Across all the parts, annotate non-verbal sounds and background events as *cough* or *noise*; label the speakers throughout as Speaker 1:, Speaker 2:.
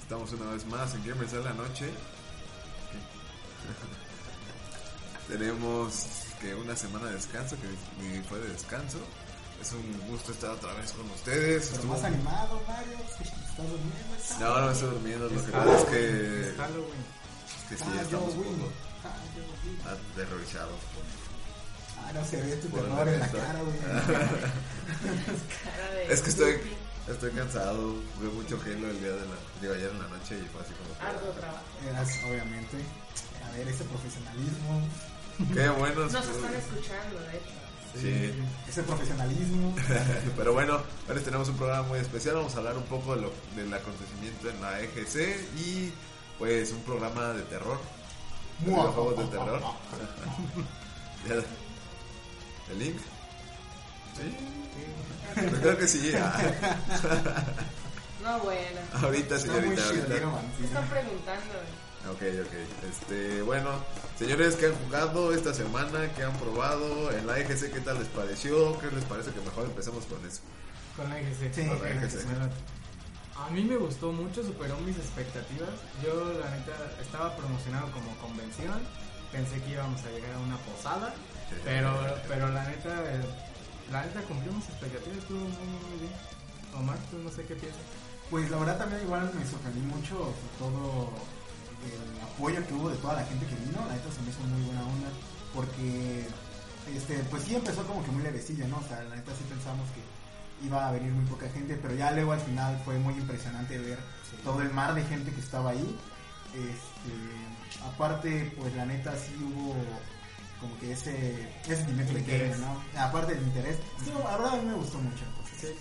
Speaker 1: Estamos una vez más en Gamers de la Noche. *laughs* Tenemos que una semana de descanso, que ni fue de descanso. Es un gusto estar otra vez con ustedes.
Speaker 2: Pero
Speaker 1: Estuvo-
Speaker 2: más animado, Mario. pues, que Estás durmiendo. ¿sabes?
Speaker 1: No, no me estoy durmiendo. Lo que pasa es que,
Speaker 3: Es Halloween.
Speaker 1: que sí,
Speaker 2: Ah,
Speaker 1: ya
Speaker 2: yo,
Speaker 1: estamos un
Speaker 2: güey.
Speaker 1: poco
Speaker 2: Ah, yo, güey.
Speaker 1: aterrorizados.
Speaker 2: Ah, no se ve tu
Speaker 1: Por
Speaker 2: terror en la
Speaker 1: dentro. *laughs*
Speaker 2: cara, güey.
Speaker 1: Es que estoy, estoy cansado. Jugué mucho Halo el día de la. Digo, ayer en la noche y fue así
Speaker 4: Ah.
Speaker 1: como.
Speaker 2: Eras, obviamente. A ver, ese profesionalismo.
Speaker 1: Qué buenos.
Speaker 4: Nos están escuchando, de hecho.
Speaker 1: Sí. *laughs*
Speaker 2: Ese profesionalismo.
Speaker 1: Pero bueno, ahora les tenemos un programa muy especial. Vamos a hablar un poco de lo- del acontecimiento en la EGC y pues un programa de terror. *laughs* de Videojuegos de terror. Ya- ¿El link? Sí. Yo creo que sí. *laughs* ah.
Speaker 4: No, bueno.
Speaker 1: Ahorita,
Speaker 2: Está muy
Speaker 1: señorita,
Speaker 2: chido,
Speaker 1: ahorita.
Speaker 4: Me
Speaker 2: Mancino.
Speaker 4: están preguntando. eh.
Speaker 1: Ok, ok. Este, bueno, señores, ¿qué han jugado esta semana? ¿Qué han probado? ¿En la EGC qué tal les pareció? ¿Qué les parece que mejor empecemos con eso?
Speaker 3: Con la EGC.
Speaker 2: Sí,
Speaker 1: Con la EGC.
Speaker 3: A mí me gustó mucho, superó mis expectativas. Yo, la neta, estaba promocionado como convención. Pensé que íbamos a llegar a una posada.
Speaker 1: *laughs*
Speaker 3: Pero, pero la neta, eh, la neta cumplió mis expectativas. Estuvo muy, muy, muy bien. Omar, tú no sé qué piensas.
Speaker 2: Pues la verdad también igual me sorprendí mucho por todo el apoyo que hubo de toda la gente que vino, la neta se me hizo muy buena onda, porque este, pues sí empezó como que muy levecilla, ¿no? O sea, la neta sí pensamos que iba a venir muy poca gente, pero ya luego al final fue muy impresionante ver todo el mar de gente que estaba ahí. Este, aparte, pues la neta sí hubo como que ese, ese sentimiento de que,
Speaker 3: Interés.
Speaker 2: ¿no? Aparte del interés, sí, la verdad a mí me gustó mucho. Entonces.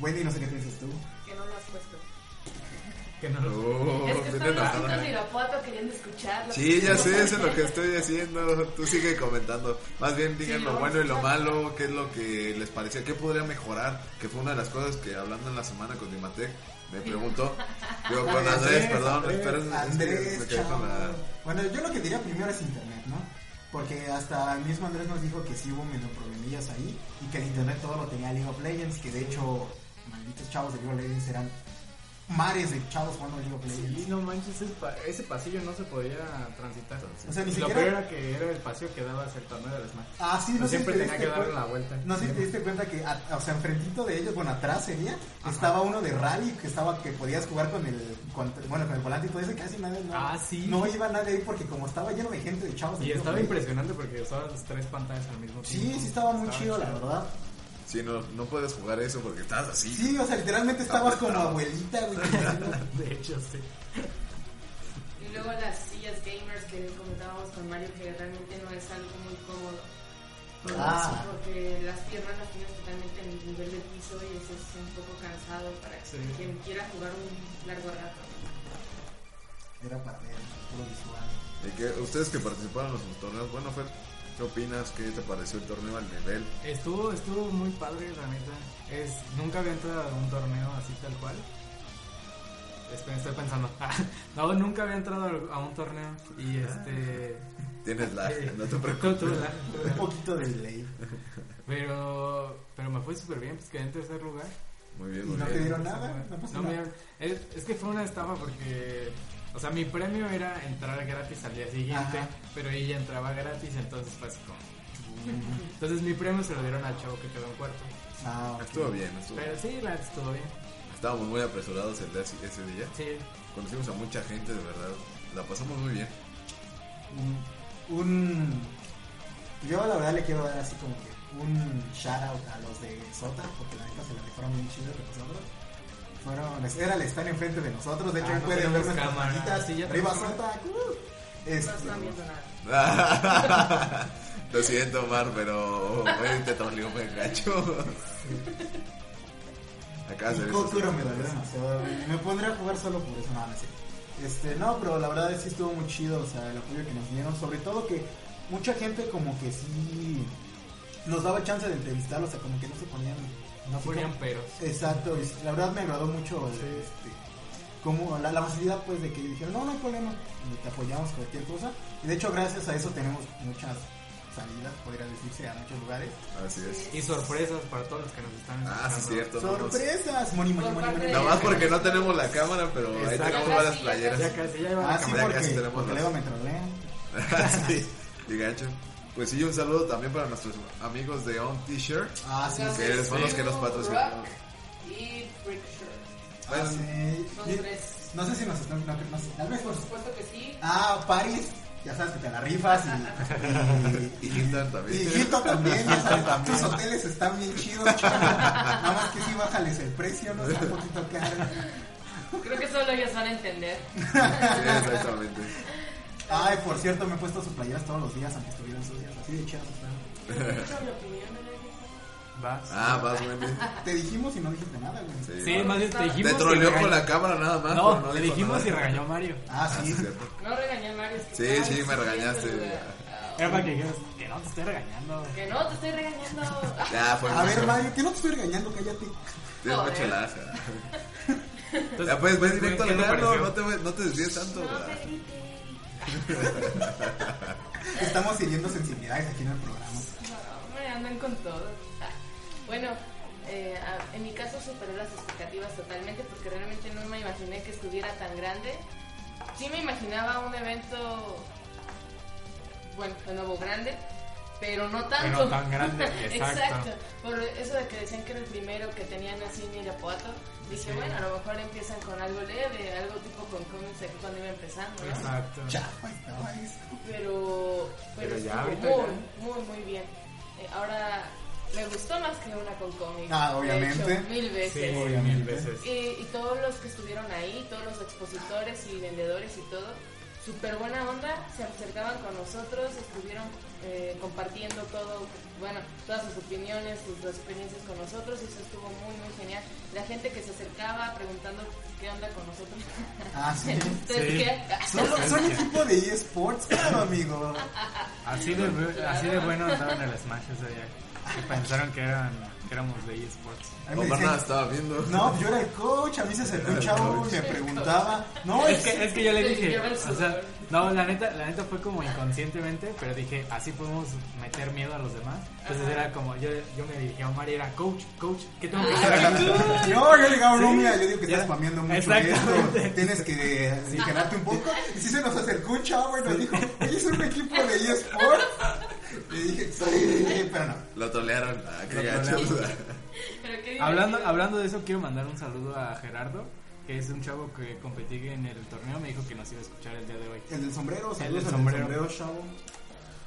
Speaker 2: Wendy, no sé qué piensas tú.
Speaker 4: Que no lo has puesto.
Speaker 3: Que no
Speaker 1: Oh,
Speaker 3: lo
Speaker 4: es que
Speaker 1: tiene
Speaker 4: están los
Speaker 1: razón.
Speaker 4: chicos de Irapuato queriendo escucharlo.
Speaker 1: Sí, ya sé, eso es lo que estoy haciendo. Tú sigue comentando. Más bien digan
Speaker 4: Sí,
Speaker 1: lo
Speaker 4: vamos
Speaker 1: bueno y lo
Speaker 4: a-
Speaker 1: malo, qué es lo que les pareció, qué podría mejorar, que fue una de las cosas que hablando en la semana con Dimatec me preguntó. Digo, con Andrés, perdón, espera, es que me
Speaker 2: Andrés,
Speaker 1: quedé
Speaker 2: chao.
Speaker 1: con la-
Speaker 2: Bueno, yo lo que diría primero es internet, ¿no? Porque hasta el mismo Andrés nos dijo que sí hubo medio problemillas ahí y que el internet todo lo tenía League of Legends, que de hecho, malditos chavos de League of Legends eran mares de chavos jugando League of Legends.
Speaker 3: Sí, no manches, ese, pa- ese pasillo no se podía transitar.
Speaker 2: O sea, ni
Speaker 3: lo
Speaker 2: siquiera-
Speaker 3: peor era que era el pasillo que daba hacia el torneo del Smash.
Speaker 2: Ah, sí,
Speaker 3: Pero
Speaker 2: no sé si
Speaker 3: siempre
Speaker 2: te
Speaker 3: tenía
Speaker 2: diste
Speaker 3: que darle
Speaker 2: cuenta-
Speaker 3: la vuelta.
Speaker 2: No sé si te diste cuenta que, a- o sea, enfrentito de ellos, bueno, atrás sería,
Speaker 3: Ajá.
Speaker 2: estaba uno de rally que estaba que podías jugar con el, con- bueno, con el volante y todo eso, casi nadie, no,
Speaker 3: Ah, sí.
Speaker 2: no iba nadie ahí porque como estaba lleno de gente de chavos.
Speaker 3: Y
Speaker 2: de-
Speaker 3: estaba impresionante porque usaban las tres pantallas al mismo tiempo.
Speaker 2: Sí, sí estaba muy chido, la verdad.
Speaker 1: Sí, no, no puedes jugar eso porque estás así.
Speaker 2: Sí, o sea, literalmente estabas como abuelita, güey.
Speaker 3: *laughs* De hecho, sí.
Speaker 4: Y luego las sillas gamers que comentábamos con Mario, que realmente no es algo muy cómodo.
Speaker 2: Ah.
Speaker 4: Porque las piernas las tienes totalmente en el nivel del piso y eso es un poco cansado para
Speaker 3: Sí.
Speaker 4: quien quiera jugar un largo rato.
Speaker 2: *laughs* Era para ver, puro visual.
Speaker 1: ¿Y qué- ustedes que participaron en los torneos, bueno, Fer, ¿qué opinas? ¿Qué te pareció el torneo al nivel?
Speaker 3: Estuvo, estuvo muy padre, la neta. Es, nunca había entrado a un torneo así tal cual. Estoy, estoy pensando. *laughs* no, nunca había entrado a un torneo. Y este.
Speaker 1: Tienes la,
Speaker 3: eh,
Speaker 1: Ah. *laughs* no te
Speaker 3: tú-
Speaker 1: preocupes.
Speaker 3: tú, ¿verdad? Tú,
Speaker 2: Un
Speaker 3: ¿verdad?
Speaker 2: poquito de *laughs* ley.
Speaker 3: Pero, pero me fue súper bien, pues quedé en tercer lugar.
Speaker 1: Muy bien,
Speaker 2: Y
Speaker 1: muy
Speaker 2: no te
Speaker 1: bien.
Speaker 2: dieron nada, no pasó
Speaker 3: No me
Speaker 2: nada.
Speaker 3: dieron- es, es que fue una estafa porque, o sea, mi premio era entrar gratis al día siguiente,
Speaker 2: Ajá.
Speaker 3: pero ella entraba gratis, entonces fue así como. Entonces mi premio se lo dieron al chavo que quedó en cuarto.
Speaker 2: Ah, ok.
Speaker 1: Estuvo bien, estuvo bien.
Speaker 3: Pero sí, la neta estuvo bien.
Speaker 1: Estábamos muy apresurados el día- ese día.
Speaker 3: Sí,
Speaker 1: Conocimos a mucha gente, de verdad. La pasamos muy bien. *laughs*
Speaker 2: un, un- yo la verdad le quiero dar así como que un shout out a los de Sota porque la neta se la dejaron bien chido con nosotros fueron era el estar enfrente de nosotros de hecho
Speaker 3: Ah,
Speaker 2: ahí
Speaker 3: no
Speaker 2: pueden ver
Speaker 3: tenemos
Speaker 2: nuestras
Speaker 3: cámara.
Speaker 2: manitas
Speaker 3: Sí, ya
Speaker 2: arriba
Speaker 3: tenemos
Speaker 2: Sota uh, este,
Speaker 4: No están viendo nada.
Speaker 1: Lo siento, Omar, pero güey, te troleó me gacho. Acá se
Speaker 2: y
Speaker 1: ve.
Speaker 2: Kokoro me dolió demasiado y me pondré a jugar solo por eso nada más este no pero la verdad es que estuvo muy chido o sea el apoyo que nos dieron sobre todo que mucha gente como que sí nos daba chance de entrevistar o sea como que no se ponían
Speaker 3: no
Speaker 2: así
Speaker 3: ponían
Speaker 2: como-
Speaker 3: peros.
Speaker 2: Exacto, y la verdad me agradó mucho el,
Speaker 3: Sí.
Speaker 2: este, como la, la facilidad pues de que dijeron, no, no hay problema, y te apoyamos cualquier cosa. Y de hecho gracias a eso tenemos muchas salidas, podría decirse, a muchos lugares.
Speaker 1: Así es.
Speaker 3: Y sorpresas para todos los que nos están
Speaker 1: Ah, sí, cierto. no, no.
Speaker 2: ¡Sorpresas! Moni, moni,
Speaker 4: Por
Speaker 2: moni,
Speaker 4: parte
Speaker 2: moni.
Speaker 4: de-
Speaker 1: Nada más porque no tenemos la cámara, pero ahí
Speaker 3: Exacto.
Speaker 1: tenemos
Speaker 4: Ya
Speaker 1: varias
Speaker 4: casi, ya
Speaker 1: playeras.
Speaker 3: Ya casi, ya iba
Speaker 2: Ah,
Speaker 3: la
Speaker 2: sí,
Speaker 1: Ya
Speaker 3: cámara.
Speaker 2: porque,
Speaker 1: casi tenemos
Speaker 2: porque
Speaker 1: las-
Speaker 2: luego me trolean.
Speaker 1: *laughs* sí, de gacho. Pues sí, un saludo también para nuestros amigos de On T-Shirt,
Speaker 2: Ah, sí,
Speaker 4: Los
Speaker 2: sí.
Speaker 1: que son los que nos
Speaker 4: Rock
Speaker 1: patrocinaron.
Speaker 4: Y Freak Show.
Speaker 2: Ah,
Speaker 1: Bueno,
Speaker 2: sí.
Speaker 4: Son
Speaker 2: Y-
Speaker 4: tres.
Speaker 2: No sé si nos están... No, no sé, tal vez por...
Speaker 4: Por supuesto que sí.
Speaker 2: Ah, París, ya sabes que te la rifas y...
Speaker 1: y Hilton también.
Speaker 2: Y Egipto también, ya sabes, *laughs* tus hoteles están bien chidos, chico. Nada más que sí, bájales el precio, no está un poquito caro.
Speaker 4: Creo que solo ellos van a entender.
Speaker 1: Sí, exactamente. *laughs*
Speaker 2: Ay, por cierto, me he puesto sus playeras todos los días, aunque estuvieran sucias, así de chidas están.
Speaker 4: Escucha mi opinión, ¿no?
Speaker 3: Vas.
Speaker 1: Ah, más bueno.
Speaker 2: Te dijimos y no dijiste nada, güey. Ah,
Speaker 1: Sí,
Speaker 3: sí, más bien te
Speaker 1: Te
Speaker 3: dijimos. y
Speaker 1: troleó
Speaker 3: regañó-
Speaker 1: con la cámara nada más.
Speaker 3: No,
Speaker 1: pero no
Speaker 3: le
Speaker 1: dijo
Speaker 3: dijimos
Speaker 1: nada.
Speaker 3: y regañó a Mario.
Speaker 2: Ah,
Speaker 1: Ah, sí,
Speaker 2: sí.
Speaker 1: es cierto.
Speaker 4: No regañé a Mario. es que
Speaker 1: Sí,
Speaker 4: estaba
Speaker 1: sí, me
Speaker 4: diciendo
Speaker 1: regañaste.
Speaker 4: el lugar.
Speaker 3: Era para que dijeras que no te estoy regañando.
Speaker 4: Que no, te estoy regañando.
Speaker 1: Ya, fue
Speaker 2: A ver,
Speaker 1: mucho.
Speaker 2: Mario, que no te estoy regañando, cállate.
Speaker 1: Tienes
Speaker 4: Joder.
Speaker 1: mucha laja.
Speaker 3: Entonces,
Speaker 1: Ya pues, ves
Speaker 3: ¿qué-
Speaker 1: directo
Speaker 3: qué
Speaker 1: al
Speaker 3: te
Speaker 1: grano,
Speaker 3: pareció?
Speaker 1: no te, no te desvíes tanto.
Speaker 4: No
Speaker 1: ¿verdad?
Speaker 4: me grites.
Speaker 2: Estamos hiriendo sensibilidades aquí en el programa.
Speaker 4: No, me andan con todo. Ah, Bueno, eh, a- en mi caso superé las expectativas totalmente porque realmente no me imaginé que estuviera tan grande. Sí me imaginaba un evento, bueno, de nuevo grande, pero no tanto.
Speaker 3: Pero
Speaker 4: *laughs*
Speaker 3: tan grande, exacto.
Speaker 4: Por eso de que decían que era el primero que tenían así en Irapuato, dije, bueno, a lo mejor empiezan con algo leve, algo tipo con cómics aquí cuando iba empezando, ¿no?
Speaker 3: Exacto.
Speaker 2: Chapa estaba eso.
Speaker 4: pero, pero,
Speaker 3: Pero ya
Speaker 4: estuvo
Speaker 3: ahorita
Speaker 4: muy, muy, muy bien. Eh, ahora, me gustó más que una con cómics.
Speaker 2: Ah,
Speaker 4: de
Speaker 2: obviamente.
Speaker 4: hecho, mil
Speaker 3: Sí,
Speaker 4: veces.
Speaker 3: mil veces.
Speaker 4: Y, y todos los que estuvieron ahí, todos los expositores y vendedores y todo, súper buena onda, se acercaban con nosotros, estuvieron eh, compartiendo todo, bueno, todas sus opiniones, sus experiencias con nosotros, y eso estuvo muy, muy genial. La gente que se acercaba preguntando qué onda con nosotros. *laughs*
Speaker 2: Ah,
Speaker 3: *laughs*
Speaker 2: sí.
Speaker 4: ¿Ustedes
Speaker 3: Sí.
Speaker 4: qué?
Speaker 2: Son,
Speaker 4: *laughs*
Speaker 2: son equipo de eSports, claro, amigo.
Speaker 3: Así de, bu- así de bueno andaba en el Smash ese día. Pensaron que, eran, que éramos de eSports.
Speaker 2: A mí me
Speaker 1: Omar
Speaker 2: decían,
Speaker 1: nada estaba viendo.
Speaker 2: no, yo era el coach, a mí se acercó un
Speaker 1: Era el
Speaker 2: chavo y
Speaker 1: coach.
Speaker 2: me preguntaba. No,
Speaker 3: Es que, es que yo le
Speaker 4: Sí,
Speaker 3: dije,
Speaker 4: yo el
Speaker 3: o sea, no, la neta, la neta fue como inconscientemente, pero dije, así podemos meter miedo a los demás. Entonces
Speaker 4: Ajá.
Speaker 3: era como, yo, yo me dirigí a Omar y era, coach, coach, ¿qué tengo que
Speaker 4: Ah,
Speaker 3: hacer acá?
Speaker 2: No, yo le digo, no,
Speaker 3: Sí.
Speaker 2: mira, yo digo que
Speaker 3: Ya.
Speaker 2: estás spameando mucho
Speaker 3: Exactamente.
Speaker 2: esto. Tienes que aligerarte un poco. Y sí se nos acercó un chavo y nos dijo, oye, es un equipo de eSports. Le dije, sí, pero no.
Speaker 1: Lo tolearon. Ah, qué
Speaker 3: Lo
Speaker 1: gacho.
Speaker 3: tolearon.
Speaker 4: Pero qué
Speaker 3: Hablando,
Speaker 4: divertido.
Speaker 3: hablando de eso, quiero mandar un saludo a Gerardo, que es un chavo que competí en el torneo, me dijo que nos iba a escuchar el día de hoy.
Speaker 2: El del sombrero, saludos
Speaker 3: El del
Speaker 2: al
Speaker 3: sombrero.
Speaker 2: chavo.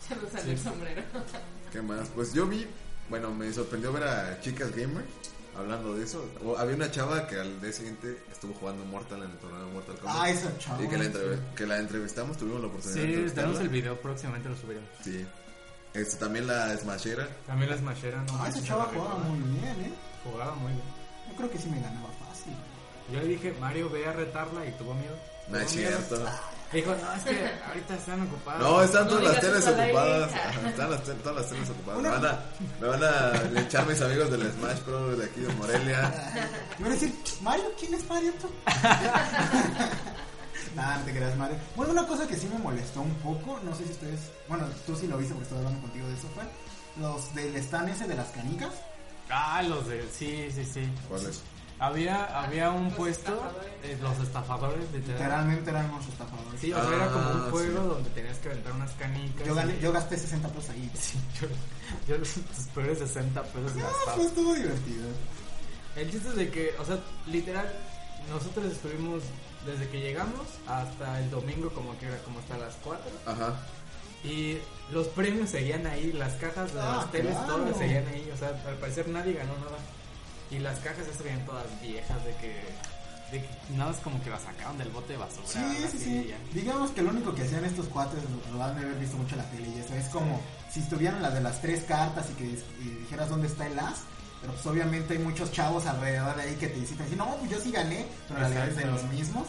Speaker 4: Saludos al sombrero.
Speaker 1: ¿Qué más? Pues yo vi, bueno, me sorprendió ver a chicas gamer hablando de eso. O- había una chava que al día siguiente estuvo jugando Mortal en el torneo de Mortal Kombat.
Speaker 2: Ah, esa chava.
Speaker 1: y que la, entrev- que la entrevistamos, tuvimos la oportunidad de
Speaker 3: Sí, tenemos
Speaker 1: entrevistarla.
Speaker 3: el video, próximamente lo subiremos.
Speaker 1: Sí. Este, también la Smashera.
Speaker 3: También las macheras, no
Speaker 2: Ah,
Speaker 3: manches,
Speaker 2: esa chava
Speaker 3: se la
Speaker 2: jugaba
Speaker 3: rifaba.
Speaker 2: muy bien, ¿eh?
Speaker 3: Jugaba muy bien.
Speaker 2: Yo creo que sí me ganaba fácil.
Speaker 3: Yo le dije, Mario, ve a retarla y tuvo miedo.
Speaker 1: No es
Speaker 2: Ah,
Speaker 3: Tuvo miedo.
Speaker 1: cierto.
Speaker 2: pues,
Speaker 3: Dijo, no, es que ahorita están ocupados.
Speaker 1: No, están
Speaker 4: No
Speaker 1: todas las
Speaker 4: digas
Speaker 1: teles
Speaker 4: eso al aire,
Speaker 1: ocupadas.
Speaker 4: hija.
Speaker 1: Ajá, Están las te- todas las teles ocupadas. Me
Speaker 2: Una-
Speaker 1: van a, me van a linchar mis amigos del Smash Pro de aquí de Morelia.
Speaker 2: Me van a decir, Mario, ¿quién es Mario
Speaker 3: *laughs*
Speaker 2: tú? Nada, no te creas, Mario. Bueno, una cosa que sí me molestó un poco, no sé si ustedes, bueno, tú sí lo viste porque estaba hablando contigo de eso, fue los del stand ese de las canicas.
Speaker 3: Ah, los de. Sí, sí, sí.
Speaker 1: ¿Cuál es?
Speaker 3: Había, había un
Speaker 4: Ah, Los
Speaker 3: puesto,
Speaker 4: estafadores.
Speaker 3: eh, los estafadores, literal.
Speaker 2: Literalmente eran unos estafadores.
Speaker 3: Sí, o sea, era como
Speaker 1: Ah,
Speaker 3: un juego
Speaker 1: sí.
Speaker 3: donde tenías que aventar unas canicas.
Speaker 2: yo, gané-
Speaker 3: y-
Speaker 2: yo gasté 60 pesos ahí.
Speaker 3: *laughs* Sí, yo, yo los tus peores 60 pesos
Speaker 2: Ah,
Speaker 3: gastados.
Speaker 2: pues estuvo divertido.
Speaker 3: El chiste es de que, o sea, literal, nosotros estuvimos desde que llegamos hasta el domingo, como que era como hasta las 4.
Speaker 1: Ajá.
Speaker 3: Y los premios seguían ahí, las cajas de
Speaker 2: Ah,
Speaker 3: las teles,
Speaker 2: claro.
Speaker 3: todas seguían ahí. O sea, al parecer nadie ganó nada. Y las cajas ya se veían todas viejas, de que, de que nada más como que las sacaron del bote de basura.
Speaker 2: Sí, sí,
Speaker 3: así, y
Speaker 2: sí.
Speaker 3: ya.
Speaker 2: Digamos que lo único que hacían estos cuates, lo- lo han de haber visto mucho en la tele y eso, es como si estuvieran las de las tres cartas y que dis- y dijeras dónde está el as, pero pues obviamente hay muchos chavos alrededor de ahí que te incitan, dicen, no, pues yo sí gané, pero en realidad es de los
Speaker 3: Exacto.
Speaker 2: mismos.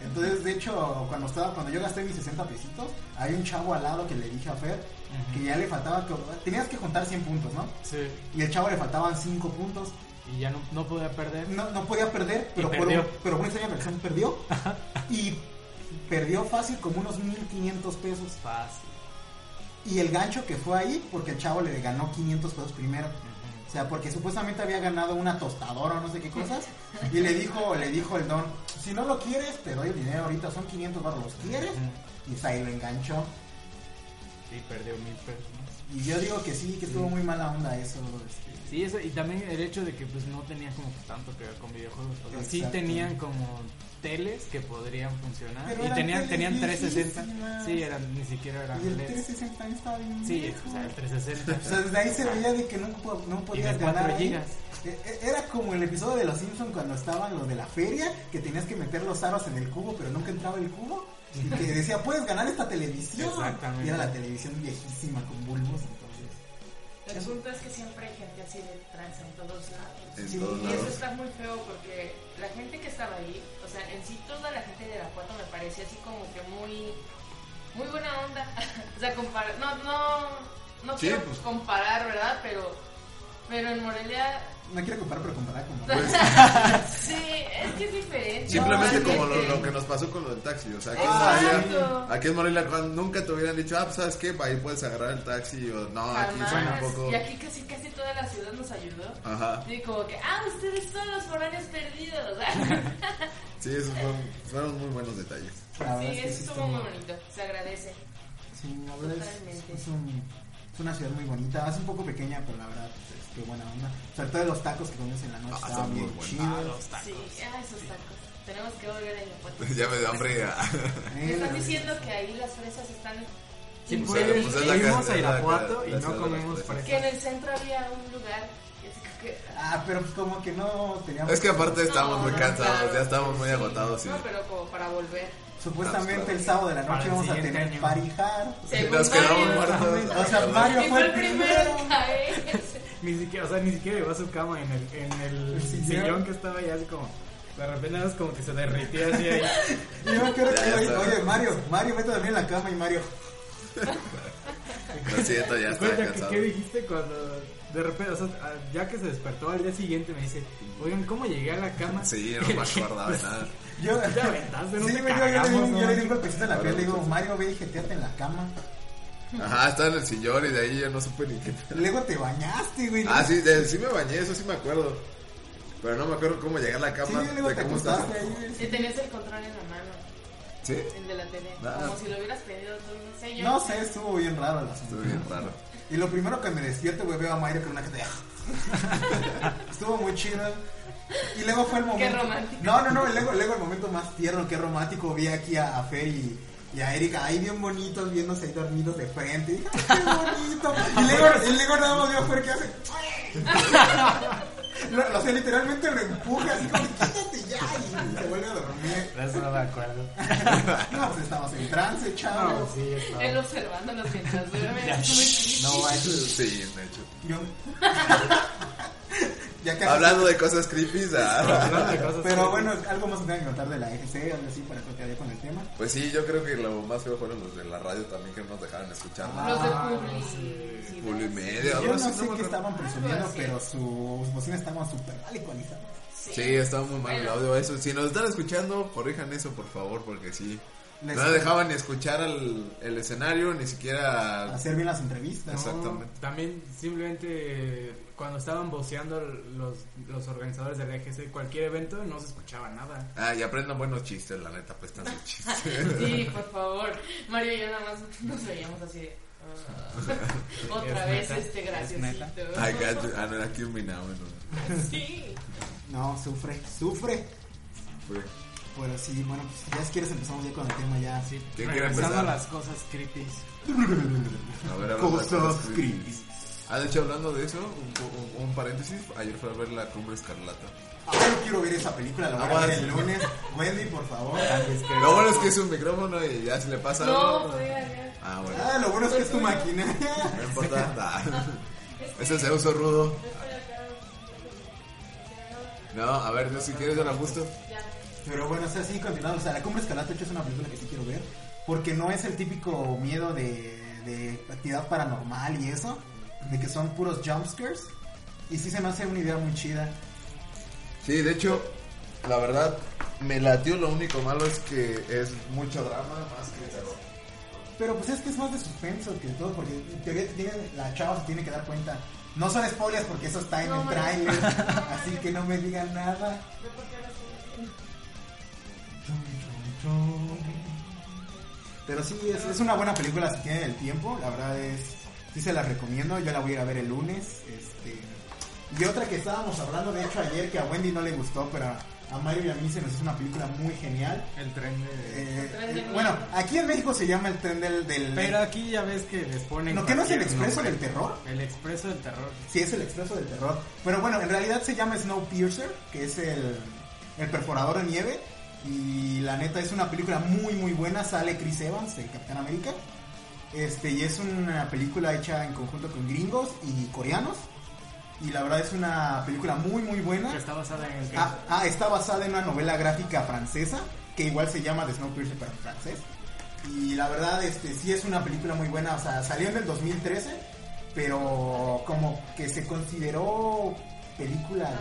Speaker 2: Entonces, de hecho, cuando estaba, cuando yo gasté mis 60 pesitos, hay un chavo al lado que le dije a Fer
Speaker 3: Ujú.
Speaker 2: que ya le faltaba, que, tenías que juntar 100 puntos, ¿no?
Speaker 3: Sí,
Speaker 2: Y al chavo le faltaban 5 puntos.
Speaker 3: y ya no, no podía perder.
Speaker 2: No, no podía perder, pero, por,
Speaker 3: perdió.
Speaker 2: un- pero por una extraña razón perdió. y perdió fácil como unos 1500 pesos.
Speaker 3: Fácil.
Speaker 2: Y el gancho que fue ahí, porque el chavo le ganó 500 pesos primero. O sea, porque supuestamente había ganado una tostadora o no sé qué cosas. Y le dijo, le dijo el don, si no lo quieres, te doy el dinero ahorita, son 500 barros, ¿los quieres? Y pues ahí lo enganchó.
Speaker 3: Y perdió mil pesos.
Speaker 2: Y yo digo que sí, que estuvo muy mala onda eso. este.
Speaker 3: Sí, eso, y también el hecho de que pues no tenía como que tanto que ver con videojuegos. O sea, sí
Speaker 2: Exacto.
Speaker 3: tenían como teles que podrían funcionar.
Speaker 2: Pero
Speaker 3: y
Speaker 2: eran
Speaker 3: tenían,
Speaker 2: teles
Speaker 3: tenían 360.
Speaker 2: viejísimas.
Speaker 3: Sí, eran, ni siquiera eran
Speaker 2: Y el
Speaker 3: LEDs.
Speaker 2: 360 también estaba bien.
Speaker 3: Sí,
Speaker 2: viejo.
Speaker 3: o sea, el
Speaker 2: O sea,
Speaker 3: 360.
Speaker 2: desde ahí se veía de que no, po- no podías
Speaker 3: de cuatro
Speaker 2: ganar. ahí.
Speaker 3: gigas.
Speaker 2: E- e- Era como el episodio de Los Simpsons cuando estaban los de la feria, que tenías que meter los aros en el cubo, pero nunca entraba el cubo. Y que decía, puedes ganar esta televisión.
Speaker 3: Exactamente.
Speaker 2: Y era la televisión viejísima con bulbos. Entonces,
Speaker 4: El punto es que siempre hay gente así de trans en todos lados.
Speaker 1: En
Speaker 2: Sí,
Speaker 1: todos
Speaker 4: Y eso
Speaker 1: lados.
Speaker 4: está muy feo porque la gente que estaba ahí, o sea, en sí toda la gente de la cuarta me parecía así como que muy, muy buena onda. *laughs* o sea, compara- no, no, no
Speaker 1: Sí,
Speaker 4: quiero
Speaker 1: pues.
Speaker 4: comparar, ¿verdad? Pero, pero en Morelia,
Speaker 2: no quiero comparar, pero comparar con
Speaker 4: *laughs* sí, es que es diferente.
Speaker 1: Pues. Simplemente como lo,
Speaker 4: Normalmente.
Speaker 1: lo que nos pasó con lo del taxi. O sea, aquí en
Speaker 4: Exacto.
Speaker 1: Morelia, aquí en Morelia cuando nunca te hubieran dicho, ah, pues sabes qué, ahí puedes agarrar el taxi. O no, aquí
Speaker 4: Jamás.
Speaker 1: es un poco.
Speaker 4: Y aquí casi, casi toda la ciudad nos ayudó.
Speaker 1: Ajá.
Speaker 4: Y como que, ah, ustedes son los foráneos perdidos. *laughs*
Speaker 1: Sí, esos fueron, fueron muy buenos detalles.
Speaker 2: La verdad
Speaker 4: sí,
Speaker 2: es que
Speaker 4: eso
Speaker 2: sí
Speaker 4: estuvo
Speaker 2: estuvo-
Speaker 4: muy bonito. Se agradece.
Speaker 2: Sí, la verdad es,
Speaker 4: Totalmente.
Speaker 2: es, un- es una ciudad muy bonita. Es un poco pequeña, pero la verdad, pues, es que buena onda. Sobre todo los tacos que comías en la noche
Speaker 1: Ah,
Speaker 2: estaban
Speaker 1: son muy
Speaker 2: bien
Speaker 1: buenos. eh.
Speaker 3: Ah,
Speaker 2: chidos.
Speaker 3: los tacos.
Speaker 4: Sí, ah, esos tacos. Tenemos que volver a Iapote.
Speaker 1: *laughs* Ya me dio hambre. ah.
Speaker 4: Me
Speaker 2: Eh,
Speaker 4: están diciendo que ahí las fresas están. Sí,
Speaker 3: Sí, pues,
Speaker 4: pues, es la
Speaker 3: fuimos
Speaker 1: casa-
Speaker 3: a
Speaker 1: es la
Speaker 3: Irapuato
Speaker 1: casa-
Speaker 3: y
Speaker 1: la ciudad
Speaker 3: no
Speaker 1: de
Speaker 3: comimos
Speaker 1: las fresas.
Speaker 4: Que en
Speaker 3: fresas.
Speaker 4: el centro había un lugar. y así como que, ah,
Speaker 2: Ah, pero pues como que no teníamos...
Speaker 1: Es que aparte estamos
Speaker 4: no,
Speaker 1: muy
Speaker 4: no,
Speaker 1: cansados,
Speaker 4: claro.
Speaker 1: ya estamos muy
Speaker 4: Sí,
Speaker 1: agotados. sí.
Speaker 4: No, pero como para volver.
Speaker 2: Supuestamente
Speaker 1: Ah, pues,
Speaker 2: el sábado de la
Speaker 3: para
Speaker 2: noche
Speaker 3: el
Speaker 2: vamos a
Speaker 3: siguiente
Speaker 2: tener
Speaker 3: año.
Speaker 2: parijar.
Speaker 1: Nos quedamos
Speaker 4: Secundario.
Speaker 1: muertos.
Speaker 2: O sea, Mario fue
Speaker 4: Y fue
Speaker 2: el
Speaker 4: el primero
Speaker 2: primero.
Speaker 4: en caer.
Speaker 3: Ni siquiera, o sea, ni siquiera llevó a su cama en el, en el
Speaker 2: El sillón.
Speaker 3: sillón que estaba ya así como. De repente nada más como que se derritió
Speaker 1: *laughs*
Speaker 3: así ahí.
Speaker 2: Y yo me acuerdo
Speaker 1: Ya,
Speaker 2: que,
Speaker 1: ya
Speaker 2: oye,
Speaker 1: está.
Speaker 2: oye, Mario, Mario, vete a dormir en la cama y Mario.
Speaker 3: Y
Speaker 1: Lo siento, ya estaba
Speaker 3: Cuenta que
Speaker 1: cansado.
Speaker 3: qué dijiste cuando de repente, o sea, a- ya que se despertó al día siguiente me dice, oigan, ¿cómo llegué a la cama?
Speaker 1: Sí, yo no me acordaba de nada.
Speaker 2: Yo,
Speaker 3: Te aventaste, no
Speaker 2: Sí,
Speaker 3: te
Speaker 2: güey, yo, yo le di
Speaker 3: cagamos,
Speaker 2: un- yo le
Speaker 3: no
Speaker 2: di
Speaker 3: manches.
Speaker 2: un golpecito en la piel, le digo, Mario, ve y jeteate en la cama.
Speaker 1: Ajá, estaba en el sillón y de ahí yo no supe ni qué.
Speaker 2: Luego te bañaste, güey.
Speaker 1: Ah, sí, de- sí me bañé, eso sí me acuerdo. Pero no me acuerdo cómo llegué a la
Speaker 2: Sí,
Speaker 1: cama.
Speaker 2: luego
Speaker 1: de
Speaker 2: te
Speaker 1: cómo estaba.
Speaker 2: acostaste ahí, güey.
Speaker 4: Si tenías el control en la mano,
Speaker 1: Sí,
Speaker 4: el de la tele.
Speaker 1: Ah.
Speaker 4: Como si lo hubieras tenido tú, no sé yo.
Speaker 2: No sé, estuvo bien raro el asunto.
Speaker 1: estuvo bien raro.
Speaker 2: Y lo primero que me despierto, güey, veo a Mario con una que *laughs* Estuvo muy chido. Y luego fue el momento.
Speaker 4: romántico.
Speaker 2: No, no, no. y Luego, luego el momento más tierno, qué romántico. Vi aquí a, a Fer y, y a Erika ahí bien bonitos, viéndose ahí dormidos de frente. Y dije, "Ay, qué bonito. Y luego, y luego nada más veo a Fer que hace. *laughs* Lo, lo- o sea, literalmente lo empuja así como, quítate ya. Y se vuelve a dormir.
Speaker 3: De Eso Pues no me acuerdo.
Speaker 2: No, pues estabas en trance, chavos.
Speaker 1: *laughs*
Speaker 3: No, sí, estaba-
Speaker 4: Él observándonos mientras duerme.
Speaker 3: Ya,
Speaker 4: es muy creepy.
Speaker 3: No manches.
Speaker 1: Sí, de hecho.
Speaker 2: Yo- *laughs* ya casi-
Speaker 1: Hablando de cosas creepy, ah, *laughs*
Speaker 3: Hablando de cosas
Speaker 2: Pero
Speaker 3: que-
Speaker 2: bueno, algo más que tengan que contar de la EGC, algo así para que con el tema.
Speaker 1: pues sí, yo creo que lo más feo fueron los de la radio también que no nos dejaron escuchar nada.
Speaker 4: Los de
Speaker 3: Ah,
Speaker 4: Publi.
Speaker 3: sí.
Speaker 4: sí,
Speaker 1: Pulo y
Speaker 4: ¿no?
Speaker 1: medio,
Speaker 2: Yo
Speaker 1: algo
Speaker 2: no
Speaker 1: así,
Speaker 2: sé
Speaker 1: me
Speaker 2: qué
Speaker 1: acuerdo.
Speaker 2: estaban presumiendo,
Speaker 4: Algo así.
Speaker 2: pero sus bocinas estaban súper mal ecualizadas.
Speaker 1: Sí, estaba muy mal el
Speaker 4: Bueno.
Speaker 1: audio eso. Si nos están escuchando, corrijan eso, por favor, porque sí.
Speaker 2: Les-
Speaker 1: No dejaban ni escuchar al- el escenario, ni siquiera...
Speaker 2: Hacer bien las entrevistas.
Speaker 1: Ah. Exacto. Exactamente.
Speaker 3: También simplemente eh, cuando estaban voceando los, los organizadores del EGC cualquier evento no se escuchaba nada.
Speaker 1: Ah, y aprendan buenos chistes, la neta, pues están sus
Speaker 4: *laughs*
Speaker 1: chistes.
Speaker 4: Sí, por favor. Mario y yo nada más nos veíamos así de. ah, otra
Speaker 3: ¿Es
Speaker 4: vez
Speaker 3: neta?
Speaker 4: este
Speaker 3: ¿Es
Speaker 4: graciosito.
Speaker 1: I got you. Ah, no, aquí un minado, no.
Speaker 4: Sí.
Speaker 2: No, sufre, sufre.
Speaker 1: Fue-
Speaker 2: Pero sí, bueno, pues ya si quieres empezamos ya con el tema ya.
Speaker 3: Sí,
Speaker 1: ¿Qué quiere
Speaker 3: regresando
Speaker 1: empezar?
Speaker 3: a las cosas creepy.
Speaker 1: A ver, hablando de
Speaker 2: Cosas creepy.
Speaker 1: Ah, de hecho, hablando de eso, un, un- un paréntesis, ayer fui a ver la Cumbre Escarlata.
Speaker 2: Ay, yo Ah, quiero ver esa película, la voy a
Speaker 1: Aguas.
Speaker 2: ver el lunes. Wendy, por favor.
Speaker 1: Lo bueno es que es un micrófono y ya si le pasa
Speaker 4: No,
Speaker 1: algo-
Speaker 4: fue ayer.
Speaker 1: Ah, bueno,
Speaker 2: Ah, lo bueno es que es tu maquinaria.
Speaker 1: no importa. *laughs* Nah. Ese se usó rudo. No, a ver, yo si quieres yo la gusto.
Speaker 2: Pero bueno, o sea, sí, continuando. O sea, La Cumbre Escalante, de hecho, es una película que sí quiero ver. Porque no es el típico miedo de, de actividad paranormal y eso. De que son puros jumpscares. Y sí se me hace una idea muy chida.
Speaker 1: Sí, de hecho, la verdad, me latió. Lo único malo es que es mucho drama más que terror.
Speaker 2: Pero pues es que es más de suspenso que todo. Porque en teoría te tiene- la chava se tiene que dar cuenta. No son spoilers porque eso está en
Speaker 4: *laughs* No,
Speaker 2: el
Speaker 4: me-
Speaker 2: trailer. así que no me digan nada. Pero sí, es, es una buena película si tienen el tiempo. La verdad es, sí se la recomiendo. Yo la voy a ir a ver el lunes. Este, y otra que estábamos hablando, de hecho, ayer, que a Wendy no le gustó, pero a- a Mario y a mí se nos hizo una película muy genial.
Speaker 3: El tren de...
Speaker 2: Eh,
Speaker 4: Tren del
Speaker 2: eh, bueno,
Speaker 4: Miedo.
Speaker 2: aquí en México se llama el tren del... del
Speaker 3: Pero aquí ya ves que les ponen...
Speaker 2: ¿No que no es el
Speaker 3: cualquier
Speaker 2: expreso
Speaker 3: nombre.
Speaker 2: del terror?
Speaker 3: El expreso del terror.
Speaker 2: Sí, es el expreso del terror. Pero bueno, en realidad se llama Snowpiercer, que es el, el perforador de nieve. Y la neta es una película muy, muy buena. Sale Chris Evans, el Capitán América. Este, y es una película hecha en conjunto con gringos y coreanos. Y la verdad es una película muy, muy buena.
Speaker 3: Que está basada en el...
Speaker 2: Ah, ah, está basada en una novela gráfica francesa, que igual se llama The Snowpiercer, pero en francés. Y la verdad, este, sí es una película muy buena. O sea, salió en el 2013, pero como que se consideró película de...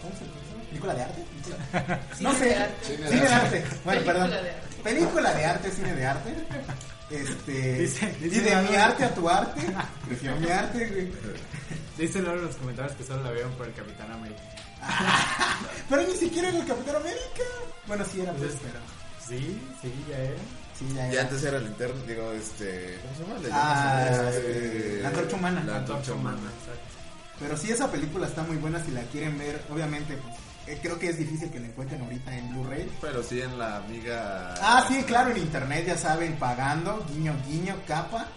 Speaker 2: ¿Cómo se dice? ¿Película de arte? *laughs* No sé.
Speaker 4: Sí,
Speaker 2: Cine de arte. Bueno,
Speaker 4: Película
Speaker 2: perdón.
Speaker 4: de arte.
Speaker 2: Película de arte, cine de arte. Este,
Speaker 3: Dice- dice
Speaker 2: y de
Speaker 3: algo.
Speaker 2: mi arte a tu arte. Prefiero mi arte, güey.
Speaker 3: Dicen luego en los comentarios que solo la vieron por el Capitán América.
Speaker 2: Pero ni siquiera era el Capitán América. Bueno, sí era, pues,
Speaker 3: Entonces,
Speaker 2: pero...
Speaker 3: Sí, sí, ya era.
Speaker 2: Sí, ya
Speaker 1: Y
Speaker 2: era.
Speaker 1: antes era el interno, digo, este. ¿Cómo se llama? Le
Speaker 2: Ah,
Speaker 1: llaman,
Speaker 2: este, la antorcha humana.
Speaker 1: La antorcha humana.
Speaker 3: Exacto.
Speaker 2: Pero sí, esa película está muy buena si la quieren ver. Obviamente, pues, eh, creo que es difícil que la encuentren ahorita en Blu-ray.
Speaker 1: Pero sí en la amiga.
Speaker 2: Ah, sí, claro, en internet ya saben, pagando, guiño, guiño, capa.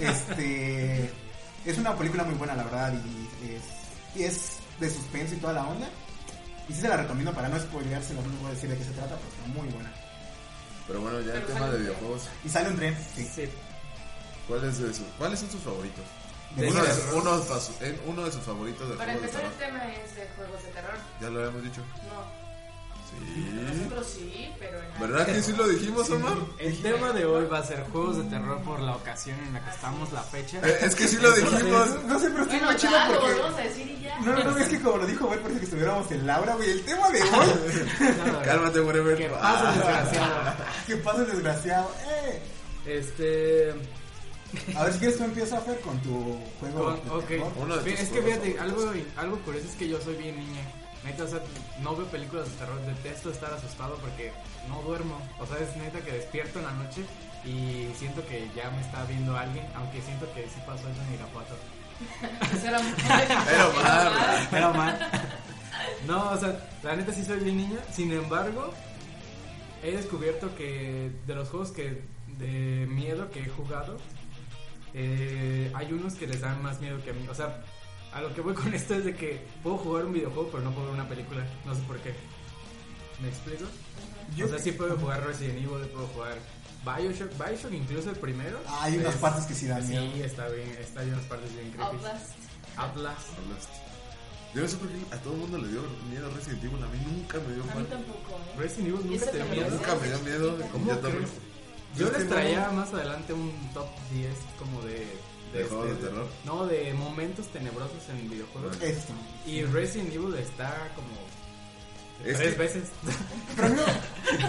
Speaker 2: Este. *laughs* es una película muy buena, la verdad, y es, y es de suspenso y toda la onda. Y sí se la recomiendo para no spoileársela, no les voy a decir de qué se trata, porque está muy buena.
Speaker 1: Pero bueno, ya el
Speaker 4: Pero
Speaker 1: tema
Speaker 4: sale
Speaker 1: de
Speaker 4: un tren.
Speaker 1: videojuegos.
Speaker 2: Y sale un tren, sí.
Speaker 3: Sí.
Speaker 1: ¿Cuáles de sus- ¿Cuáles son sus favoritos?
Speaker 2: De
Speaker 1: Uno de,
Speaker 2: niños.
Speaker 1: uno, de sus- en- uno de sus favoritos del
Speaker 4: Para
Speaker 1: juego de
Speaker 4: empezar, el
Speaker 1: terror.
Speaker 4: tema es de juegos de terror.
Speaker 1: Ya lo habíamos dicho.
Speaker 4: No.
Speaker 1: Sí.
Speaker 4: Nosotros sí, pero en
Speaker 1: ¿Mm? ¿Verdad que sí lo dijimos, Omar?
Speaker 3: El tema de hoy va a ser juegos de terror por la ocasión en la que estamos, la fecha.
Speaker 1: Eh, Es que sí
Speaker 2: *laughs*
Speaker 1: lo dijimos.
Speaker 2: No sé, pero estoy
Speaker 4: Bueno,
Speaker 2: muy chido
Speaker 4: ya, lo
Speaker 2: porque.
Speaker 4: volvemos a decir y ya.
Speaker 2: No, no, no, es que como lo dijo güey, parece que estuviéramos en Laura, güey. El tema de hoy.
Speaker 1: *laughs*
Speaker 2: *laughs*
Speaker 1: Cálmate, whatever. Ah,
Speaker 3: Que pasa, desgraciado.
Speaker 2: ¿Qué pasa, desgraciado? ¡Eh!
Speaker 3: Este.
Speaker 2: A ver si quieres tú empieza a hacer con tu juego.
Speaker 3: Con-
Speaker 2: de
Speaker 3: ok.
Speaker 2: terror.
Speaker 1: Uno de
Speaker 3: Fe-
Speaker 1: tus
Speaker 3: es que
Speaker 1: juegos
Speaker 3: fíjate,
Speaker 1: favoritos.
Speaker 3: algo, algo curioso es que yo soy bien niña. Neta, o sea, no veo películas de terror, detesto estar asustado porque no duermo. O sea, es neta que despierto en la noche y siento que ya me está viendo alguien, aunque siento que sí pasó eso en Irapuato.
Speaker 4: Eso Pues era
Speaker 1: *laughs* Pero mal.
Speaker 3: Pero mal. No, o sea, la neta sí soy bien niña. Sin embargo, he descubierto que de los juegos que de miedo que he jugado, eh, hay unos que les dan más miedo que a mí. O sea, a lo que voy con *laughs* esto es de que puedo jugar un videojuego, pero no puedo ver una película. No sé por qué. ¿Me explico?
Speaker 2: Yo-
Speaker 3: o sea, sí puedo jugar Resident Evil, puedo jugar Bioshock, Bioshock incluso el primero.
Speaker 2: Ah, Hay unas
Speaker 3: Es-
Speaker 2: partes que sí dan miedo.
Speaker 3: Sí, está bien, está bien, unas partes bien creepy.
Speaker 4: Outlast.
Speaker 3: Outlast.
Speaker 1: Hablaste. Yo no sé por qué a todo el mundo le dio miedo Resident Evil. A mí nunca me dio
Speaker 4: A mí
Speaker 1: miedo.
Speaker 4: tampoco, ¿eh?
Speaker 3: Resident Evil
Speaker 4: Y
Speaker 3: nunca
Speaker 4: eso
Speaker 3: te
Speaker 4: que
Speaker 3: dio
Speaker 4: me
Speaker 3: miedo.
Speaker 4: lo
Speaker 1: Nunca me dio miedo.
Speaker 4: ¿Cómo
Speaker 1: Yo también.
Speaker 3: crees? Yo
Speaker 1: Es que
Speaker 3: les
Speaker 1: no-
Speaker 3: traía más adelante un top 10 como de... este,
Speaker 1: ¿De juegos de terror?
Speaker 3: No, de momentos tenebrosos en videojuegos.
Speaker 1: Ah.
Speaker 2: Esto.
Speaker 3: Y Resident Evil está como...
Speaker 1: Es
Speaker 3: tres
Speaker 1: que- *laughs*
Speaker 3: veces.
Speaker 2: Pero no,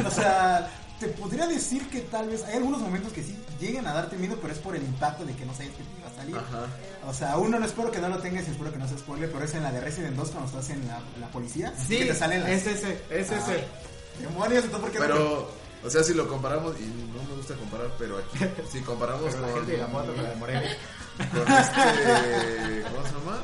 Speaker 2: o sea, te podría decir que tal vez hay algunos momentos que sí lleguen a darte miedo, pero es por el impacto de que no sabes que te iba a salir.
Speaker 1: Ajá.
Speaker 2: O sea, uno no espero que no lo tengas y espero que no se spoile, pero es en la de Resident 2 cuando estás en la, la policía.
Speaker 3: sí,
Speaker 2: que te salen las
Speaker 3: es ese, es
Speaker 2: Ah.
Speaker 3: ese.
Speaker 2: demonios, entonces porque
Speaker 1: Pero, o sea, si lo comparamos, y no me gusta comparar, pero aquí, si comparamos
Speaker 3: Pero la
Speaker 1: con,
Speaker 3: gente de la moto con la de Morelia.
Speaker 1: con este, ¿cómo se llama?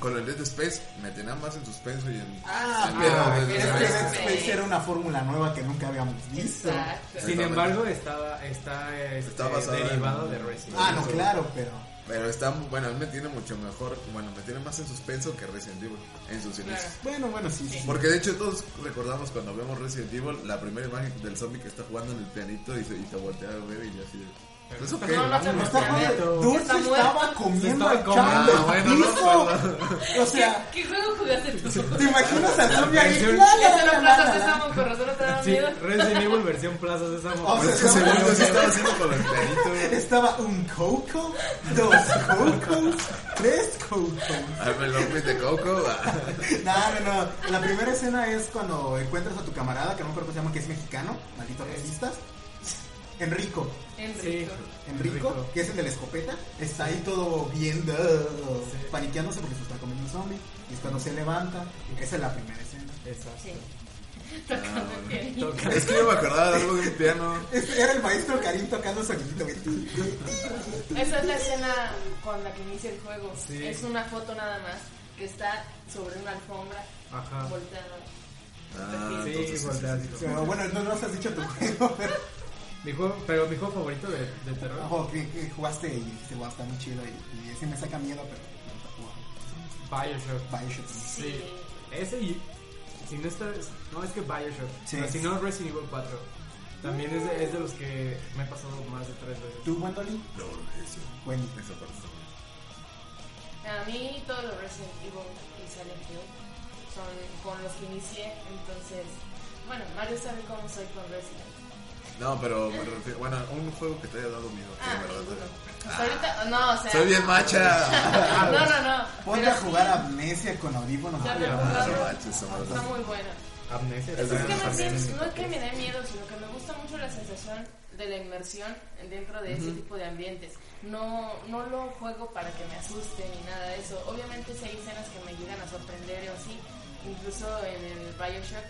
Speaker 1: Con el Dead Space, me tenían más en suspenso y en...
Speaker 2: Ah,
Speaker 1: en
Speaker 2: pero
Speaker 1: miedo desde
Speaker 2: es
Speaker 1: la
Speaker 2: que
Speaker 1: vez.
Speaker 2: Dead Space era una fórmula nueva que nunca habíamos visto.
Speaker 4: Exacto.
Speaker 3: Sin embargo, estaba, está, este,
Speaker 1: Está basada en-
Speaker 3: derivado de Resident
Speaker 2: Ah,
Speaker 3: Evil.
Speaker 2: no, claro, pero.
Speaker 1: Pero está, mu- bueno, a mí me tiene mucho mejor, bueno, me tiene más en suspenso que Resident Evil, en sus
Speaker 4: Claro.
Speaker 1: inicios.
Speaker 2: Bueno, bueno, sí, sí.
Speaker 1: Porque de hecho todos recordamos cuando vemos Resident Evil, la primera imagen del zombie que está jugando en el pianito y, se, y te voltea a ver y yo así... de, ¿Eso qué?
Speaker 4: No, no te
Speaker 2: Está
Speaker 4: mostré.
Speaker 2: jodido.
Speaker 3: muerto.
Speaker 2: Dude,
Speaker 4: Está
Speaker 2: se estaba
Speaker 4: muerto.
Speaker 2: comiendo
Speaker 3: Se
Speaker 2: al
Speaker 3: estaba
Speaker 2: chavo
Speaker 3: comiendo.
Speaker 2: del
Speaker 1: Ah, bueno, no,
Speaker 2: piso.
Speaker 1: perdón.
Speaker 2: O sea,
Speaker 4: ¿Qué juego jugaste tú?
Speaker 2: ¿te imaginas al zombie ahí?
Speaker 3: versión-
Speaker 2: La, la,
Speaker 4: Ya se
Speaker 2: la,
Speaker 4: lo
Speaker 2: la,
Speaker 4: plazas,
Speaker 2: la, la.
Speaker 4: estamos con razón, no te da
Speaker 3: Sí,
Speaker 4: miedo.
Speaker 3: Resident Evil versión Plaza Sésamo.
Speaker 2: O
Speaker 1: Pero
Speaker 2: sea,
Speaker 1: es que según yo Oh, sí estaba haciendo con el pianito.
Speaker 2: Estaba un coco, dos cocos, tres cocos.
Speaker 1: Al melón de coco. ah.
Speaker 2: No, no, no. La primera escena es cuando encuentras a tu camarada, que no me acuerdo cómo se llama, que es mexicano, malditos racistas. Enrico,
Speaker 3: Sí.
Speaker 4: Enrico.
Speaker 2: Enrico,
Speaker 3: Enrico.
Speaker 2: que es el de la escopeta, está ahí todo viendo, paniqueándose porque se está comiendo un zombie. Y es cuando se levanta. Esa es la primera escena.
Speaker 3: Exacto.
Speaker 4: Sí. Tocando el pianito.
Speaker 3: Toca-
Speaker 1: Es que yo me acordaba de algo de un piano.
Speaker 2: Este era el maestro Karim tocando sonidito. güey.
Speaker 4: Esa es la escena con la que inicia el juego.
Speaker 3: Sí.
Speaker 4: Es una foto nada más que está sobre una alfombra
Speaker 3: Ajá.
Speaker 4: volteada.
Speaker 1: Ah,
Speaker 4: Sí,
Speaker 1: entonces
Speaker 3: Sí, volteas.
Speaker 2: Pero bueno, no nos has dicho tu juego, *laughs* pero
Speaker 3: Mi juego, pero mi juego favorito de, de terror.
Speaker 2: ojo, que, que jugaste y dijiste, wow, está muy chido. Y, y ese me saca miedo, pero me gusta jugar.
Speaker 3: Bioshock.
Speaker 2: Bioshock.
Speaker 3: Sí. Ese y. Si no está. No, es que Bioshock.
Speaker 2: Sí.
Speaker 3: Pero si no, Resident Evil 4. También es de, es de los que me he pasado más de tres veces.
Speaker 2: ¿Tú, Wendolin? pues,
Speaker 1: No, eso,
Speaker 2: Wendy.
Speaker 1: eso parece.
Speaker 4: A mí todos los Resident Evil y Silent Hill son con los que inicié, entonces, bueno, Mario sabe cómo soy con Resident.
Speaker 1: No, pero me refiero- bueno, un juego que te haya dado miedo, que
Speaker 4: Ah,
Speaker 1: de verdad.
Speaker 4: ninguno.
Speaker 1: te-
Speaker 4: Hasta ahorita, no, o sea,
Speaker 1: Soy bien
Speaker 4: *laughs*
Speaker 1: macha.
Speaker 4: no, no, no.
Speaker 2: Ponte
Speaker 4: pero
Speaker 2: a jugar Amnesia con audífonos.
Speaker 4: Ya,
Speaker 2: güey.
Speaker 1: Ah,
Speaker 4: pero
Speaker 1: no
Speaker 4: jugando,
Speaker 1: manches, Omar.
Speaker 4: está muy bueno.
Speaker 3: Amnesia.
Speaker 1: Es de
Speaker 4: Es que
Speaker 1: Ajá.
Speaker 4: más bien, no es que me dé miedo, sino que me gusta mucho la sensación de la inmersión dentro de ese tipo de ambientes. No, no lo juego para que me asuste ni nada de eso. Obviamente si hay escenas que me llegan a sorprender o así, incluso en el Bioshock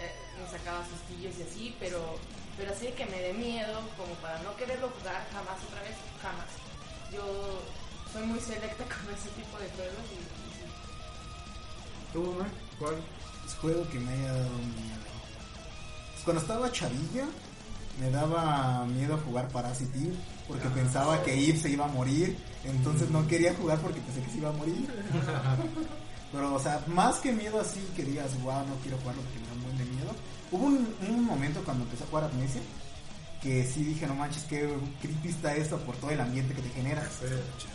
Speaker 4: eh, me sacaba sustillos y así, pero, pero así de que me dé miedo, como para no quererlo jugar jamás otra vez, jamás. Yo soy muy selecta *laughs* con ese tipo de juegos y, y sí.
Speaker 3: ¿Tú, Omar? ¿Cuál?
Speaker 2: Juego que me haya dado miedo. Pues cuando estaba chavilla, me daba miedo jugar Parasite Eve, porque pensaba que Eve se iba a morir. Entonces no quería jugar porque pensé que se iba a morir. Pero, o sea, más que miedo así que digas, wow, no quiero jugarlo porque me da un buen de miedo. Hubo un, un momento cuando empecé a jugar Amnesia que sí dije, no manches, qué creepy está esto por todo el ambiente que te genera.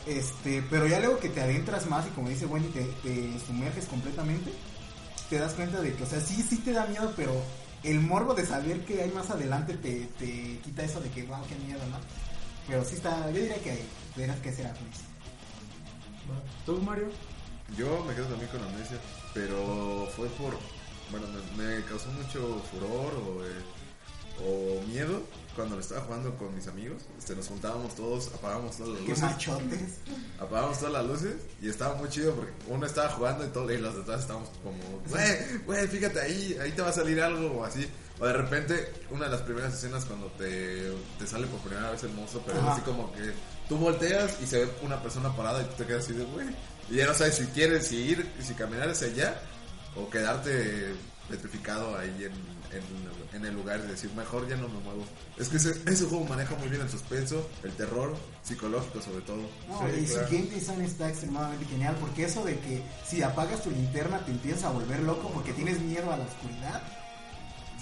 Speaker 2: Este, pero ya luego que te adentras más y como dice Wendy, te, te sumerges completamente, te das cuenta de que, o sea, sí, sí te da miedo, pero el morbo de saber que hay más adelante te, te quita eso de que, wow, qué miedo, ¿no? Pero sí está, yo diría que verás que será pues.
Speaker 3: ¿Tú, Mario?
Speaker 1: Yo me quedo también con Amnesia, pero fue por. Bueno, me, me causó mucho furor o, eh, o miedo cuando lo estaba jugando con mis amigos. Este, nos juntábamos todos, apagábamos todas las
Speaker 2: Qué
Speaker 1: luces.
Speaker 2: machotes.
Speaker 1: Apagábamos todas las luces y estaba muy chido porque uno estaba jugando y, todo, y los de atrás estábamos como, güey, güey, fíjate ahí, ahí te va a salir algo o así. O de repente, una de las primeras escenas cuando te, te sale por primera vez el monstruo, pero es
Speaker 2: Ajá.
Speaker 1: así como que tú volteas y se ve una persona parada y tú te quedas así de, güey. Y ya no sabes si quieres si ir, si caminar hacia allá o quedarte petrificado ahí en, en- en el lugar y decir, mejor ya no me muevo. Es que ese, ese juego maneja muy bien el suspenso, el terror psicológico sobre todo.
Speaker 2: No,
Speaker 1: Sí,
Speaker 2: y
Speaker 1: claro.
Speaker 2: su game design está extremadamente genial porque eso de que si apagas tu linterna te empiezas a volver loco porque tienes miedo a la oscuridad.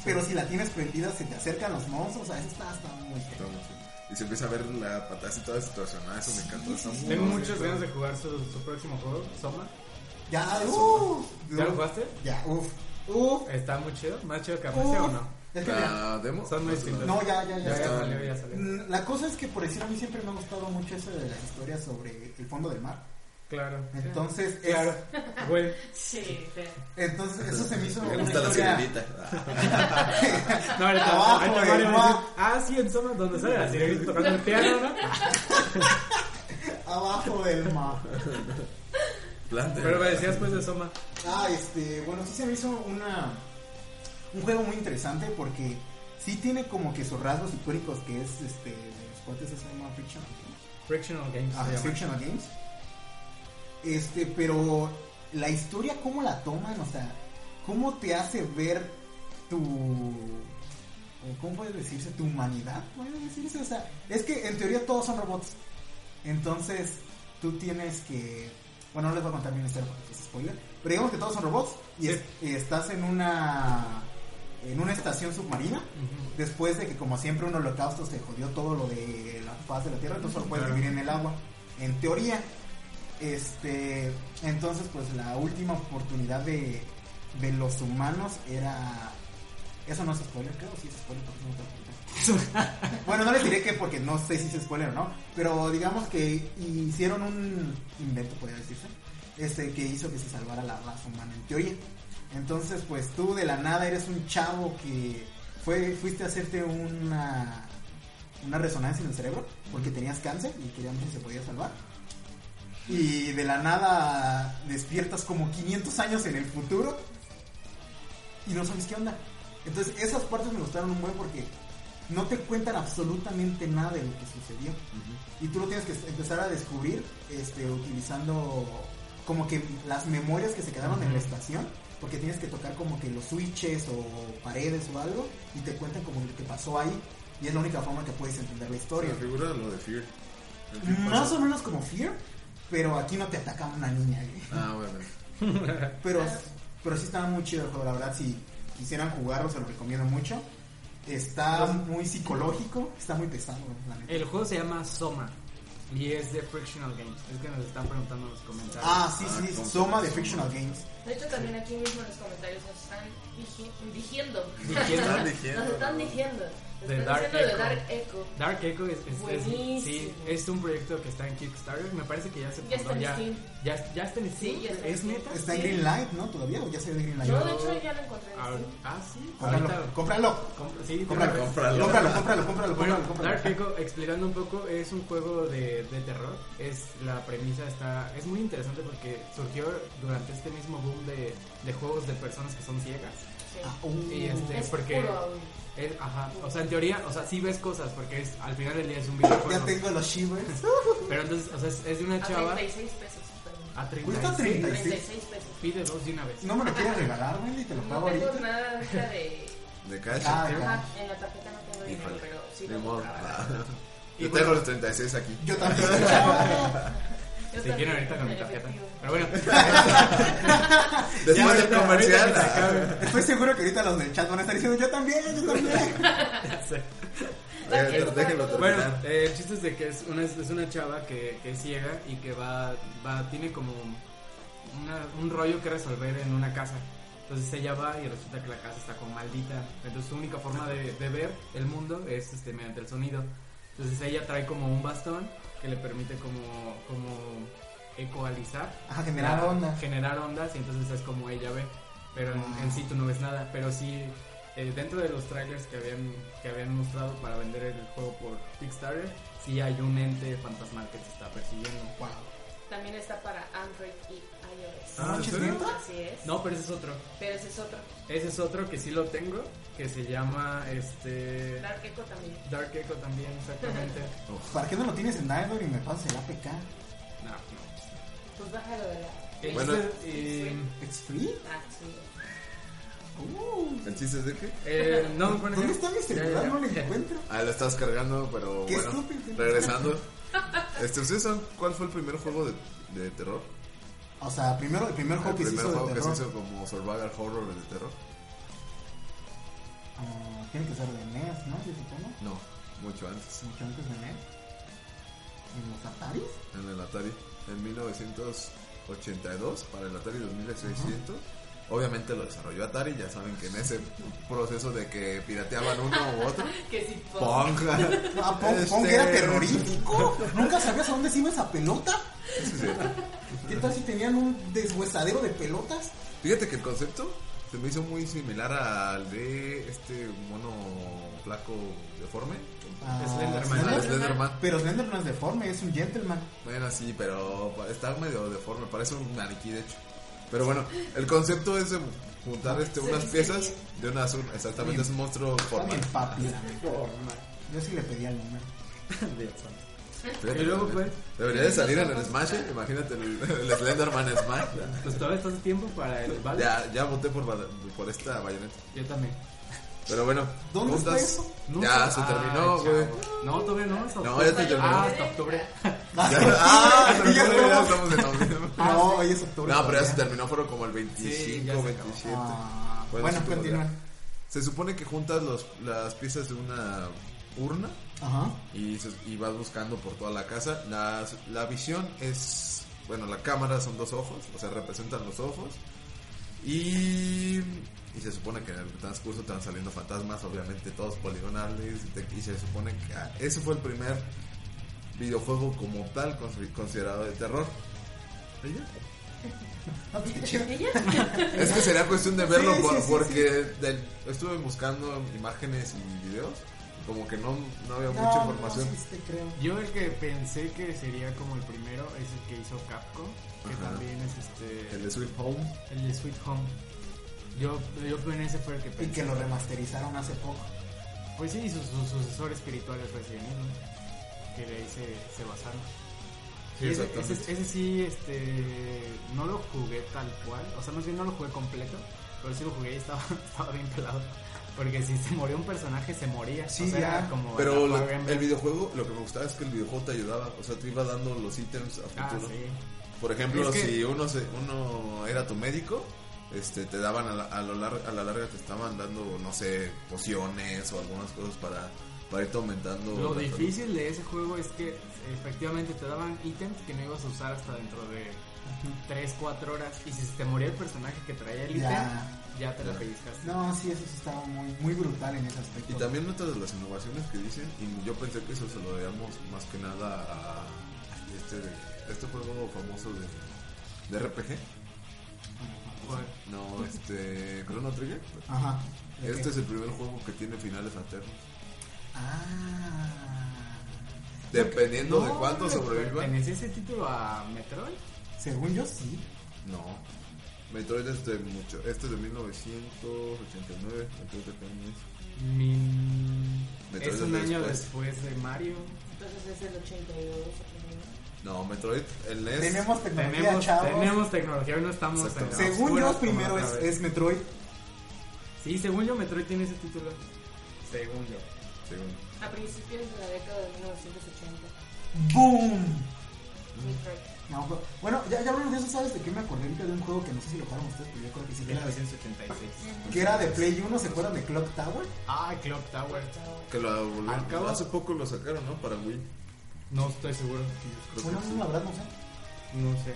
Speaker 2: Pero si la tienes prendida se te acercan los monstruos, a eso está hasta muy
Speaker 1: Está muy chido. Y se empieza a ver la patada así toda situacionada, eso me encantó. está muy
Speaker 3: Tengo
Speaker 1: bueno.
Speaker 3: muchas ganas de jugar su, su próximo juego, Soma.
Speaker 2: Ya, uff.
Speaker 3: ¿Ya lo jugaste?
Speaker 2: Ya, uff. Uff.
Speaker 3: Está muy chido, más chido que Amnesia o no.
Speaker 2: Es que
Speaker 3: Ah.
Speaker 2: mira,
Speaker 1: ¿La demo?
Speaker 3: Son muy distintos.
Speaker 2: no, ya, ya,
Speaker 3: Ya,
Speaker 2: ya.
Speaker 3: ya
Speaker 1: está.
Speaker 3: salió, ya salió.
Speaker 2: Mm, La cosa es que por decir a mí siempre me ha gustado mucho eso de las historias sobre el fondo del mar.
Speaker 3: Claro.
Speaker 2: Entonces, es-
Speaker 3: Claro, güey.
Speaker 4: Sí, pero-
Speaker 2: entonces eso se me
Speaker 1: *laughs*
Speaker 2: hizo
Speaker 1: Me
Speaker 2: una
Speaker 1: gusta la
Speaker 2: historia-
Speaker 1: sirenita. Ah,
Speaker 3: No, ahorita,
Speaker 2: Abajo,
Speaker 3: ahorita
Speaker 2: güey,
Speaker 3: Mario va a
Speaker 2: no.
Speaker 3: decir, Ah, sí, en Soma, donde sale la sirenita tocando el piano, ¿no?
Speaker 2: abajo del mar.
Speaker 1: Plante.
Speaker 3: Pero me decías después de Soma.
Speaker 2: Ah, este, bueno, sí se me hizo una un juego muy interesante porque sí tiene como que sus rasgos históricos que es este de los cuates es llama Fictional Games.
Speaker 3: Frictional Games.
Speaker 2: Ah,
Speaker 3: se llama.
Speaker 2: Fictional Games. Este, pero la historia cómo la toman, o sea, cómo te hace ver tu o cómo puede decirse tu humanidad, puede decirse, o sea, es que en teoría todos son robots. Entonces, tú tienes que. Bueno, no les voy a contar bien este es spoiler. Pero digamos que todos son robots y, es- y estás en una. En una estación submarina.
Speaker 3: Ujú.
Speaker 2: Después de que, como siempre, un holocausto se jodió todo lo de la faz de la Tierra. Entonces, solo puedes
Speaker 3: Claro.
Speaker 2: vivir en el agua. En teoría. Este. Entonces, pues la última oportunidad de. De los humanos era. Eso no es spoiler, creo. Sí es spoiler porque no te lo conté. *laughs* Bueno, no les diré que porque no sé si se spoiler o no, pero digamos que hicieron un invento, podría decirse, este que hizo que se salvara la raza humana en teoría. Entonces, pues tú de la nada eres un chavo que fue fuiste a hacerte una una resonancia en el cerebro porque tenías cáncer y queríamos si se podía salvar. Y de la nada despiertas como 500 años en el futuro y no sabes qué onda. Entonces, esas partes me gustaron un buen porque no te cuentan absolutamente nada de lo que sucedió. Y tú lo tienes que empezar a descubrir este, utilizando como que las memorias que se quedaron en la
Speaker 3: Ujú.
Speaker 2: estación. Porque tienes que tocar como que los switches o paredes o algo y te cuentan como lo que pasó ahí. Y es la única forma que puedes entender la historia.
Speaker 1: La figura de lo de Fear. El Fear
Speaker 2: Más
Speaker 1: pasa.
Speaker 2: o menos como Fear, pero aquí no te ataca una niña. güey.
Speaker 1: Ah, bueno.
Speaker 2: Pero, pero sí está muy chido el juego, la verdad. Si quisieran jugarlo, se lo recomiendo mucho. Está muy psicológico, está muy pesado, la neta.
Speaker 3: El juego se llama Soma. Y es de Frictional Games. Es que nos están preguntando en los comentarios.
Speaker 2: Ah, sí,
Speaker 1: Ah,
Speaker 2: sí,
Speaker 1: entonces,
Speaker 2: Soma de
Speaker 1: Soma.
Speaker 2: Fictional Games.
Speaker 4: De hecho, también aquí mismo en los comentarios nos están digi- diciendo.
Speaker 3: Diciendo.
Speaker 1: Están diciendo.
Speaker 4: Nos están diciendo. Nos
Speaker 3: De
Speaker 4: están
Speaker 3: Dark
Speaker 4: diciendo de
Speaker 3: Echo.
Speaker 4: Dark Echo.
Speaker 3: Dark Echo es, es- es-
Speaker 4: Buenísimo.
Speaker 3: sí, es un proyecto que está en Kickstarter. Me parece que ya se
Speaker 4: Ya está en
Speaker 3: ya,
Speaker 4: Steam.
Speaker 3: ya, ya está en Steam.
Speaker 4: Sí, ya está en
Speaker 3: ¿Es
Speaker 4: Steam.
Speaker 3: neta?
Speaker 2: Está en
Speaker 4: Sí.
Speaker 2: Greenlight, ¿no? Todavía, o ya se ve Greenlight.
Speaker 4: Yo, de hecho, ya lo encontré. en
Speaker 3: Ahora-
Speaker 4: Steam.
Speaker 3: ah, sí. Ahorita-
Speaker 2: Cómpralo, cómpralo,
Speaker 3: compra- sí,
Speaker 2: cómpralo,
Speaker 3: de una vez.
Speaker 1: Cómpralo.
Speaker 2: cómpralo, cómpralo, cómpralo, cómpralo,
Speaker 3: Bueno,
Speaker 2: cómpralo.
Speaker 3: Dark Echo, explicando un poco, es un juego de, de terror. Es la premisa está es muy interesante porque surgió durante este mismo boom de, de juegos de personas que son ciegas.
Speaker 4: Sí.
Speaker 2: Ah, uh,
Speaker 3: Y este
Speaker 4: Es
Speaker 3: porque
Speaker 4: puro audio.
Speaker 3: es- ajá, o sea, en teoría, o sea, sí ves cosas porque es al final del día es un videojuego.
Speaker 2: ya tengo los shivers.
Speaker 3: Pero entonces, o sea, es, es de una
Speaker 4: A
Speaker 3: chava Ah,
Speaker 4: 36 pesos. perdón.
Speaker 3: a
Speaker 2: Cuesta
Speaker 3: 36.
Speaker 2: 36.
Speaker 4: 36 pesos.
Speaker 3: Pide dos de una vez.
Speaker 2: No me lo quieres regalar, Wendy, te lo
Speaker 4: No
Speaker 2: pago
Speaker 4: tengo
Speaker 2: ahorita.
Speaker 4: nada ahorita
Speaker 3: *laughs*
Speaker 4: de.
Speaker 1: De cash.
Speaker 2: Ah, ya.
Speaker 4: Ajá, en la tarjeta no tengo dinero,
Speaker 1: Híjole.
Speaker 4: pero sí
Speaker 1: De
Speaker 4: lo
Speaker 1: modo. Ah.
Speaker 4: compraba.
Speaker 3: Y
Speaker 1: Yo
Speaker 3: bueno.
Speaker 1: tengo los 36 aquí.
Speaker 2: Yo también. *laughs*
Speaker 4: Yo
Speaker 3: Se
Speaker 4: también,
Speaker 3: quieren ahorita con mi tarjeta.
Speaker 4: efectivo.
Speaker 3: Pero bueno,
Speaker 1: Después
Speaker 3: ya
Speaker 1: del
Speaker 3: ahorita-
Speaker 1: comercial.
Speaker 3: ahorita que se acabe.
Speaker 2: Estoy seguro que ahorita los del chat van a estar diciendo yo también, yo también.
Speaker 3: Ya sé.
Speaker 1: Oigan,
Speaker 4: Dark Echo
Speaker 1: Ah, déjenlo
Speaker 4: para
Speaker 3: Bueno,
Speaker 1: terminar.
Speaker 3: eh, el chiste es de que es una, es una chava que, que es ciega y que va, va tiene como una- un rollo que resolver en una casa. Entonces ella va y resulta que la casa está con maldita. Entonces su única forma de, de ver el mundo es este, mediante el sonido. Entonces ella trae como un bastón que le permite como, como ecoalizar.
Speaker 2: Ajá, generar onda.
Speaker 3: Generar ondas y entonces es como ella ve. Pero en, en sí tú no ves nada. Pero sí, eh, dentro de los trailers que habían, que habían mostrado para vender el juego por Kickstarter, sí hay un ente fantasmal que te está persiguiendo.
Speaker 4: También está para Android y iOS.
Speaker 3: Ah, ¿en serio?
Speaker 4: Así es.
Speaker 3: No, pero ese es otro.
Speaker 4: Pero ese es otro.
Speaker 3: Ese es otro que sí lo tengo, que se llama este
Speaker 4: Dark Echo también.
Speaker 3: Dark Echo también, exactamente.
Speaker 2: ¿Para qué no lo tienes en Android y me pasas el APK?
Speaker 3: No, no.
Speaker 4: Pues bájalo de la.
Speaker 3: Este,
Speaker 1: Bueno.
Speaker 3: eh,
Speaker 2: ¿It's free?
Speaker 4: Ah, sí.
Speaker 2: Uh,
Speaker 1: ¿El chiste es de qué?
Speaker 3: eh, no, bueno,
Speaker 2: ¿Dónde
Speaker 3: ya-
Speaker 2: está mi
Speaker 3: ya,
Speaker 2: celular?
Speaker 3: ya,
Speaker 2: No lo
Speaker 3: ya.
Speaker 2: encuentro.
Speaker 1: Ah, lo estás cargando, pero
Speaker 2: Qué
Speaker 1: bueno.
Speaker 2: estúpido. *laughs*
Speaker 1: Regresando. Este, ¿Ustedes saben cuál fue el primer juego de, de terror?
Speaker 2: O sea, primero, el primer
Speaker 1: El
Speaker 2: juego que se
Speaker 1: primer
Speaker 2: hizo de
Speaker 1: juego que se
Speaker 2: terror.
Speaker 1: hizo como survival horror de terror.
Speaker 2: Ah, tiene que ser de NES, ¿no? Yo supongo.
Speaker 1: No, mucho antes.
Speaker 2: Mucho antes de NES. ¿En los Ataris?
Speaker 1: en el Atari en 1982 para el Atari 2600. Obviamente lo desarrolló Atari, ya saben que en
Speaker 2: *laughs*
Speaker 1: ese proceso de que pirateaban uno u otro, *laughs*
Speaker 4: Que sí, pon.
Speaker 1: Pong.
Speaker 2: Ah, Pong,
Speaker 1: Este-
Speaker 2: Pong era terrorífico. Nunca sabías a dónde se iba esa pelota.
Speaker 1: Sí, sí.
Speaker 2: ¿Qué tal si tenían un deshuesadero de pelotas?
Speaker 1: Fíjate que el concepto se me hizo muy similar al de este mono flaco deforme.
Speaker 2: Ah,
Speaker 3: Slenderman.
Speaker 1: Ah,
Speaker 2: Slenderman.
Speaker 1: Slenderman.
Speaker 2: Pero Slender no es deforme, es un gentleman.
Speaker 1: Bueno, sí, pero está medio deforme, parece un maniquí de hecho. Pero bueno, el concepto es de juntar este,
Speaker 4: Se
Speaker 1: unas
Speaker 4: dice
Speaker 1: piezas de una azul, exactamente, es un monstruo
Speaker 2: También
Speaker 1: formal.
Speaker 2: papi. la mejor. Yo sí le pedía el número.
Speaker 3: Dios santo.
Speaker 1: Fíjate,
Speaker 3: Y luego,
Speaker 1: también.
Speaker 3: pues,
Speaker 1: Debería de salir en el Smash, ¿eh? imagínate el, el Slenderman Smash.
Speaker 3: Pues todavía estás a tiempo para el vale.
Speaker 1: Ya, ya voté por, ba- por esta bayoneta.
Speaker 3: Yo también.
Speaker 1: Pero bueno,
Speaker 2: ¿Dónde está
Speaker 1: juntas-
Speaker 2: eso?
Speaker 1: Ya
Speaker 3: Nunca- Ah,
Speaker 1: se
Speaker 3: Ay,
Speaker 1: terminó,
Speaker 3: chavo.
Speaker 1: güey.
Speaker 3: No, todavía no. hasta
Speaker 1: No,
Speaker 3: octubre.
Speaker 1: ya se terminó.
Speaker 3: Ah, hasta octubre.
Speaker 1: Ya-
Speaker 2: Ah,
Speaker 1: Ah,
Speaker 2: sí,
Speaker 1: no,
Speaker 2: ya
Speaker 1: ya
Speaker 2: estamos.
Speaker 1: estamos en noviembre.
Speaker 2: No, hoy es
Speaker 1: *laughs*
Speaker 2: octubre.
Speaker 1: No, pero ya se
Speaker 2: todavía.
Speaker 1: terminó, fueron como el
Speaker 3: Sí,
Speaker 1: 25,
Speaker 3: ya se acabó.
Speaker 1: 27.
Speaker 2: Ah,
Speaker 1: Bueno,
Speaker 2: Bueno,
Speaker 1: sí, pero
Speaker 2: continúa.
Speaker 1: Se supone que juntas los, las piezas de una urna
Speaker 2: Ajá.
Speaker 1: y, se- y vas buscando por toda la casa. La, la visión es, bueno, la cámara son dos ojos, o sea, representan los ojos. Y, y se supone que en el transcurso están saliendo fantasmas, obviamente todos poligonales. y te- Y se supone que ah, ese fue el primer videojuego como tal consi- considerado de terror. Y ya.
Speaker 2: Ah, pues qué chido.
Speaker 1: Es que sería cuestión de verlo
Speaker 2: Sí, sí,
Speaker 1: por-
Speaker 2: sí,
Speaker 1: porque del- estuve buscando imágenes y videos. Como que no, no había mucha
Speaker 2: No,
Speaker 1: información.
Speaker 2: no, sí, te creo.
Speaker 3: Yo el que pensé que sería como el primero es el que hizo Capcom, que
Speaker 1: Ajá.
Speaker 3: también es este
Speaker 1: El de Sweet Home.
Speaker 3: el de Sweet Home. Yo yo en ese fue el que
Speaker 2: Y
Speaker 3: pensé.
Speaker 2: que lo remasterizaron hace poco.
Speaker 3: Pues sí, y su, su sucesor espiritual es Resident Evil, que de ahí se, se basaron.
Speaker 1: Sí,
Speaker 3: Y ese,
Speaker 1: exactamente.
Speaker 3: ese- ese sí, este, no lo jugué tal cual, o sea, más bien no lo jugué completo, pero sí lo jugué y estaba, *laughs* estaba bien pelado. Porque si se moría un personaje, se moría.
Speaker 2: Sí,
Speaker 3: o sea,
Speaker 2: ya.
Speaker 3: era como
Speaker 1: Pero
Speaker 3: la
Speaker 1: lo-
Speaker 3: Power
Speaker 1: el
Speaker 3: Rangers.
Speaker 1: videojuego, lo que me gustaba es que el videojuego te ayudaba, o sea, te iba dando los ítems a
Speaker 3: Ah,
Speaker 1: futuro.
Speaker 3: sí.
Speaker 1: Por ejemplo,
Speaker 3: Es que-
Speaker 1: si uno se, uno era tu médico, este, te daban a la, a lo lar- a la larga te estaban dando, no sé, pociones o algunas cosas para, para irte aumentando.
Speaker 3: Lo
Speaker 1: la-
Speaker 3: difícil de ese juego es que efectivamente te daban ítems que no ibas a usar hasta dentro de 3, 4 horas. Y si se te moría el personaje que traía el ítem,
Speaker 2: Ya.
Speaker 3: ya te la
Speaker 1: Ya.
Speaker 3: pellizcaste.
Speaker 2: No, sí, eso sí estaba muy, muy brutal en ese aspecto.
Speaker 1: Y también otra de las innovaciones que dicen, y yo pensé que eso se lo debíamos más que nada a este, este juego famoso de, de RPG.
Speaker 3: Joder.
Speaker 1: No, este, Chrono Trigger.
Speaker 2: Ajá. ¿De
Speaker 1: Este
Speaker 2: qué?
Speaker 1: es el primer juego que tiene finales alternos.
Speaker 2: Ah.
Speaker 1: Dependiendo de
Speaker 3: No,
Speaker 1: cuánto
Speaker 3: pero
Speaker 1: sobrevivan.
Speaker 3: ¿Pertenecía ese título a Metroid?
Speaker 2: Según yo, sí.
Speaker 1: No. Metroid es de mucho. Este es de 1989. Metroid también es.
Speaker 3: Mm,
Speaker 1: Metroid
Speaker 3: es un
Speaker 1: es
Speaker 3: año
Speaker 1: después.
Speaker 3: después de Mario.
Speaker 4: Entonces es el 82.
Speaker 1: No, Metroid, el E NES.
Speaker 2: Tenemos tecnología,
Speaker 3: Tenemos,
Speaker 2: chavos.
Speaker 3: tenemos tecnología, hoy no estamos en
Speaker 1: Exacto.
Speaker 3: las
Speaker 2: Según
Speaker 3: oscuras
Speaker 2: yo,
Speaker 3: como
Speaker 2: primero
Speaker 3: otra
Speaker 2: es,
Speaker 3: vez.
Speaker 2: es Metroid.
Speaker 3: Sí, según yo, Metroid tiene ese título. Según yo.
Speaker 1: Según.
Speaker 4: A principios de la década de 1980.
Speaker 2: ¡Boom! Mm.
Speaker 4: Metroid.
Speaker 2: No, pero- bueno, ya, ya hablamos de eso, ¿sabes de qué me acordé ahorita de un juego que no sé si lo jugaron ustedes, pero yo creo que sí. que era de-
Speaker 3: 1976.
Speaker 2: Que era de Play 1, ¿se acuerdan de Clock Tower?
Speaker 3: Ah, Clock Tower.
Speaker 1: Que lo
Speaker 3: Al cabo-
Speaker 1: volvieron. Hace poco lo sacaron, ¿no? Para Wii.
Speaker 3: No estoy seguro.
Speaker 1: Creo que
Speaker 2: Bueno,
Speaker 1: sí.
Speaker 2: la verdad no sé.
Speaker 3: No sé.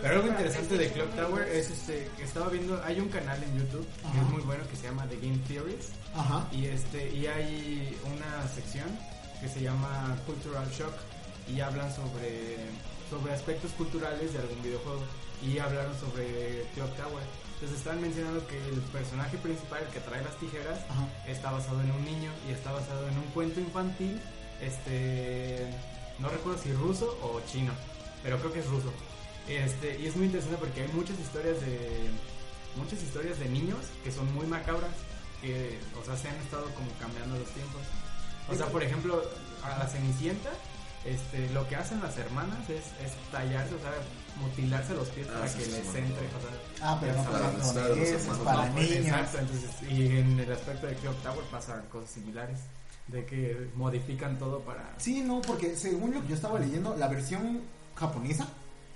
Speaker 3: Pero algo interesante de Clock Tower es este, que estaba viendo, hay un canal en YouTube que
Speaker 2: Ajá.
Speaker 3: es muy bueno que se llama The Game Theories
Speaker 2: Ajá.
Speaker 3: y este y hay una sección que se llama Cultural Shock y hablan sobre sobre aspectos culturales de algún videojuego y hablaron sobre Clock Tower. Entonces están mencionando que el personaje principal el que trae las tijeras
Speaker 2: Ajá.
Speaker 3: está basado en un niño y está basado en un cuento infantil, este, no recuerdo si ruso o chino, pero creo que es ruso. Este, y es muy interesante porque hay muchas historias de muchas historias de niños que son muy macabras, que o sea, se han estado como cambiando los tiempos. O sea, por ejemplo, a la Cenicienta este, lo que hacen las hermanas es, es tallarse, o sea, mutilarse los pies
Speaker 1: Ah,
Speaker 3: para
Speaker 1: sí,
Speaker 3: que
Speaker 1: sí,
Speaker 3: les
Speaker 1: sí.
Speaker 3: entre. O sea,
Speaker 2: Ah, pero
Speaker 3: ya
Speaker 2: no para
Speaker 3: sabes,
Speaker 1: para los estados,
Speaker 2: japoneses,
Speaker 1: hermanos.
Speaker 2: para
Speaker 3: no, pues,
Speaker 2: niños.
Speaker 3: Exacto, entonces, y en el aspecto de Clock Tower pasan cosas similares, de que modifican todo para...
Speaker 2: Sí, no, porque según lo que yo estaba leyendo, la versión japonesa,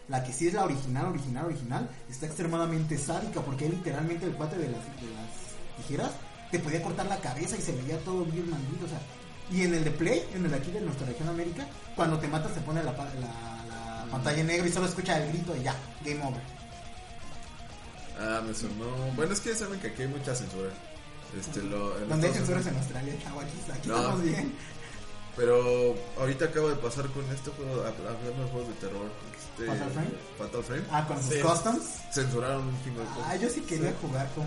Speaker 2: la que sí es la original, original, original, está extremadamente sádica porque ahí literalmente el cuate de las, de las tijeras te podía cortar la cabeza y se veía todo bien maldito, o sea. Y en el de Play, en el de aquí de nuestra región América, cuando te matas se pone la, pa- la- la pantalla negra y solo escucha el grito y ya, game over.
Speaker 1: Ah, me sonó. Bueno, es que saben que aquí hay mucha censura. Este, lo, en
Speaker 2: Donde hay
Speaker 1: Estados Unidos.
Speaker 2: censuras en Australia, chavo, aquí, aquí
Speaker 1: No.
Speaker 2: estamos bien.
Speaker 1: Pero ahorita acabo de pasar con este juego, hab- hablando de juegos de terror. Este,
Speaker 2: ¿Fatal Frame?
Speaker 1: Fatal Frame.
Speaker 2: Ah, con sus
Speaker 1: Sí.
Speaker 2: customs.
Speaker 1: Censuraron un chingo de cosas.
Speaker 2: Ah, yo sí quería
Speaker 1: Sí.
Speaker 2: jugar como...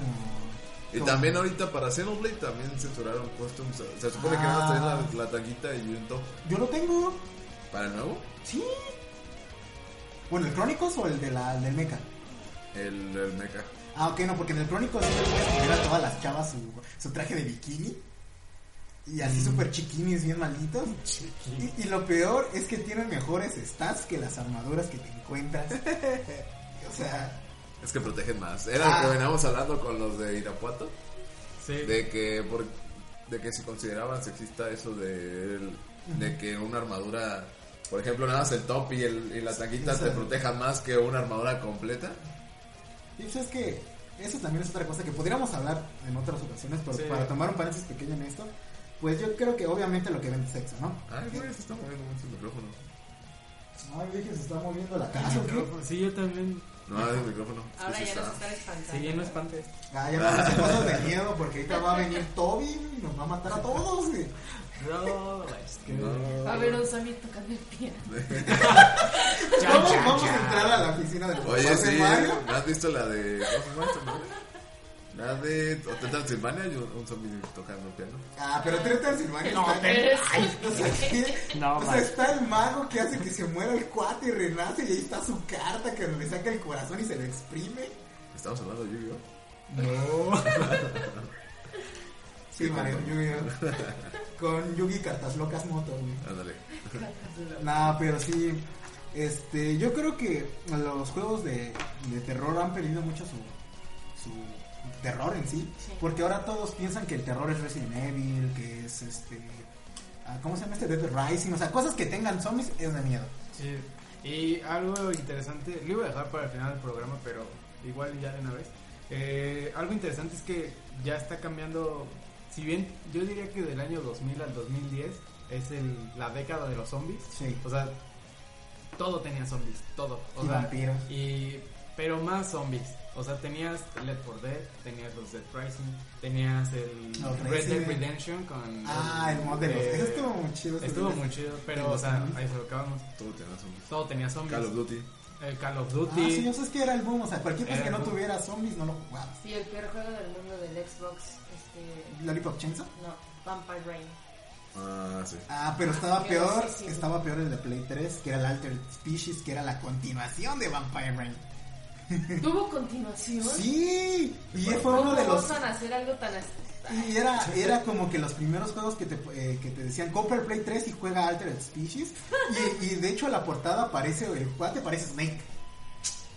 Speaker 1: Y
Speaker 2: como-
Speaker 1: también ahorita para Xenoblade también censuraron customs. Se supone que van a
Speaker 2: Ah.
Speaker 1: traer la, la tanguita y un top.
Speaker 2: Yo lo tengo.
Speaker 1: ¿Para el nuevo?
Speaker 2: Sí. Bueno, ¿el Crónicos o el de la, el del Mecha?
Speaker 1: El, el mecha.
Speaker 2: Ah, ok, no, porque en el Crónicos sí le puedes poner a todas las chavas su, su traje de bikini. Y así súper chiquinis, bien malditos. Y, y lo peor es que tienen mejores stats que las armaduras que te encuentras. *laughs* o sea,
Speaker 1: Es que protegen más. Era lo
Speaker 2: Ah.
Speaker 1: que veníamos hablando con los de Irapuato.
Speaker 3: Sí,
Speaker 1: De que, por, de que se consideraba sexista eso de, el- de que una armadura, por ejemplo, nada más el top y, el, y la tanguita
Speaker 2: Sí,
Speaker 1: te
Speaker 2: sí.
Speaker 1: protejan más que una armadura completa.
Speaker 2: y pues es que eso también es otra cosa que podríamos hablar en otras ocasiones, pero
Speaker 3: Sí.
Speaker 2: para tomar un paréntesis pequeño en esto, pues yo creo que obviamente lo que vende es sexo, ¿no?
Speaker 1: Ay, güey, se está moviendo mucho el micrófono.
Speaker 2: Ay, dije, se está moviendo la
Speaker 3: El
Speaker 2: casa, ¿o qué?
Speaker 3: micrófono. Sí, yo también.
Speaker 1: No, es el micrófono. Es que
Speaker 4: Ahora
Speaker 1: sí
Speaker 4: ya
Speaker 1: está.
Speaker 4: nos están espantando.
Speaker 3: Sí, ya no espantes.
Speaker 2: Ah, ya vamos a cosas de miedo porque ahorita va a venir Toby y nos va a matar a todos. güey.
Speaker 3: No, es que...
Speaker 1: No.
Speaker 4: Va a haber un zombie tocando el piano.
Speaker 3: Chan,
Speaker 2: Vamos,
Speaker 3: chan,
Speaker 2: vamos a
Speaker 3: chan.
Speaker 2: entrar a la oficina del
Speaker 1: Oye,
Speaker 2: papás de
Speaker 1: sí, eh.
Speaker 2: Mario.
Speaker 1: ¿no has visto la de... ¿no se llama esta madre? La de Hotel Transilvania y un, un zombie tocando el piano.
Speaker 2: Ah, pero Tres Transilvania
Speaker 3: No,
Speaker 2: está...
Speaker 3: te-
Speaker 4: Pero es-
Speaker 2: O sea, ¿qué?
Speaker 3: No,
Speaker 2: o sea,
Speaker 3: man.
Speaker 2: está el mago que hace que se muera el cuate y renace y ahí está su carta que le saca el corazón y se lo exprime.
Speaker 1: Estamos hablando de Yu-Gi-Oh.
Speaker 3: No.
Speaker 2: Sí, Mario, Yu-Gi-Oh. Con Yugi Cartas Locas Moto, güey.
Speaker 1: Ándale.
Speaker 2: Nah, pero sí. Este, yo creo que los juegos de, de terror han perdido mucho su, su terror en sí,
Speaker 4: Sí.
Speaker 2: Porque ahora todos piensan que el terror es Resident Evil, que es este. ah, ¿Cómo se llama este? Dead Rising. O sea, cosas que tengan zombies es de miedo.
Speaker 3: Sí. Y algo interesante, lo iba a dejar para el final del programa, pero igual ya de una vez. Eh, algo interesante es que ya está cambiando, si bien yo diría que del año 2000 al 2010 es el- la década de los zombies.
Speaker 2: Sí.
Speaker 3: O sea, todo tenía zombies, todo. O
Speaker 2: Y
Speaker 3: sea,
Speaker 2: vampiros.
Speaker 3: y- pero más zombies. O sea, tenías Left 4 Dead, tenías los Dead Rising, tenías el
Speaker 2: Los
Speaker 3: Red Dead
Speaker 2: Resident.
Speaker 3: Redemption con...
Speaker 2: Ah, el mod de los.
Speaker 3: eh,
Speaker 2: Eso estuvo muy chido. eso
Speaker 3: Estuvo
Speaker 2: estuvo-
Speaker 3: muy chido, pero,
Speaker 2: de
Speaker 3: o
Speaker 2: los
Speaker 3: sea,
Speaker 2: zombies.
Speaker 3: ahí se lo acabamos.
Speaker 1: Todo tenía zombies.
Speaker 3: Todo tenía zombies.
Speaker 1: Call of Duty.
Speaker 3: El Call of
Speaker 2: Ah,
Speaker 3: Duty.
Speaker 2: sí, o sea, es que era el boom. O sea, cualquier cosa
Speaker 3: Era
Speaker 2: que
Speaker 3: el
Speaker 2: no
Speaker 3: boom.
Speaker 2: tuviera zombies no lo jugabas.
Speaker 4: Sí, el peor juego del mundo del Xbox, este,
Speaker 2: Lollipop Chainsaw.
Speaker 4: no, Vampire Rain.
Speaker 1: Ah, sí.
Speaker 2: Ah, pero estaba
Speaker 4: Qué
Speaker 2: peor,
Speaker 4: gracioso.
Speaker 2: estaba peor el de Play 3, que era el Altered Species, que era la continuación de Vampire Rain.
Speaker 4: ¿Tuvo continuación?
Speaker 2: Sí, y fue
Speaker 4: Pues, ¿Cómo
Speaker 2: uno de los
Speaker 4: osan hacer algo tan as-
Speaker 2: y era era como que los primeros juegos que te eh, que te decían compra el Play 3 y juega Altered Species y, y de hecho la portada aparece el cuate parece Snake.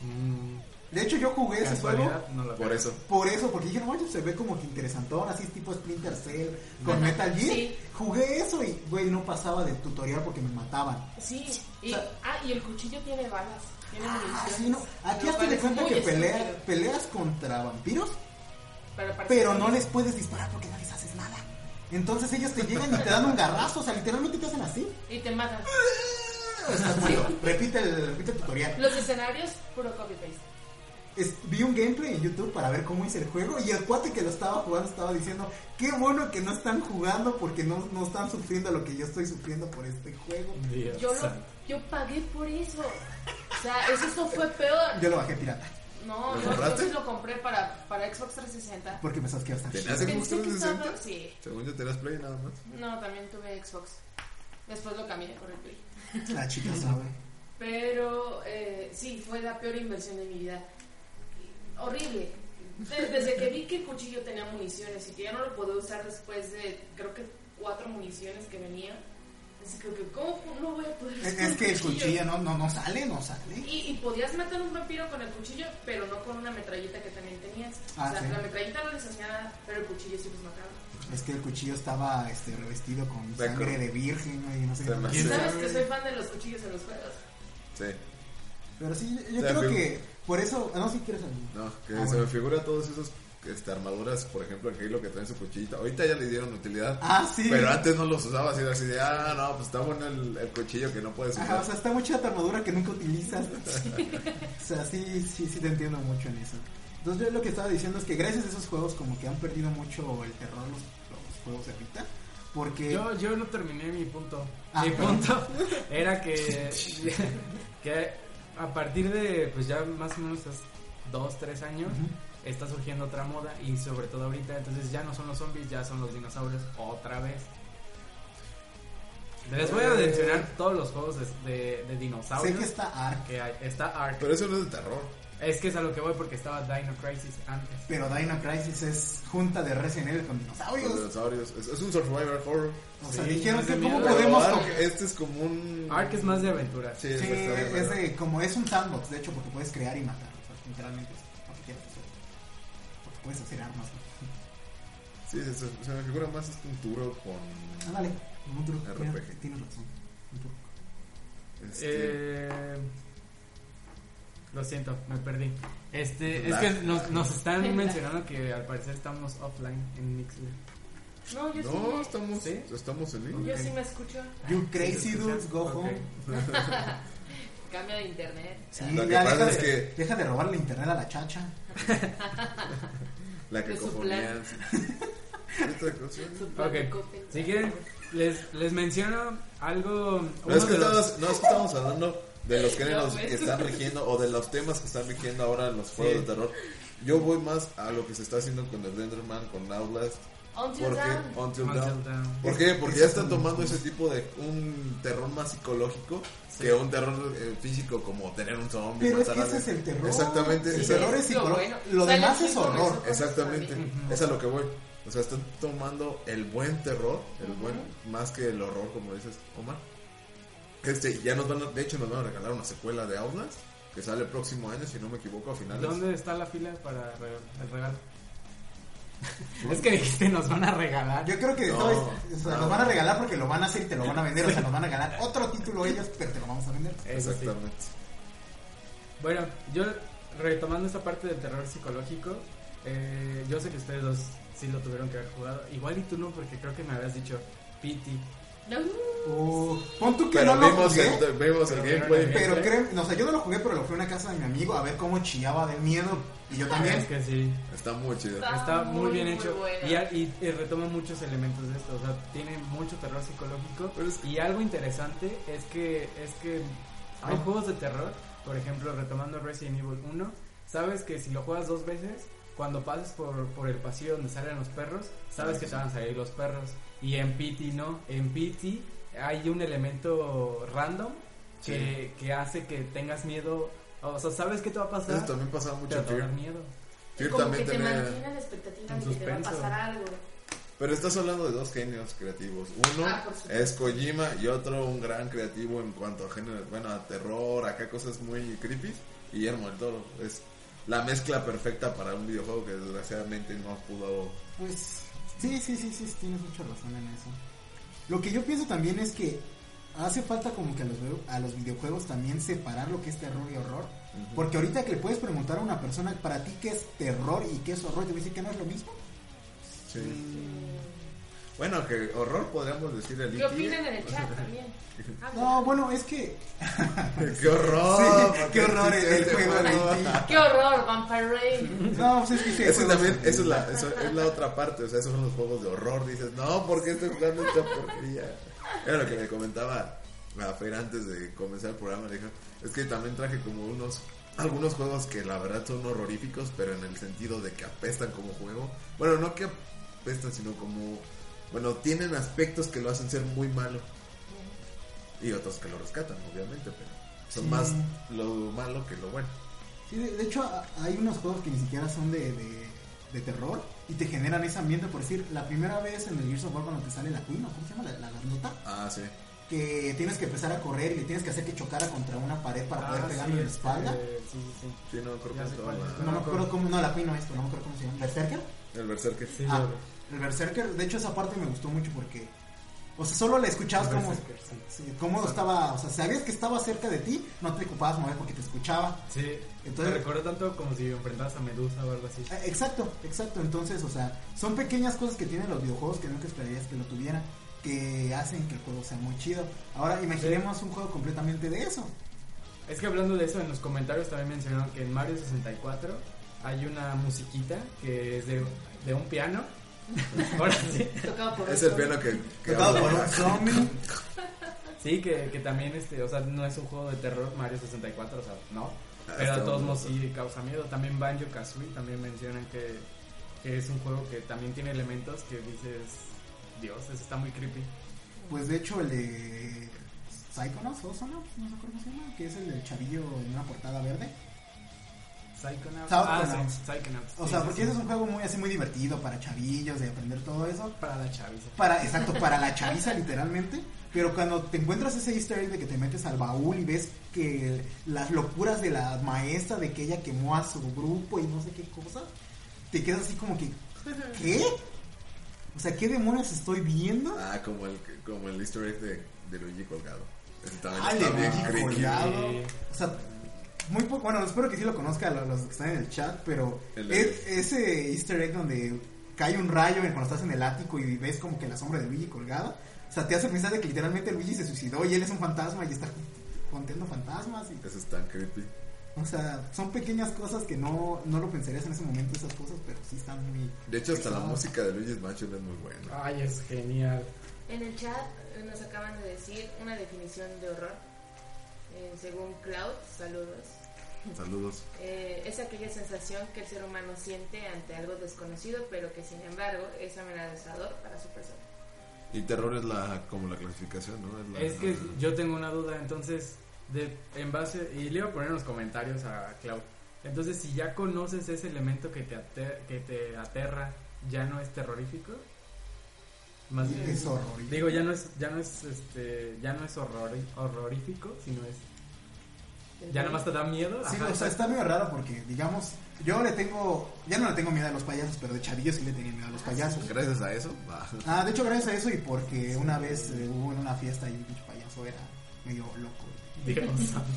Speaker 3: Mm,
Speaker 2: De hecho yo jugué ese juego
Speaker 3: casualidad, no lo
Speaker 1: Por
Speaker 3: creo.
Speaker 1: eso.
Speaker 2: por eso, porque dije, oye, se ve como que interesantón, así tipo Splinter Cell con Metal Gear.
Speaker 4: Sí.
Speaker 2: Jugué eso y güey, no pasaba del tutorial porque me mataban.
Speaker 4: Sí, y,
Speaker 2: O sea-
Speaker 4: ah, y el cuchillo tiene balas, tiene
Speaker 2: Ah,
Speaker 4: municiones.
Speaker 2: sí, no. Aquí hazte
Speaker 4: Lo cual
Speaker 2: de
Speaker 4: es
Speaker 2: cuenta
Speaker 4: muy
Speaker 2: que peleas,
Speaker 4: estúpido,
Speaker 2: peleas contra vampiros,
Speaker 4: pero, parece
Speaker 2: pero
Speaker 4: que-
Speaker 2: no les puedes disparar porque no les haces nada. Entonces ellos te llegan y te dan un garrazo, o sea, literalmente te hacen así.
Speaker 4: Y te matan.
Speaker 2: Está chido. repite, el, repite el tutorial.
Speaker 4: Los escenarios, puro copy-paste.
Speaker 2: Es- vi un gameplay en YouTube para ver cómo es el juego y el cuate que lo estaba jugando estaba diciendo, qué bueno que no están jugando porque no, no están sufriendo lo que yo estoy sufriendo por este juego.
Speaker 3: Dios
Speaker 4: Yo, lo,
Speaker 3: santo.
Speaker 4: yo pagué por eso. O sea, eso no fue peor.
Speaker 2: Yo lo bajé pirata
Speaker 4: No,
Speaker 1: ¿Lo
Speaker 4: yo
Speaker 1: compraste?
Speaker 4: entonces lo compré para, para Xbox 360.
Speaker 2: porque pensás que iba a estar
Speaker 1: ¿Tenías
Speaker 2: chido.
Speaker 1: Xbox
Speaker 4: Pensé que estaba-
Speaker 1: 360?
Speaker 4: sí.
Speaker 1: Según yo tenías Play nada más.
Speaker 4: No, también tuve Xbox. Después lo cambié por el Play.
Speaker 2: La chica sabe.
Speaker 4: Pero eh, sí, fue la peor inversión de mi vida. Horrible. De- Desde que vi que el cuchillo tenía municiones y que ya no lo podía usar después de, creo que, cuatro municiones que venían. Así creo que, ¿cómo no voy a poder
Speaker 2: Es,
Speaker 4: usar
Speaker 2: es
Speaker 4: un
Speaker 2: que el cuchillo no, no, no sale, no sale.
Speaker 4: Y, y podías matar un vampiro con el cuchillo, pero no con una metralleta que también tenías.
Speaker 2: Ah,
Speaker 4: o sea,
Speaker 2: sí.
Speaker 4: la metralleta no les hacía nada, pero el cuchillo sí los mataba.
Speaker 2: Es que el cuchillo estaba este, revestido con
Speaker 1: De
Speaker 2: sangre
Speaker 1: acuerdo.
Speaker 2: de virgen güey, y no sé qué.
Speaker 1: Demasiado.
Speaker 3: Sí.
Speaker 4: ¿Sabes que soy fan de los cuchillos en los juegos?
Speaker 1: Sí.
Speaker 2: Pero sí, yo
Speaker 1: Se me
Speaker 2: creo
Speaker 1: figura-
Speaker 2: que por eso... ah, No, si quieres algo.
Speaker 1: No, que
Speaker 2: Ah,
Speaker 1: se
Speaker 2: bueno.
Speaker 1: me figura todas esas este, armaduras, por ejemplo, en Halo que traen su cuchillita. Ahorita ya le dieron utilidad.
Speaker 2: Ah, sí.
Speaker 1: Pero antes no los usabas y era así de, ah, no, pues está bueno el, el cuchillo que no puedes usar.
Speaker 2: Ajá, o sea, está mucha tu armadura que
Speaker 1: *laughs*
Speaker 2: nunca utilizas. o sea, sí, sí, sí te entiendo mucho en eso. Entonces yo lo que estaba diciendo es que gracias a esos juegos como que han perdido mucho el terror los, los juegos de ahorita. Porque...
Speaker 3: Yo, yo no terminé mi punto.
Speaker 2: Ah,
Speaker 3: mi
Speaker 2: perdón. *laughs*
Speaker 3: punto era que, *laughs* que a partir de, pues ya más o menos hace dos, tres años, está surgiendo otra moda y sobre todo ahorita, entonces ya no son los zombies, ya son los dinosaurios otra vez. Les voy a
Speaker 2: Eh.
Speaker 3: mencionar todos los juegos de, de- de
Speaker 2: Sé
Speaker 3: dinosaurios
Speaker 2: que está Ark,
Speaker 3: que hay. Está Ark.
Speaker 1: Pero eso no es de terror.
Speaker 3: Es que es a lo que voy porque estaba Dino Crisis antes.
Speaker 2: pero Dino Crisis es junta de Resident Evil con
Speaker 1: Los
Speaker 2: dinosaurios.
Speaker 1: dinosaurios. Es, es un survivor horror.
Speaker 2: O sea,
Speaker 3: Sí,
Speaker 2: dijeron
Speaker 3: es
Speaker 2: que
Speaker 3: de
Speaker 2: cómo
Speaker 3: miedo.
Speaker 1: Pero
Speaker 2: podemos...
Speaker 1: Ark,
Speaker 2: co-
Speaker 1: este es como un.
Speaker 3: Ark es más de aventura.
Speaker 1: Sí,
Speaker 2: Sí,
Speaker 1: bastante,
Speaker 2: es
Speaker 1: pero-
Speaker 2: de- como es un sandbox, de hecho, porque puedes crear y matar, o sea, literalmente es lo que quieras hacer. Porque puedes hacer armas. ¿no?
Speaker 1: Sí, se, se- se me figura más este un turo con.
Speaker 2: Ándale, Ah, un truco. mira,
Speaker 1: RPG.
Speaker 2: Tienes razón. Un truco.
Speaker 1: Este,
Speaker 3: Eh, lo siento, me perdí. Este, es
Speaker 1: Lag.
Speaker 3: que nos, nos están mencionando que al parecer estamos offline en Mixler.
Speaker 4: No, yo
Speaker 1: no,
Speaker 4: sí.
Speaker 1: estamos,
Speaker 3: ¿Sí?
Speaker 1: estamos en
Speaker 4: me- Yo
Speaker 1: línea.
Speaker 3: Ok.
Speaker 4: Ah, sí me escucho.
Speaker 2: You crazy dudes, go
Speaker 3: Ok.
Speaker 2: home.
Speaker 4: Cambia de internet.
Speaker 2: Sí,
Speaker 1: Lo que
Speaker 2: ya
Speaker 1: pasa
Speaker 2: deja,
Speaker 1: es
Speaker 2: de,
Speaker 1: que-
Speaker 2: deja de robarle internet a la chacha.
Speaker 1: La
Speaker 4: De su
Speaker 1: cacofonía.
Speaker 4: plan.
Speaker 2: *laughs*
Speaker 1: sí. Otra cosa.
Speaker 3: Ok, si quieren, les, les menciono algo.
Speaker 1: No
Speaker 3: uno
Speaker 1: es, que
Speaker 3: de los-
Speaker 1: estamos, no, es que estamos hablando de los géneros
Speaker 4: *laughs* No,
Speaker 1: que
Speaker 4: pues.
Speaker 1: están rigiendo o de los temas que están rigiendo ahora en los juegos
Speaker 3: Sí.
Speaker 1: de terror. Yo voy más a lo que se está haciendo con el Enderman, con Outlast.
Speaker 4: Until
Speaker 1: ¿Por qué?
Speaker 4: Dawn.
Speaker 1: Until
Speaker 3: Until
Speaker 1: Dawn.
Speaker 3: Dawn.
Speaker 1: ¿Por qué? Porque ya
Speaker 2: Esos *laughs*
Speaker 1: están
Speaker 2: son
Speaker 1: tomando
Speaker 2: los-
Speaker 1: ese tipo de un terror más psicológico que un terror eh, físico como tener un zombie.
Speaker 2: Pero es
Speaker 1: matar
Speaker 2: que
Speaker 1: a
Speaker 2: ese es
Speaker 1: alguien.
Speaker 2: el terror.
Speaker 1: Exactamente.
Speaker 2: El
Speaker 1: ese-
Speaker 2: terror es
Speaker 4: es lo
Speaker 2: psicológico.
Speaker 4: bueno.
Speaker 2: Lo
Speaker 4: Silent
Speaker 2: demás es
Speaker 4: Hill comenzó
Speaker 2: horror.
Speaker 4: con eso
Speaker 1: Exactamente,
Speaker 4: también.
Speaker 1: es a lo que voy. O sea, están tomando el buen terror, el buen, más que el horror, como dices, Omar. Este, ya nos van a- de hecho nos van a regalar una secuela de Outlast, que sale el próximo año, si no me equivoco, a finales.
Speaker 3: ¿Dónde está la fila para re- el regalo? *laughs* es que dijiste, nos van a regalar.
Speaker 2: Yo creo que
Speaker 1: No,
Speaker 2: todo es- o sea,
Speaker 1: no.
Speaker 2: lo van a regalar porque lo van a hacer y te lo van a vender. O sea, nos van a regalar otro título ellos, pero te lo vamos a vender.
Speaker 3: Eso sí.
Speaker 1: Exactamente.
Speaker 3: Bueno, yo retomando esta parte del terror psicológico, eh, yo sé que ustedes dos sí lo tuvieron que haber jugado. Igual y tú no, porque creo que me habías dicho Pity.
Speaker 4: No,
Speaker 2: Uh, pon tú que
Speaker 1: Pero
Speaker 2: no lo
Speaker 1: vimos,
Speaker 2: jugué,
Speaker 1: el, vimos el
Speaker 3: Pero
Speaker 1: gameplay.
Speaker 3: vieron
Speaker 2: Pero
Speaker 3: ¿Eh?
Speaker 2: creo, no, o sea, yo no lo jugué, pero lo fui a una casa de mi amigo a ver cómo chillaba de miedo. Y
Speaker 1: Ah,
Speaker 2: yo
Speaker 3: Es
Speaker 2: también.
Speaker 3: que sí.
Speaker 1: Está muy chido.
Speaker 4: Está
Speaker 3: Está muy
Speaker 4: muy,
Speaker 3: bien
Speaker 4: muy
Speaker 3: hecho
Speaker 4: buena.
Speaker 3: y, a- y, y retoma muchos elementos de esto, o sea, tiene mucho terror psicológico
Speaker 1: Pero es que-
Speaker 3: y algo interesante es que es que
Speaker 1: Ah.
Speaker 3: hay juegos de terror, por ejemplo, retomando Resident Evil 1, sabes que si lo juegas dos veces, cuando pases por, por el pasillo donde salen los perros, sabes que te van a salir los perros y en PT no, en PT hay un elemento random que, que hace que tengas miedo, o sea, sabes qué te va a pasar,
Speaker 1: Eso Este también pasaba mucho
Speaker 3: pero
Speaker 1: en
Speaker 3: te va a
Speaker 1: Fear.
Speaker 3: dar miedo.
Speaker 1: Fear
Speaker 4: como que
Speaker 1: también
Speaker 4: te
Speaker 1: tenía-
Speaker 4: mantiene la expectativa
Speaker 3: en
Speaker 4: de que te va a
Speaker 3: suspenso.
Speaker 4: pasar algo.
Speaker 1: Pero estás hablando de dos genios creativos. Uno
Speaker 4: Ah, por supuesto.
Speaker 1: es Kojima y otro un gran creativo en cuanto a género, bueno, a terror, acá cosas muy creepy. Guillermo del Toro es la mezcla perfecta para un videojuego que desgraciadamente no pudo.
Speaker 2: Pues sí, sí, sí, sí, tienes mucha razón en eso. Lo que yo pienso también es que hace falta como que a los, veo- a los videojuegos también separar lo que es terror y horror. Porque ahorita que le puedes preguntar a una persona para ti qué es terror y qué es horror, te voy a decir que no es lo mismo.
Speaker 1: Sí.
Speaker 2: Mm,
Speaker 1: Bueno, que horror podríamos decir el
Speaker 4: ¿Qué
Speaker 1: Iki.
Speaker 4: opinan en el chat también? Ah,
Speaker 2: No, bueno, es que.
Speaker 1: *laughs* ¡Qué horror!
Speaker 2: Sí, qué horror
Speaker 1: Sí,
Speaker 2: el- el
Speaker 1: este
Speaker 2: juego
Speaker 1: juego.
Speaker 2: del Iki.
Speaker 4: ¡Qué horror, Vampire
Speaker 2: *laughs*
Speaker 4: Rain!
Speaker 2: No, pues es que ese
Speaker 1: Eso
Speaker 2: juego
Speaker 1: también,
Speaker 2: es-
Speaker 1: eso es, la, eso es la otra parte, o sea, esos son los juegos de horror. Dices, no, ¿por qué estoy jugando esta porquería? Era lo que le comentaba a Fer antes de comenzar el programa. Le dijo, es que también traje como unos, algunos juegos que la verdad son horroríficos, pero en el sentido de que apestan como juego. Bueno, no que apestan, sino como, bueno, tienen aspectos que lo hacen ser muy malo. Y otros que lo rescatan, obviamente, pero son
Speaker 2: Sí.
Speaker 1: más lo malo que lo bueno.
Speaker 2: Sí, de, de hecho, a- hay unos juegos que ni siquiera son de, de, de terror y te generan ese ambiente. Por decir, la primera vez en el Gears of War cuando te sale la Queen, ¿o ¿cómo se llama? La, la grandota,
Speaker 1: Ah, sí.
Speaker 2: que tienes que empezar a correr y le tienes que hacer que chocara contra una pared para poder pegarle en la
Speaker 3: este,
Speaker 2: espalda.
Speaker 3: Sí, sí, sí.
Speaker 1: Sí, no, creo
Speaker 3: Ya
Speaker 1: que
Speaker 3: sé
Speaker 1: estaba
Speaker 3: cuál es.
Speaker 1: la-
Speaker 2: No me acuerdo cómo, no, la Queen no esto, no me acuerdo cómo se llama. ¿Berserker?
Speaker 1: el berserker.
Speaker 3: Sí,
Speaker 2: Ah,
Speaker 3: yo-
Speaker 2: el Berserker, de hecho esa parte me gustó mucho porque, o sea, solo la escuchabas como...
Speaker 3: Berserker, sí.
Speaker 2: sí, cómodo estaba, o sea, sabías que estaba cerca de ti, no te ocupabas mover porque te escuchaba.
Speaker 3: Sí,
Speaker 2: Entonces-
Speaker 3: entonces recuerdo tanto como si enfrentabas a Medusa o algo así.
Speaker 2: Eh, Exacto, exacto. Entonces, o sea, son pequeñas cosas que tienen los videojuegos que nunca esperarías que lo tuvieran, que hacen que el juego sea muy chido. Ahora, imaginemos un juego completamente de eso.
Speaker 3: Es que hablando de eso, en los comentarios también mencionaron que en Mario 64 hay una musiquita que es de, de un piano. *laughs* Ahora sí.
Speaker 4: Tocado por
Speaker 1: Es
Speaker 4: un
Speaker 1: el piano que, que
Speaker 2: Tocado por
Speaker 1: habla. *laughs*
Speaker 2: un zombie.
Speaker 3: Sí, que, que también, este, o sea, no es un juego de terror Mario 64, o sea, no. Pero
Speaker 2: Ah,
Speaker 1: Hasta
Speaker 3: de todos
Speaker 1: un-
Speaker 3: modos sí causa miedo. También Banjo Kazooie también mencionan que, que es un juego que también tiene elementos que dices, Dios, eso está muy creepy.
Speaker 2: Pues de hecho, el de Psychonauts o Sonos, no sé cómo se llama, que es el del chavillo en una portada verde.
Speaker 3: Psychonauts. Ah,
Speaker 2: Psychonauts.
Speaker 3: sí, Psychonauts.
Speaker 2: O
Speaker 3: Sí,
Speaker 2: sea,
Speaker 3: sí,
Speaker 2: porque
Speaker 3: sí.
Speaker 2: ese es un juego muy así, muy divertido para chavillos, de aprender todo eso.
Speaker 3: para la chaviza.
Speaker 2: Para, exacto, para la chaviza *laughs* literalmente. Pero cuando te encuentras ese easter egg de que te metes al baúl y ves que las locuras de la maestra, de que ella quemó a su grupo y no sé qué cosa, te quedas así como que, ¿qué? O sea, ¿qué demonios estoy viendo?
Speaker 1: Ah, como el, como el easter egg de, de Luigi colgado. Ese también
Speaker 2: Ah,
Speaker 1: está
Speaker 2: el de
Speaker 1: bien
Speaker 2: Luigi
Speaker 1: creepy.
Speaker 2: colgado.
Speaker 3: Sí.
Speaker 2: O sea, muy poco, bueno, espero que sí lo conozcan los, los que están en el chat, pero
Speaker 1: El de-
Speaker 2: es, ese easter egg donde cae un rayo y cuando estás en el ático y ves como que la sombra de Luigi colgada, o sea, te hace pensar de que literalmente Luigi se suicidó y él es un fantasma y está contando fantasmas. Y,
Speaker 1: Eso es tan creepy.
Speaker 2: o sea, son pequeñas cosas que no, no lo pensarías en ese momento, esas cosas, pero sí están muy...
Speaker 1: De hecho, hasta la
Speaker 2: pesadas.
Speaker 1: música de Luigi's Mansion es muy buena.
Speaker 3: Ay, es genial.
Speaker 4: En el chat eh, nos acaban de decir una definición de horror. Eh, según Cloud, saludos.
Speaker 1: Saludos.
Speaker 4: eh, es aquella sensación que el ser humano siente ante algo desconocido, pero que sin embargo es amenazador para su persona.
Speaker 1: Y terror es la como la clasificación, ¿no? Es, la-
Speaker 3: Es que yo tengo una duda, entonces, de, en base, y le voy a poner en los comentarios a Clau. Entonces, si ya conoces ese elemento que te, ate- que te aterra, ¿ya no es terrorífico? Más bien,
Speaker 2: Es horrorífico.
Speaker 3: Digo, ya no es, ya no es, este, ya no es horrori- horrorífico, sino es, ya nada más te da miedo.
Speaker 2: Sí,
Speaker 3: Ajá,
Speaker 2: o sea, está medio raro porque, digamos, yo le tengo, ya no le tengo miedo a los payasos, pero de chavillo sí le tenía miedo a los payasos.
Speaker 1: Gracias a eso, va. *laughs*
Speaker 2: Ah, de hecho, gracias a eso y porque una vez eh, hubo en una fiesta y un pinche payaso era medio loco.
Speaker 3: Dios.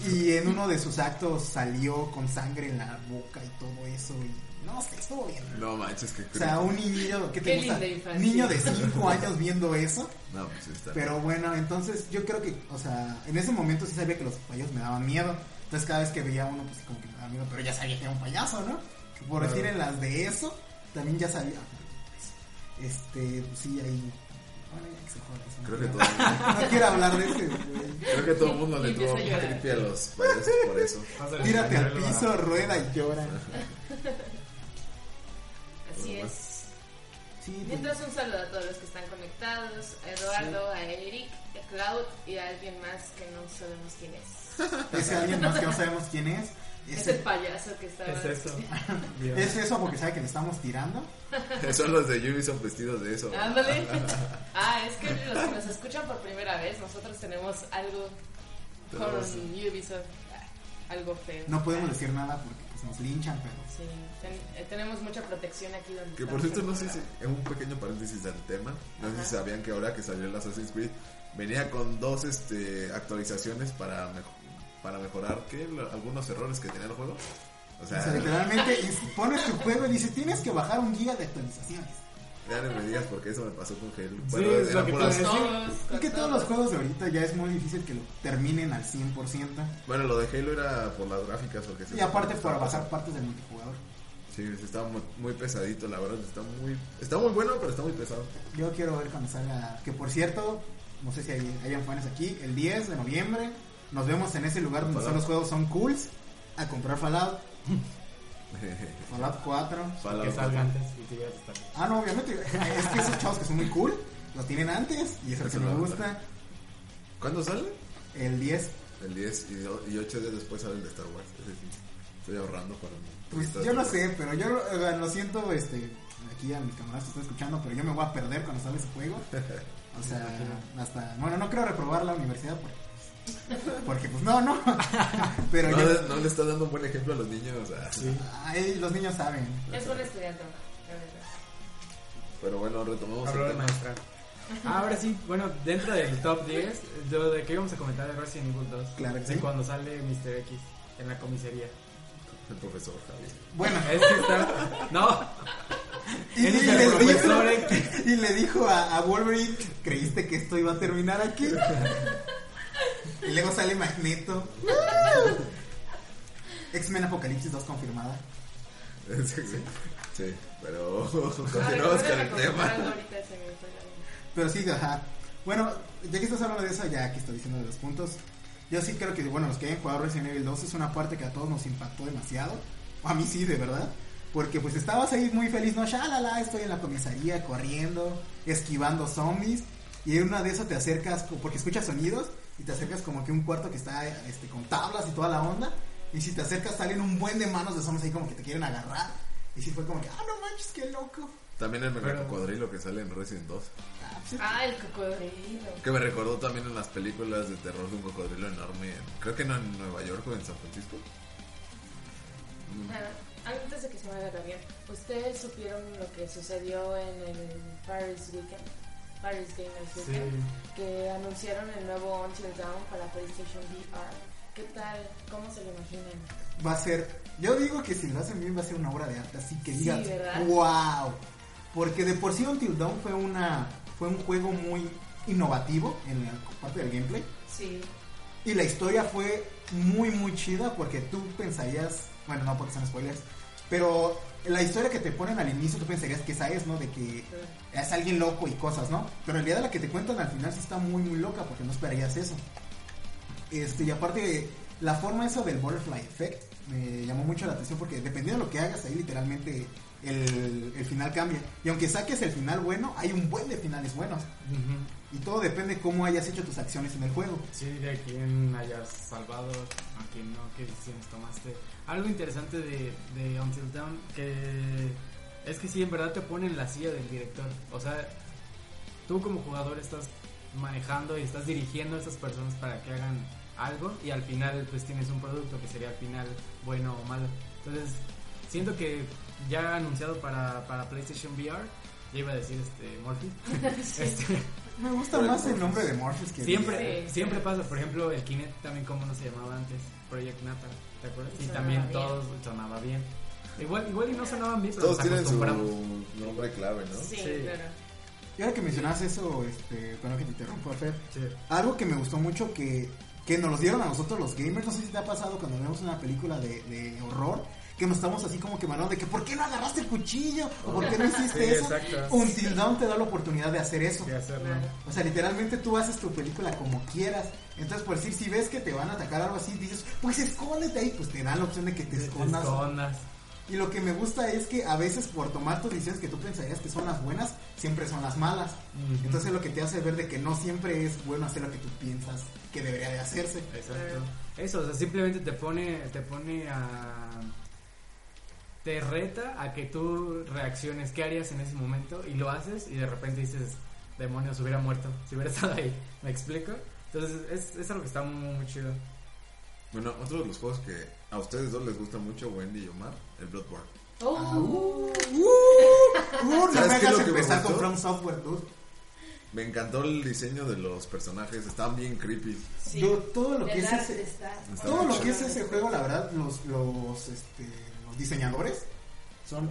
Speaker 2: Y en uno de sus actos salió con sangre en la boca y todo eso. Y no sé, estuvo bien.
Speaker 1: No manches, que
Speaker 2: O sea, un niño que te
Speaker 4: Qué
Speaker 2: gusta,
Speaker 4: linda infancia.
Speaker 2: niño de 5 años viendo eso.
Speaker 1: No, pues sí está.
Speaker 2: Pero bueno, entonces yo creo que, o sea, en ese momento sí sabía que los payasos me daban miedo. Entonces cada vez que veía a uno, pues como que me daba miedo, pero ya sabía que era un payaso, ¿no? Por
Speaker 3: Claro.
Speaker 2: decir en las de eso, también ya sabía. Este, sí, ahí. Bueno, ya que se joda, eso, no
Speaker 1: Creo que
Speaker 2: quiero-
Speaker 1: todo,
Speaker 2: *laughs* No quiero hablar de ese, güey.
Speaker 1: creo que todo el mundo
Speaker 4: Y
Speaker 1: le
Speaker 4: empiezo
Speaker 1: tuvo
Speaker 4: a llorar.
Speaker 1: creepy a los payasos por eso. *laughs*
Speaker 3: Pásale
Speaker 2: Tírate al
Speaker 3: pañuelo a-
Speaker 2: piso, rueda y llora.
Speaker 4: Así
Speaker 1: Bueno,
Speaker 4: es.
Speaker 2: Sí, pues,
Speaker 4: Mientras un saludo a todos los que están conectados, a Eduardo, a Eric, a Cloud y a alguien más que no sabemos quién es.
Speaker 2: ese alguien más que no sabemos quién es.
Speaker 4: Es
Speaker 2: Ese,
Speaker 4: el payaso que estaba.
Speaker 3: Es eso. Dios.
Speaker 2: es eso porque sabe que le estamos tirando.
Speaker 1: Son los de Ubisoft vestidos de eso.
Speaker 4: Ándale. *laughs* Ah, es que los que nos escuchan por primera vez, nosotros tenemos algo con
Speaker 1: Tenemos-
Speaker 4: Ubisoft, ah, algo feo.
Speaker 2: No podemos decir nada porque pues, nos linchan, pero.
Speaker 4: Sí, ten- eh, tenemos mucha protección aquí donde
Speaker 1: Que por
Speaker 4: estamos
Speaker 1: cierto, no sé si,
Speaker 4: encerrados.
Speaker 1: en un pequeño paréntesis del tema, no sé
Speaker 4: Ajá.
Speaker 1: si sabían que ahora que salió el Assassin's Creed, venía con dos este, actualizaciones para, mej- para mejorar ¿qué? Lo- algunos errores que tenía el juego. O sea,
Speaker 2: O sea, literalmente es- pones tu juego y dices, tienes que bajar un giga de actualizaciones.
Speaker 1: Ya no me digas porque eso me pasó con Halo.
Speaker 3: Sí,
Speaker 1: Bueno,
Speaker 3: es lo
Speaker 1: eran
Speaker 3: que te
Speaker 1: puras-
Speaker 3: decía.
Speaker 4: Todos,
Speaker 2: Es que todos los juegos de ahorita ya es muy difícil que lo terminen al 100%.
Speaker 1: bueno, lo de Halo era por las gráficas. Porque se-
Speaker 2: Y aparte por avanzar partes del multijugador.
Speaker 1: Sí, sí, estaba mu- muy pesadito, la verdad. Está muy, está muy bueno, pero está muy pesado.
Speaker 2: Yo quiero ver cuando salga. Que por cierto, no sé si hay, hayan fans aquí, el 10 de noviembre nos vemos en ese lugar donde
Speaker 1: Fallout.
Speaker 2: son los juegos son cools a
Speaker 1: *laughs*
Speaker 2: comprar Fallout, Fallout 4.
Speaker 3: Que
Speaker 1: Fallout.
Speaker 3: salga antes y te llegas tarde.
Speaker 2: Ah, no, obviamente. *laughs* Es que esos chavos que son muy cool los tienen antes y es el que
Speaker 1: Eso
Speaker 2: me
Speaker 1: no,
Speaker 2: gusta.
Speaker 1: ¿Cuándo sale?
Speaker 2: El 10.
Speaker 1: El 10 y, y 8 días después sale el de Star Wars. Ese sí, estoy ahorrando para mí.
Speaker 2: Pues yo no sé, pero yo eh, lo siento, este, aquí a mis camaradas que están escuchando, pero yo me voy a perder cuando salga ese juego. O sea, hasta, bueno, no creo reprobar la universidad porque, porque pues no,
Speaker 3: *laughs*
Speaker 2: no. Pero
Speaker 1: No,
Speaker 2: yo,
Speaker 1: le- no le está dando un buen ejemplo a los niños. ah, o sea,
Speaker 2: ay, los niños saben.
Speaker 4: Es buen estudiante, la verdad.
Speaker 1: Pero bueno, retomamos
Speaker 3: Habló
Speaker 1: el
Speaker 3: la
Speaker 1: tema.
Speaker 3: maestra. Ah, Ahora sí, bueno, dentro del top 10, yo de qué íbamos a comentar de Resident Evil 2.
Speaker 2: Claro que
Speaker 3: De
Speaker 2: sí.
Speaker 3: cuando sale Mr. X en la comisaría.
Speaker 1: El profesor Javier. *laughs*
Speaker 2: Bueno,
Speaker 3: Es que está. *laughs* ¡No!
Speaker 2: y,
Speaker 3: Eh, Él
Speaker 2: y
Speaker 3: es el
Speaker 2: les dijo,
Speaker 3: profesor ¿eh?
Speaker 2: *laughs*
Speaker 3: X.
Speaker 2: y le dijo a, a Wolverine, ¿creíste que esto iba a terminar aquí? Y luego sale Magneto. X-Men Apocalipsis 2 confirmada.
Speaker 1: Sí, sí. Sí, pero
Speaker 4: Ah,
Speaker 1: *laughs* continuamos con el
Speaker 4: recuerdo recordar algo
Speaker 1: tema.
Speaker 4: ahorita, se me fue la onda.
Speaker 2: Pero sí, ajá. Bueno, ya que estás hablando de eso, ya que estoy diciendo de los puntos, yo sí creo que, bueno, los que hayan jugado Resident Evil 2 es una parte que a todos nos impactó demasiado. A mí sí, de verdad. Porque pues estabas ahí muy feliz, no, shalala, estoy en la comisaría corriendo, esquivando zombies. Y en una de esas te acercas, co- porque escuchas sonidos, y te acercas como que a un cuarto que está este, con tablas y toda la onda. Y si te acercas salen un buen de manos de zombies ahí como que te quieren agarrar. Y sí fue como que, ah, no manches, qué loco.
Speaker 1: También el mega
Speaker 3: Pero-
Speaker 1: cocodrilo que sale en Resident 2.
Speaker 2: Ah, pues,
Speaker 4: Ah, el cocodrilo.
Speaker 1: Que me recordó también en las películas de terror de un cocodrilo enorme. en- creo que no en Nueva York o en San Francisco.
Speaker 4: Bueno, antes de que se me haga bien, ¿ustedes supieron lo que sucedió en el Paris Weekend? Paris Gamers Weekend, que anunciaron el nuevo Until Dawn para PlayStation VR. ¿Qué tal? ¿Cómo se lo imaginan?
Speaker 2: va a ser, yo digo que si lo hacen bien va a ser una obra de arte, así que
Speaker 4: Sí,
Speaker 2: digas,
Speaker 4: ¿verdad?
Speaker 2: wow. Porque de por sí Until Dawn fue una fue un juego muy innovativo en la parte del gameplay
Speaker 4: Sí,
Speaker 2: y la historia fue muy muy chida porque tú pensarías, bueno, no porque son spoilers, pero la historia que te ponen al inicio tú pensarías que esa es, ¿no? De que es alguien loco y cosas, ¿no? Pero en realidad la que te cuentan al final sí está muy, muy loca porque no esperarías eso. Este, y aparte, la forma esa del butterfly effect me llamó mucho la atención porque dependiendo de lo que hagas ahí literalmente el, el final cambia. Y aunque saques el final bueno, hay un buen de finales buenos. Y todo depende cómo hayas hecho tus acciones en el juego.
Speaker 3: Sí, de a quién hayas salvado, a quién no, qué decisiones tomaste. Algo interesante de, de Until Dawn que es que sí, en verdad te ponen la silla del director. O sea, tú como jugador estás manejando y estás dirigiendo a esas personas para que hagan algo y al final pues tienes un producto que sería al final bueno o malo. Entonces, siento que ya anunciado para, para PlayStation VR, ya iba a decir este Morphy. *laughs* Este,
Speaker 2: Me gusta
Speaker 1: Pero
Speaker 2: más el
Speaker 1: Morpheus.
Speaker 2: nombre de Morpheus que...
Speaker 3: Siempre,
Speaker 4: Sí,
Speaker 3: siempre
Speaker 4: sí.
Speaker 3: pasa, por ejemplo, el Kinect también como no se llamaba antes, Project Natal, ¿te acuerdas? Y
Speaker 4: Sonaba
Speaker 3: también
Speaker 4: bien.
Speaker 3: todos sonaba bien. Igual, igual y no sonaban bien, pero
Speaker 1: Todos
Speaker 3: nos
Speaker 1: tienen su
Speaker 3: acostumbramos.
Speaker 1: nombre clave, ¿no?
Speaker 4: *laughs* sí,
Speaker 3: Sí.
Speaker 4: claro.
Speaker 2: Y ahora que mencionas eso, este, perdón que te interrumpo, Fer,
Speaker 3: Sí.
Speaker 2: Algo que me gustó mucho que, que nos los dieron a nosotros los gamers, no sé si te ha pasado cuando vemos una película de, de horror, que nos estamos así como quemando de que ¿por qué no agarraste el cuchillo? ¿O por qué no hiciste
Speaker 3: Sí,
Speaker 2: eso?
Speaker 3: exacto.
Speaker 2: Until Dawn te da la oportunidad de hacer eso.
Speaker 3: De hacerlo.
Speaker 4: Claro.
Speaker 2: O sea, literalmente tú haces tu película como quieras. Entonces, por decir, si ves que te van a atacar o algo así, dices, pues escóndete ahí, pues te dan la opción de que te escondas.
Speaker 3: escondas.
Speaker 2: Y lo que me gusta es que a veces por tomar tus decisiones que tú pensarías que son las buenas, siempre son las malas.
Speaker 3: Ujú.
Speaker 2: Entonces lo que te hace ver de que no siempre es bueno hacer lo que tú piensas que debería de hacerse.
Speaker 3: Exacto. Eso, o sea, simplemente te pone, te pone a... Te reta a que tú reacciones, qué harías en ese momento y lo haces y de repente dices, demonios, hubiera muerto, si hubiera estado ahí, ¿me explico? Entonces es, es algo que está muy, muy chido.
Speaker 1: Bueno, otro de los juegos que a ustedes dos les gusta mucho, Wendy y Omar, el Bloodborne.
Speaker 4: ¡Oh!
Speaker 2: Uh, no me
Speaker 1: ¿Sabes qué es
Speaker 2: hagas
Speaker 1: lo que me
Speaker 2: empezar
Speaker 1: gustó?
Speaker 2: con From Software, dude.
Speaker 1: Me encantó el diseño de los personajes, estaban bien creepy.
Speaker 4: Sí.
Speaker 2: Yo, todo lo que
Speaker 4: El
Speaker 2: es
Speaker 4: arte
Speaker 2: ese,
Speaker 4: está-
Speaker 2: todo lo que es ese juego, la verdad, los los, este, los diseñadores son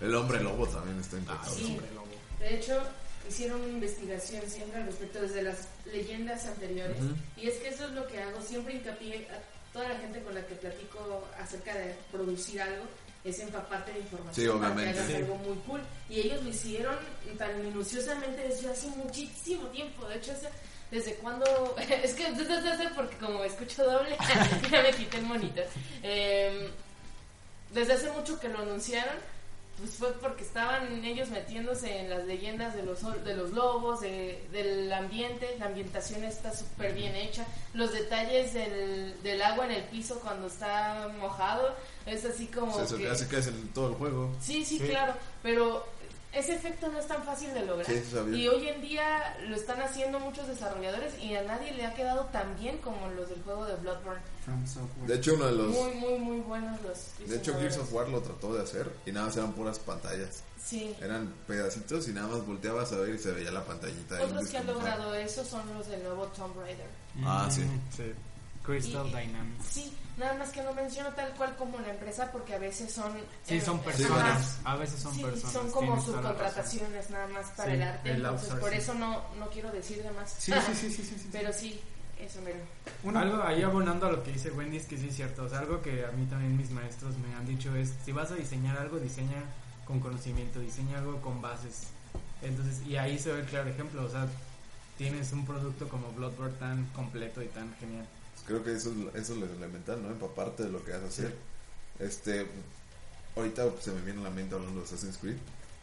Speaker 1: El hombre lobo también está impactado.
Speaker 4: Ah, Sí.
Speaker 3: lobo.
Speaker 4: De hecho, hicieron una investigación siempre al respecto desde las leyendas anteriores.
Speaker 1: Ujú.
Speaker 4: Y es que eso es lo que hago, siempre hincapié a toda la gente con la que platico acerca de producir algo, es empaparte de información
Speaker 1: Sí,
Speaker 4: para que
Speaker 1: obviamente.
Speaker 4: hagas
Speaker 1: Sí.
Speaker 4: algo muy cool. Y ellos lo hicieron tan minuciosamente desde hace muchísimo tiempo. De hecho, hace- desde cuando... *laughs* es que desde hace porque como escucho doble, *laughs* ya me quité el monito. Em, desde hace mucho que lo anunciaron, pues fue porque estaban ellos metiéndose en las leyendas de los, ol- de los lobos, de- del ambiente, la ambientación está súper bien hecha, los detalles del, del agua en el piso cuando está mojado, es así como...
Speaker 1: O sea, eso
Speaker 4: que-
Speaker 1: casi que es el- todo el juego.
Speaker 4: Sí, sí,
Speaker 3: Sí.
Speaker 4: claro, pero ese efecto no es tan fácil de lograr.
Speaker 1: Sí, eso sabía.
Speaker 4: y hoy en día lo están haciendo muchos desarrolladores y a nadie le ha quedado tan bien como los del juego de Bloodborne.
Speaker 2: From Software.
Speaker 1: De hecho, uno de los.
Speaker 4: Muy, muy, muy buenos los...
Speaker 1: De hecho, Gears
Speaker 4: diseñadores.
Speaker 1: of War lo trató de hacer y nada más eran puras pantallas.
Speaker 4: Sí.
Speaker 1: Eran pedacitos y nada más volteabas a ver y se veía la pantallita. ahí
Speaker 4: Otros que han
Speaker 1: descompuesta.
Speaker 4: logrado eso son los del nuevo Tomb Raider.
Speaker 1: Ah, sí.
Speaker 3: Mm, sí. Crystal
Speaker 4: Y-
Speaker 3: Dynamics.
Speaker 4: Sí, nada más que no menciono tal cual como la empresa porque a veces son...
Speaker 3: Sí,
Speaker 4: eh,
Speaker 3: son
Speaker 4: ajá,
Speaker 3: personas. A veces son
Speaker 4: sí,
Speaker 3: personas.
Speaker 4: son como
Speaker 3: tienes toda la razón.
Speaker 4: subcontrataciones nada más para
Speaker 3: Sí,
Speaker 4: el arte.
Speaker 3: el
Speaker 4: entonces, por
Speaker 3: outsourcing.
Speaker 4: eso no, no quiero decir de más.
Speaker 2: Sí, sí, sí, sí, sí, sí.
Speaker 4: *laughs* Pero sí, eso mero.
Speaker 2: Una-
Speaker 3: Algo ahí abonando a lo que dice Wendy es que sí es cierto. O sea, algo que a mí también mis maestros me han dicho es: si vas a diseñar algo, diseña con conocimiento, diseña algo con bases. Entonces, y ahí se ve el claro ejemplo. O sea, tienes un producto como Bloodborne tan completo y tan genial.
Speaker 1: Pues Creo que eso es, lo- eso es lo elemental, ¿no? Empaparte de lo que vas a hacer. Este, ahorita se me viene a la mente hablando de Assassin's Creed.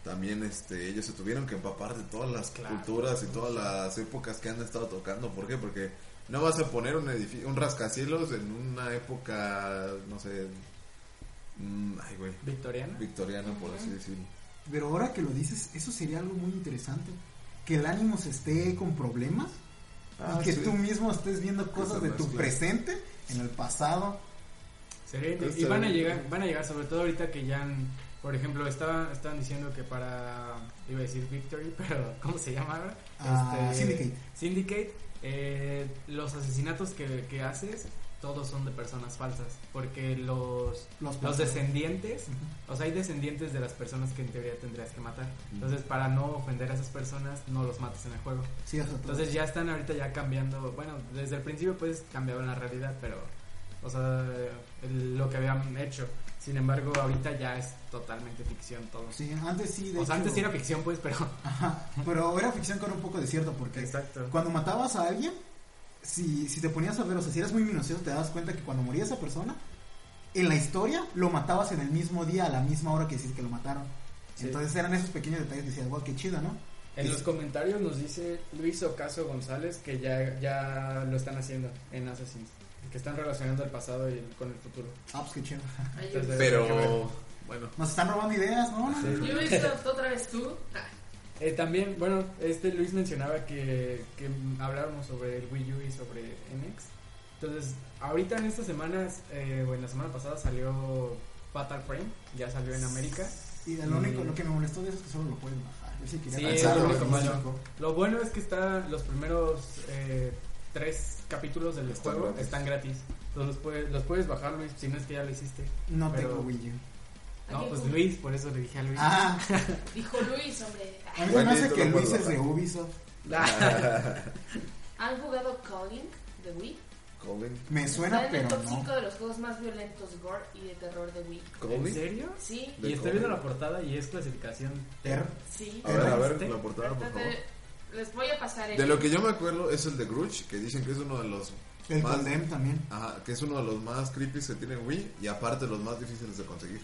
Speaker 1: También este, ellos se tuvieron que empapar de todas las
Speaker 3: Claro.
Speaker 1: culturas y todas las épocas que han estado tocando. ¿Por qué? Porque no vas a poner un, edifi- un rascacielos en una época, no sé, mm, ay, güey,
Speaker 3: Victoriana.
Speaker 1: victoriana, por así decirlo.
Speaker 2: Pero ahora que lo dices, eso sería algo muy interesante. Que el ánimo se esté con problemas
Speaker 1: Ah,
Speaker 2: y que
Speaker 1: sí.
Speaker 2: tú mismo estés viendo cosas
Speaker 1: Cosas
Speaker 2: de tu
Speaker 1: mezclas.
Speaker 2: presente en el pasado.
Speaker 3: Sería inte-
Speaker 1: Pues,
Speaker 3: y van a
Speaker 1: eh,
Speaker 3: llegar, van a llegar, sobre todo ahorita que ya, han- por ejemplo, estaban, estaban diciendo que para, iba a decir Victory, *laughs* pero ¿cómo se llama ahora? Este,
Speaker 2: Ah, Syndicate.
Speaker 3: Syndicate, eh, los asesinatos que, que haces, todos son de personas falsas, porque los,
Speaker 2: Los
Speaker 3: los
Speaker 2: falsos.
Speaker 3: descendientes, o sea, hay descendientes de las personas que en teoría tendrías que matar. Entonces, para no ofender a esas personas, no los mates en el juego.
Speaker 2: Sí, o sea,
Speaker 3: Entonces ya están ahorita ya cambiando, bueno, desde el principio pues cambiaban la realidad, pero, o sea, el- lo que habían hecho. Sin embargo, ahorita ya es totalmente ficción todo.
Speaker 2: sí, antes sí. De
Speaker 3: o sea, antes
Speaker 2: hecho-
Speaker 3: sí era ficción pues, pero...
Speaker 2: Ajá, pero era ficción con un poco de cierto porque
Speaker 3: *laughs* Exacto.
Speaker 2: cuando matabas a alguien, si, si te ponías a ver, o sea, si eras muy minucioso, te dabas cuenta que cuando moría esa persona, en la historia lo matabas en el mismo día, a la misma hora que decís que lo mataron.
Speaker 3: Sí.
Speaker 2: Entonces eran esos pequeños detalles que decías, wow, qué chido, ¿no?
Speaker 3: En los comentarios nos dice Luis Ocaso González que ya, ya lo están haciendo en Assassin's, que están relacionando el pasado y con el futuro.
Speaker 2: Ah, pues qué chido.
Speaker 4: Ay,
Speaker 1: Pero, bueno,
Speaker 2: Nos están robando ideas, ¿no? No, no.
Speaker 4: Yo Ubisoft, otra vez tú. Ah,
Speaker 3: Eh, también, bueno, este Luis mencionaba que, que habláramos sobre el Wii U y sobre NX. Entonces, ahorita en estas semanas, eh, o en la semana pasada salió Fatal Frame, ya salió en América.
Speaker 2: Y lo único,
Speaker 3: Mm.
Speaker 2: lo que me molestó de eso es que solo lo pueden bajar. Yo sí quería
Speaker 3: Sí,
Speaker 1: es lo único
Speaker 2: bajarlo.
Speaker 3: malo. Lo bueno es que está los primeros eh, tres capítulos del
Speaker 1: Están
Speaker 3: juego
Speaker 1: gratis.
Speaker 3: están gratis. Entonces los puedes, los puedes bajar, Luis, si no es que ya lo hiciste.
Speaker 2: No
Speaker 3: Pero-
Speaker 2: tengo Wii U.
Speaker 3: No,
Speaker 4: Aquí
Speaker 3: pues
Speaker 4: tú.
Speaker 3: Luis, por eso le dije a Luis.
Speaker 2: Ah,
Speaker 4: Dijo Luis, hombre.
Speaker 2: a mí
Speaker 1: Wendy,
Speaker 2: se me hace
Speaker 1: tú
Speaker 2: que
Speaker 1: lo puedes
Speaker 2: Luis es de
Speaker 1: bajar.
Speaker 2: Ubisoft.
Speaker 4: ¿Han jugado Calling de Wii?
Speaker 1: Colin,
Speaker 2: Me suena,
Speaker 4: Está
Speaker 2: pero
Speaker 4: en el top
Speaker 2: no.
Speaker 4: 5 de los juegos más violentos gore y de terror de Wii.
Speaker 3: *laughs* ¿En
Speaker 1: Colin.
Speaker 3: serio?
Speaker 4: Sí,
Speaker 1: De
Speaker 3: Y estoy viendo
Speaker 1: COVID.
Speaker 3: la portada y es clasificación
Speaker 2: Ter-
Speaker 4: sí.
Speaker 2: Oh,
Speaker 1: A ver, a ver,
Speaker 3: ¿Este?
Speaker 1: la portada, por
Speaker 4: Ahorita te-
Speaker 1: favor.
Speaker 4: Les voy a pasar el...
Speaker 1: De lo que yo me acuerdo es el de Grudge, que dicen que es uno de los
Speaker 2: El
Speaker 1: más,
Speaker 2: Condemn también.
Speaker 1: ajá, que es uno de los más creepy que tiene Wii y aparte los más difíciles de conseguir.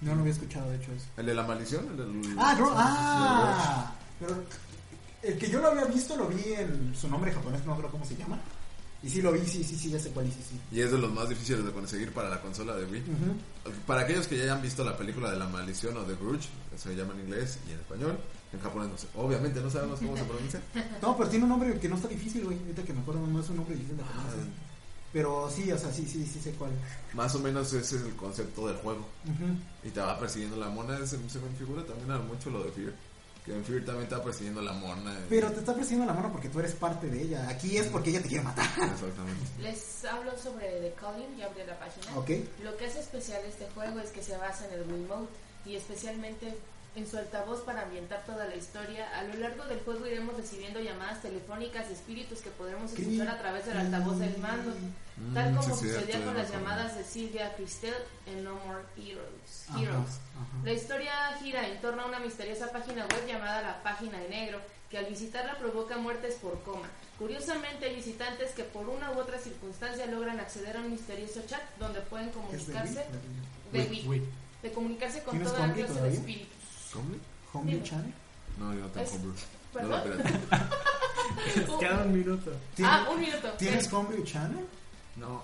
Speaker 2: No lo había escuchado, de hecho, eso.
Speaker 1: El de la maldición, el del
Speaker 2: Ah, Dro-
Speaker 1: el de
Speaker 2: ah. Pero el que yo lo había visto lo vi en su nombre japonés, no creo cómo se llama. Y sí lo vi, sí, sí, sí, ya sé cuál, y sí, sí.
Speaker 1: Grudge. Y es de los más difíciles de conseguir para la consola de Wii.
Speaker 2: Ujú.
Speaker 1: Para aquellos que ya hayan visto la película de la maldición o de Grudge, se llama en inglés y en español, en japonés no sé. Obviamente no sabemos cómo se pronuncia.
Speaker 2: No, pero tiene un nombre que no está difícil, güey. Ahorita que me acuerdo, no es un nombre difícil de
Speaker 1: Ah,
Speaker 2: pronunciar. Pero sí, o sea, sí, sí, sí sé cuál.
Speaker 1: Más o menos ese es el concepto del juego.
Speaker 2: Ujú.
Speaker 1: Y te va persiguiendo la mona, se, se me figura también a mucho lo de Fear. Que en Fear también te va persiguiendo la mona. y-
Speaker 2: Pero te está persiguiendo la mano porque tú eres parte de ella. Aquí es porque ella te quiere matar.
Speaker 1: *laughs* Exactamente.
Speaker 4: Les hablo sobre The Calling, ya abrí la página.
Speaker 2: Ok.
Speaker 4: Lo que hace especial este juego es que se basa en el Wiimote y especialmente en su altavoz para ambientar toda la historia. A lo largo del juego iremos recibiendo llamadas telefónicas de espíritus que podremos escuchar a través del altavoz del mando,
Speaker 1: Mm,
Speaker 4: tal
Speaker 1: sí,
Speaker 4: como
Speaker 1: es cierto,
Speaker 4: sucedía
Speaker 1: ya
Speaker 4: con
Speaker 1: me
Speaker 4: las
Speaker 1: acuerdo.
Speaker 4: llamadas de Silvia Cristel en No More Heroes.
Speaker 2: Ajá,
Speaker 4: Heroes.
Speaker 2: ajá.
Speaker 4: La historia gira en torno a una misteriosa página web llamada La Página en Negro, que al visitarla provoca muertes por coma. Curiosamente, hay visitantes que por una u otra circunstancia logran acceder a un misterioso chat donde pueden
Speaker 2: Es de Wii,
Speaker 4: comunicarse
Speaker 2: la de-
Speaker 4: de,
Speaker 3: Wii,
Speaker 4: Wii,
Speaker 3: Wii.
Speaker 4: de comunicarse con
Speaker 2: ¿Tienes
Speaker 4: toda la
Speaker 2: combi
Speaker 4: clase de
Speaker 2: todavía?
Speaker 4: espíritus.
Speaker 1: ¿Cómo?
Speaker 2: Homebrew Channel.
Speaker 4: Ah,
Speaker 1: No, yo no tengo
Speaker 4: Es-
Speaker 1: homebrew. No
Speaker 4: ¿Perdón?
Speaker 1: lo pirateé.
Speaker 2: Oh.
Speaker 4: Uh,
Speaker 3: Queda un minuto.
Speaker 4: ah, un minuto.
Speaker 2: ¿Tienes
Speaker 4: Sí.
Speaker 2: Homebrew Channel?
Speaker 1: No.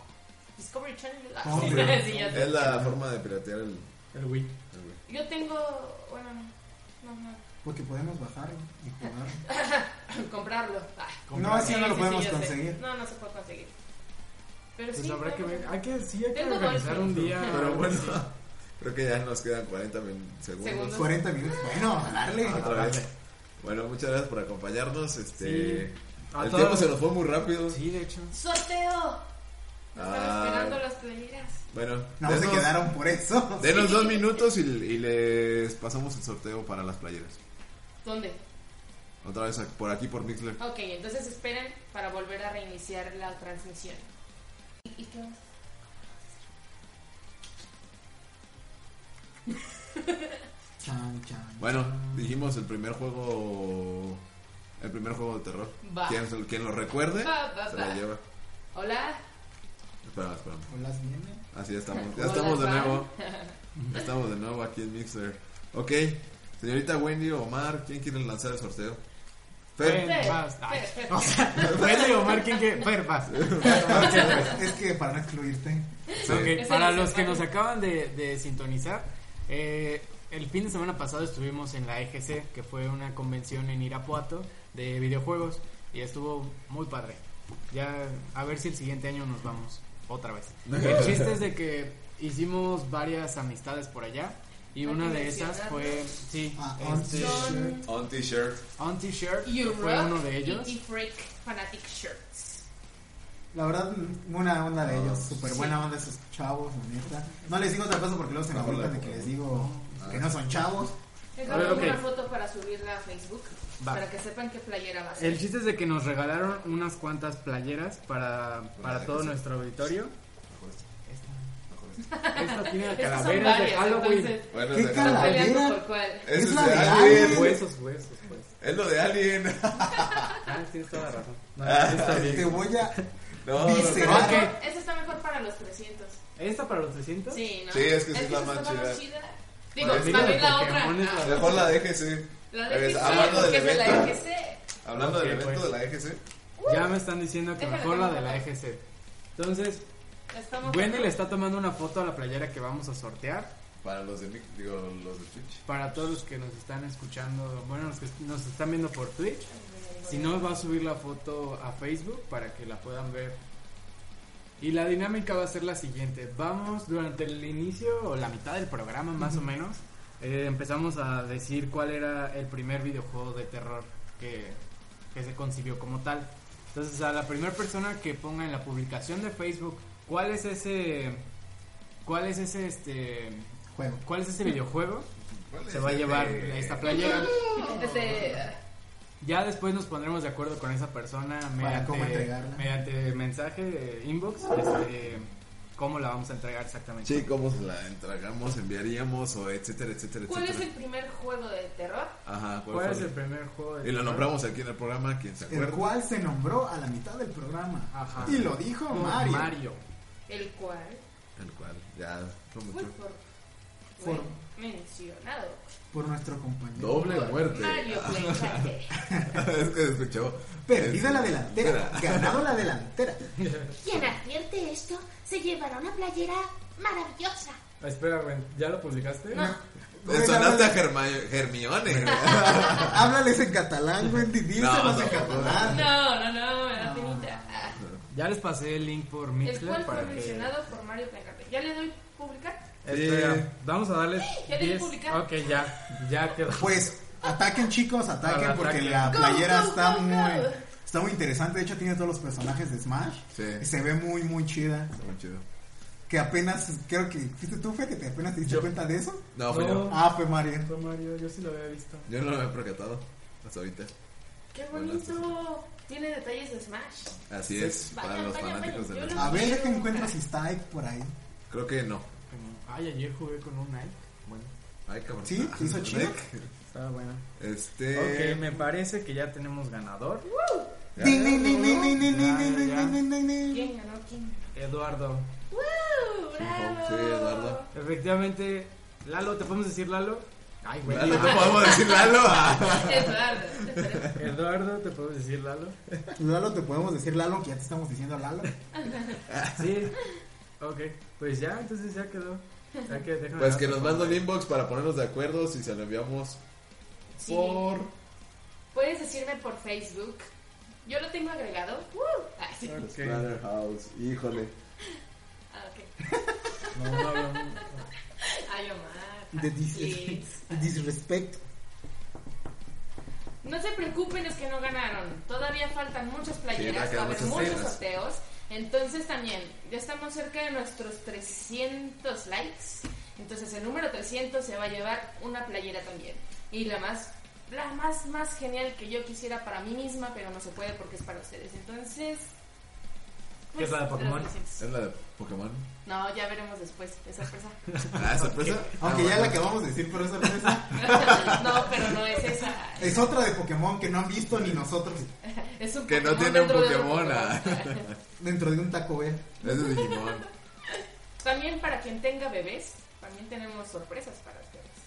Speaker 4: Discovery Channel. Ah,
Speaker 2: Hombre.
Speaker 4: *laughs* sí, sí, ya sé.
Speaker 1: Es la forma de piratear el.
Speaker 3: El Wii.
Speaker 1: el güey.
Speaker 4: Yo tengo. Bueno, no, no. *laughs*
Speaker 2: Porque podemos bajarlo y jugarlo. *laughs*
Speaker 4: Comprarlo. Ah,
Speaker 2: No, así no
Speaker 4: sí,
Speaker 2: lo
Speaker 4: sí,
Speaker 2: podemos
Speaker 4: yo sé.
Speaker 2: conseguir.
Speaker 4: No, no se puede conseguir. Pero
Speaker 3: Pues
Speaker 4: sí.
Speaker 3: habrá que
Speaker 4: podemos-
Speaker 3: ver. Hay que, sí, hay que
Speaker 4: Tengo
Speaker 3: organizar
Speaker 4: golpes.
Speaker 3: un día.
Speaker 1: Pero bueno, *laughs* creo que ya nos quedan 40 min- segundos.
Speaker 4: Segundos.
Speaker 2: 40 minutos. Bueno, a darle.
Speaker 1: Ah, otra vez. Bueno, muchas gracias por acompañarnos. Este,
Speaker 3: Sí. A
Speaker 1: El
Speaker 3: todos.
Speaker 1: tiempo se nos fue muy rápido.
Speaker 3: Sí, de hecho.
Speaker 4: ¡Sorteo! Me Están
Speaker 1: Ah.
Speaker 4: esperando las playeras.
Speaker 1: Bueno,
Speaker 2: No se quedaron por eso.
Speaker 1: denos dos minutos y, y les pasamos el sorteo para las playeras.
Speaker 4: ¿Dónde?
Speaker 1: Otra vez por aquí, por Mixler.
Speaker 4: Ok, entonces esperen para volver a reiniciar la transmisión. ¿Y, y qué más?
Speaker 2: Chan, chan.
Speaker 1: Bueno, dijimos el primer juego. El primer juego de terror.
Speaker 4: Va.
Speaker 1: Quien, se- quien lo recuerde,
Speaker 4: Va, va,
Speaker 1: se
Speaker 4: va.
Speaker 1: la lleva.
Speaker 4: Hola.
Speaker 1: Espera, espera.
Speaker 2: Hola, viene.
Speaker 1: Así estamos. Ya
Speaker 4: Hola,
Speaker 1: estamos de
Speaker 4: Juan. *laughs*
Speaker 1: nuevo. Ya estamos de nuevo aquí en Mixler. Ok, señorita Wendy o Omar, ¿quién quiere lanzar el sorteo? Fer.
Speaker 3: Fer,
Speaker 4: Fer,
Speaker 3: vas. Ay,
Speaker 4: Fer, Fer.
Speaker 3: O sea, Wendy o Mark, ¿quién que. Fer,
Speaker 1: *laughs*
Speaker 3: vas.
Speaker 2: Es que para no excluirte.
Speaker 1: Sí.
Speaker 3: Ok,
Speaker 4: Ese
Speaker 3: para
Speaker 4: no se
Speaker 3: los que
Speaker 4: vale.
Speaker 3: nos acaban de, de sintonizar, eh, el fin de semana pasado estuvimos en la EGC, que fue una convención en Irapuato de videojuegos, y estuvo muy padre. Ya, a ver si el siguiente año nos vamos otra vez. El chiste es de que hicimos varias amistades por allá, y
Speaker 4: Hay
Speaker 3: una
Speaker 4: que
Speaker 3: de esas
Speaker 4: mencionarlo.
Speaker 3: fue, sí,
Speaker 2: Ah,
Speaker 3: este,
Speaker 4: John
Speaker 1: On t-shirt.
Speaker 3: On T-Shirt, que
Speaker 4: You
Speaker 3: fue
Speaker 4: Rock
Speaker 3: uno de ellos.
Speaker 4: y Freak Fanatic Shirts.
Speaker 2: La verdad, una onda de ellos. Súper buena onda esos chavos, la neta. No les digo otra cosa porque luego se me
Speaker 1: Bajo la
Speaker 2: aburran de que
Speaker 1: boca.
Speaker 2: les digo que no son chavos.
Speaker 4: Les
Speaker 3: A
Speaker 4: voy a
Speaker 3: ver,
Speaker 4: tomar
Speaker 3: ok.
Speaker 4: una foto para subirla a Facebook.
Speaker 3: Va.
Speaker 4: Para que sepan qué playera va a ser.
Speaker 3: El chiste es de que nos regalaron unas cuantas playeras para, para
Speaker 1: la
Speaker 3: todo
Speaker 1: EGC.
Speaker 3: nuestro auditorio. Estas tienen
Speaker 4: Estas son
Speaker 3: calaveras de
Speaker 4: varias,
Speaker 3: Halloween.
Speaker 4: entonces,
Speaker 1: Bueno,
Speaker 2: ¿Qué
Speaker 1: se-
Speaker 2: cala-
Speaker 4: peleando
Speaker 2: ¿Calavera?
Speaker 4: por cuál.
Speaker 1: Eso
Speaker 2: Es
Speaker 1: es
Speaker 2: la
Speaker 1: de
Speaker 2: de
Speaker 1: Alien. Pues,
Speaker 2: Alien.
Speaker 3: Huesos, huesos, huesos.
Speaker 1: Es lo de Alien. *laughs*
Speaker 3: Ah, tienes toda la razón.
Speaker 2: Ah, Te voy a.
Speaker 1: No,
Speaker 2: Dice-
Speaker 1: no, no.
Speaker 4: Esa
Speaker 3: Ok.
Speaker 4: está- esa está mejor para los 300.
Speaker 3: ¿Esta para los 300?
Speaker 4: Sí, ¿no?
Speaker 1: Sí, es que sí es la
Speaker 4: esa
Speaker 1: más
Speaker 4: está
Speaker 1: chida.
Speaker 4: Digo,
Speaker 3: Pues,
Speaker 4: también
Speaker 3: mira,
Speaker 4: la otra.
Speaker 3: Pokémon es la-
Speaker 4: Ah,
Speaker 1: Mejor la DGC.
Speaker 4: La
Speaker 1: A ver,
Speaker 4: de
Speaker 1: hablando
Speaker 4: que
Speaker 1: del
Speaker 4: es de la
Speaker 1: evento.
Speaker 4: EGC.
Speaker 1: Hablando del
Speaker 3: Ok,
Speaker 1: evento
Speaker 3: pues.
Speaker 1: de la E EGC.
Speaker 3: Ya me están diciendo que
Speaker 4: Déjala,
Speaker 3: mejor la de
Speaker 4: déjala.
Speaker 3: la EGC. Entonces,
Speaker 4: La estamos-
Speaker 3: Wendy le está tomando una foto a la playera que vamos a sortear.
Speaker 1: Para los de Mic, digo, los de Twitch.
Speaker 3: Para todos los que nos están escuchando, bueno, los que nos están viendo por Twitch. Si no, va a subir la foto a Facebook para que la puedan ver. Y la dinámica va a ser la siguiente. Vamos durante el inicio o la mitad del programa más o menos. eh, empezamos a decir cuál era el primer videojuego de terror que, que se concibió como tal. Entonces a la primera persona que ponga en la publicación de Facebook cuál es ese... ¿Cuál es ese este...
Speaker 2: Juego.
Speaker 3: ¿Cuál es ese videojuego?
Speaker 1: ¿Cuál
Speaker 3: Se
Speaker 1: es
Speaker 3: va a
Speaker 1: el
Speaker 3: llevar
Speaker 1: de-
Speaker 3: esta playera.
Speaker 4: Desde- eh,
Speaker 3: Ya después nos pondremos de acuerdo con esa persona mediante,
Speaker 2: cómo entregarla.
Speaker 3: mediante mensaje eh, inbox, este, cómo la vamos a entregar exactamente.
Speaker 1: Sí, cómo se la entregamos, enviaríamos, o etcétera, etcétera,
Speaker 4: ¿Cuál es
Speaker 1: etcétera.
Speaker 4: el primer juego de terror?
Speaker 1: Ajá, ¿cuál,
Speaker 3: ¿Cuál
Speaker 1: fue
Speaker 3: es
Speaker 1: el-
Speaker 3: el primer juego? de
Speaker 1: Y lo
Speaker 3: terror?
Speaker 1: nombramos aquí en el programa, quien se
Speaker 2: El
Speaker 1: acuerda.
Speaker 2: cual se nombró a la mitad del programa.
Speaker 3: Ajá.
Speaker 2: Y lo dijo
Speaker 3: Con
Speaker 2: Mario.
Speaker 3: Mario.
Speaker 4: El cual
Speaker 1: El cual, ya, fue
Speaker 4: fue
Speaker 1: mucho.
Speaker 4: por-
Speaker 2: Por-
Speaker 4: fue mencionado.
Speaker 2: Por nuestro compañero.
Speaker 1: Doble muerte.
Speaker 4: Mario Playcate.
Speaker 1: *laughs* es que se escuchó.
Speaker 2: Perdida la
Speaker 1: Este,
Speaker 2: delantera.
Speaker 1: espera.
Speaker 2: Ganado la
Speaker 1: *laughs*
Speaker 2: delantera.
Speaker 5: Quien advierte esto se llevará una playera maravillosa.
Speaker 3: Ah, Espera, güey, ¿ya lo publicaste?
Speaker 4: No,
Speaker 1: Te sonaste a Germa- Germione.
Speaker 2: Háblales en catalán, Wendy. Díselos
Speaker 1: No, no,
Speaker 2: en
Speaker 1: no.
Speaker 2: catalán.
Speaker 4: no, no, no, me da penita. Ah.
Speaker 3: Ya les pasé el link por
Speaker 4: El cual
Speaker 3: Mixler
Speaker 4: fue
Speaker 3: para que...
Speaker 4: mencionado por Mario Playcate. ¿Ya le doy publicar?
Speaker 1: Sí.
Speaker 3: Espera, vamos a darles
Speaker 4: Ya dejé
Speaker 3: 10.
Speaker 4: publicar.
Speaker 3: Ok, ya, ya quedó.
Speaker 2: Pues ataquen chicos, ataquen
Speaker 3: Ahora
Speaker 2: porque
Speaker 3: ataquen.
Speaker 2: la
Speaker 4: Go,
Speaker 2: playera
Speaker 4: go,
Speaker 2: está
Speaker 4: go,
Speaker 2: muy
Speaker 4: go.
Speaker 2: está muy interesante, de hecho tiene todos los personajes de Smash
Speaker 1: Sí.
Speaker 2: y se ve muy muy chida.
Speaker 1: Está *laughs* muy chido.
Speaker 2: que apenas, creo que fuiste tú, Fe, que te apenas te diste
Speaker 1: Yo.
Speaker 2: cuenta de eso.
Speaker 1: No, fui yo.
Speaker 3: No.
Speaker 2: Ah, fue Mario.
Speaker 3: Fue Mario, yo sí lo había visto.
Speaker 1: Yo no lo había percatado hasta ahorita.
Speaker 4: ¡Qué bonito! Tiene detalles de Smash.
Speaker 1: Así es, para
Speaker 4: Vayan,
Speaker 1: los
Speaker 4: vayan,
Speaker 1: fanáticos
Speaker 4: vayan.
Speaker 1: de
Speaker 4: Yo
Speaker 1: la...
Speaker 4: lo-
Speaker 2: A ver, ya que encuentras Stike por ahí.
Speaker 1: Creo que no.
Speaker 3: Como, Ay, ayer jugué con un Nike. Bueno,
Speaker 1: Ay, cabrón.
Speaker 2: ¿Sí? ¿Se hizo chido?
Speaker 3: estaba bueno.
Speaker 1: Este.
Speaker 3: ok, me parece que ya tenemos ganador.
Speaker 1: ya.
Speaker 2: Din, din, din, din, din, din,
Speaker 3: Ya,
Speaker 2: din, din,
Speaker 3: ya.
Speaker 2: din, din, din, din.
Speaker 4: ¿Quién ganó? ¿Quién *laughs* ganó?
Speaker 3: Eduardo.
Speaker 4: ¡Woo! ¡Bravo!
Speaker 1: Sí, Eduardo.
Speaker 3: Efectivamente, Lalo, ¿te podemos decir Lalo? Ay, güey.
Speaker 1: Lalo, te podemos decir Lalo. Ah.
Speaker 4: Eduardo.
Speaker 3: *laughs* Eduardo, ¿te podemos decir Lalo?
Speaker 2: Lalo, te podemos decir Lalo, que ya te estamos diciendo Lalo.
Speaker 3: Sí. Ok, pues ya, entonces ya quedó. Ya que déjame
Speaker 1: *laughs* Pues
Speaker 3: dar
Speaker 1: que
Speaker 3: tu
Speaker 1: nos manda un
Speaker 3: comentario.
Speaker 1: inbox para ponernos de acuerdo si se lo enviamos
Speaker 4: Sí.
Speaker 1: por.
Speaker 4: Puedes decirme por Facebook. Yo lo tengo agregado. ¡Woo! Ah, sí.
Speaker 3: Ok.
Speaker 1: House. Híjole.
Speaker 4: Ah, ok.
Speaker 3: No, no, no, no.
Speaker 4: Ay, Omar.
Speaker 2: De *laughs*
Speaker 4: Sí.
Speaker 2: dis- disrespect.
Speaker 4: No se preocupen, es que no ganaron. Todavía faltan muchas playeras,
Speaker 1: Sí, ya
Speaker 4: va a
Speaker 1: quedan
Speaker 4: haber
Speaker 1: muchas
Speaker 4: muchos
Speaker 1: playeras.
Speaker 4: sorteos. Entonces también, ya estamos cerca de nuestros 300 likes. Entonces el número 300 se va a llevar una playera también. Y la más, la más, más genial que yo quisiera para mí misma, pero no se puede porque es para ustedes. Entonces...
Speaker 3: ¿Qué es la de Pokémon?
Speaker 4: los 300.
Speaker 1: ¿Es la de Pokémon?
Speaker 4: No, ya veremos después, es
Speaker 3: *laughs*
Speaker 4: sorpresa.
Speaker 1: Ah, sorpresa. Ah,
Speaker 2: Aunque ya
Speaker 1: bueno.
Speaker 2: la acabamos de decir, pero es sorpresa.
Speaker 4: *laughs* no, pero no es esa.
Speaker 2: Es otra de Pokémon que no han visto ni nosotros
Speaker 4: Es un
Speaker 1: Que no
Speaker 4: Pokémon
Speaker 1: tiene un
Speaker 4: dentro de otro
Speaker 1: Pokémon. ah. *laughs*
Speaker 2: dentro de un Taco Bell.
Speaker 1: Es de Digimon.
Speaker 4: También para quien tenga bebés, también tenemos sorpresas para ustedes. *laughs*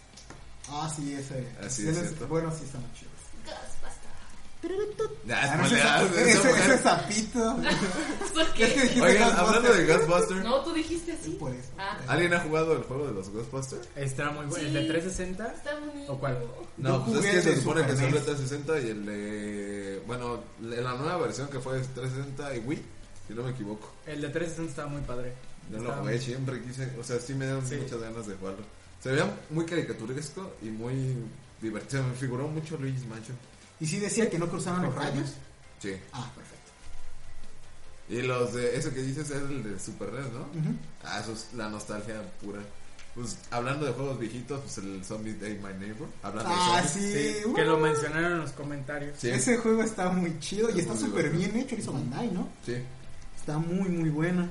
Speaker 2: Ah, sí, ese.
Speaker 1: Así
Speaker 2: ese
Speaker 1: es cierto.
Speaker 2: Bueno, sí, son chidos.
Speaker 4: Ghostbusters.
Speaker 1: Ya,
Speaker 2: Ah, no,
Speaker 1: es
Speaker 2: ese,
Speaker 1: maleado,
Speaker 2: ese,
Speaker 1: esa
Speaker 2: ese
Speaker 1: mujer.
Speaker 2: sapito.
Speaker 4: ¿Por
Speaker 2: Es que
Speaker 4: qué?
Speaker 2: dijiste
Speaker 1: Oigan,
Speaker 2: Ghostbusters.
Speaker 1: hablando de Ghostbusters,
Speaker 4: No, tú dijiste así.
Speaker 2: Por eso.
Speaker 4: Ah,
Speaker 1: ¿alguien ha jugado el juego de los Ghostbusters?
Speaker 3: Está muy bueno.
Speaker 4: Sí.
Speaker 3: ¿El de 360?
Speaker 4: está bonito.
Speaker 3: ¿O cuál?
Speaker 2: Yo
Speaker 1: No, pues es
Speaker 2: jugué
Speaker 1: que
Speaker 2: el
Speaker 1: se
Speaker 2: de
Speaker 1: supone que
Speaker 2: Super
Speaker 1: son de
Speaker 2: NES.
Speaker 1: 360 y el de. Bueno, la nueva versión que fue de 360 y Wii, si no me equivoco.
Speaker 3: El de 360 estaba muy padre.
Speaker 1: Yo lo
Speaker 3: Estaba
Speaker 1: jugué siempre, quise. O sea, sí me dieron
Speaker 3: Sí.
Speaker 1: muchas ganas de jugarlo. Se veía muy caricaturesco y muy divertido. Me figuró mucho Luigi's Mansion.
Speaker 2: Y sí decía que no cruzaban los rayos.
Speaker 1: Sí.
Speaker 2: Ah, perfecto.
Speaker 1: Y los de. Ese que dices es el de Super NES, ¿no?
Speaker 2: Ujú.
Speaker 1: Ah, eso es la nostalgia pura. Pues hablando de juegos viejitos, pues el Zombie Day My Neighbor. Hablando
Speaker 2: Ah,
Speaker 1: de zombies.
Speaker 2: sí.
Speaker 3: Sí,
Speaker 2: uh,
Speaker 3: que lo mencionaron en los comentarios.
Speaker 1: Sí.
Speaker 2: Ese juego está muy chido y está
Speaker 1: Muy
Speaker 2: súper
Speaker 1: bueno.
Speaker 2: bien hecho. Lo hizo Bandai, ¿no?
Speaker 1: Sí.
Speaker 2: Está muy, muy bueno.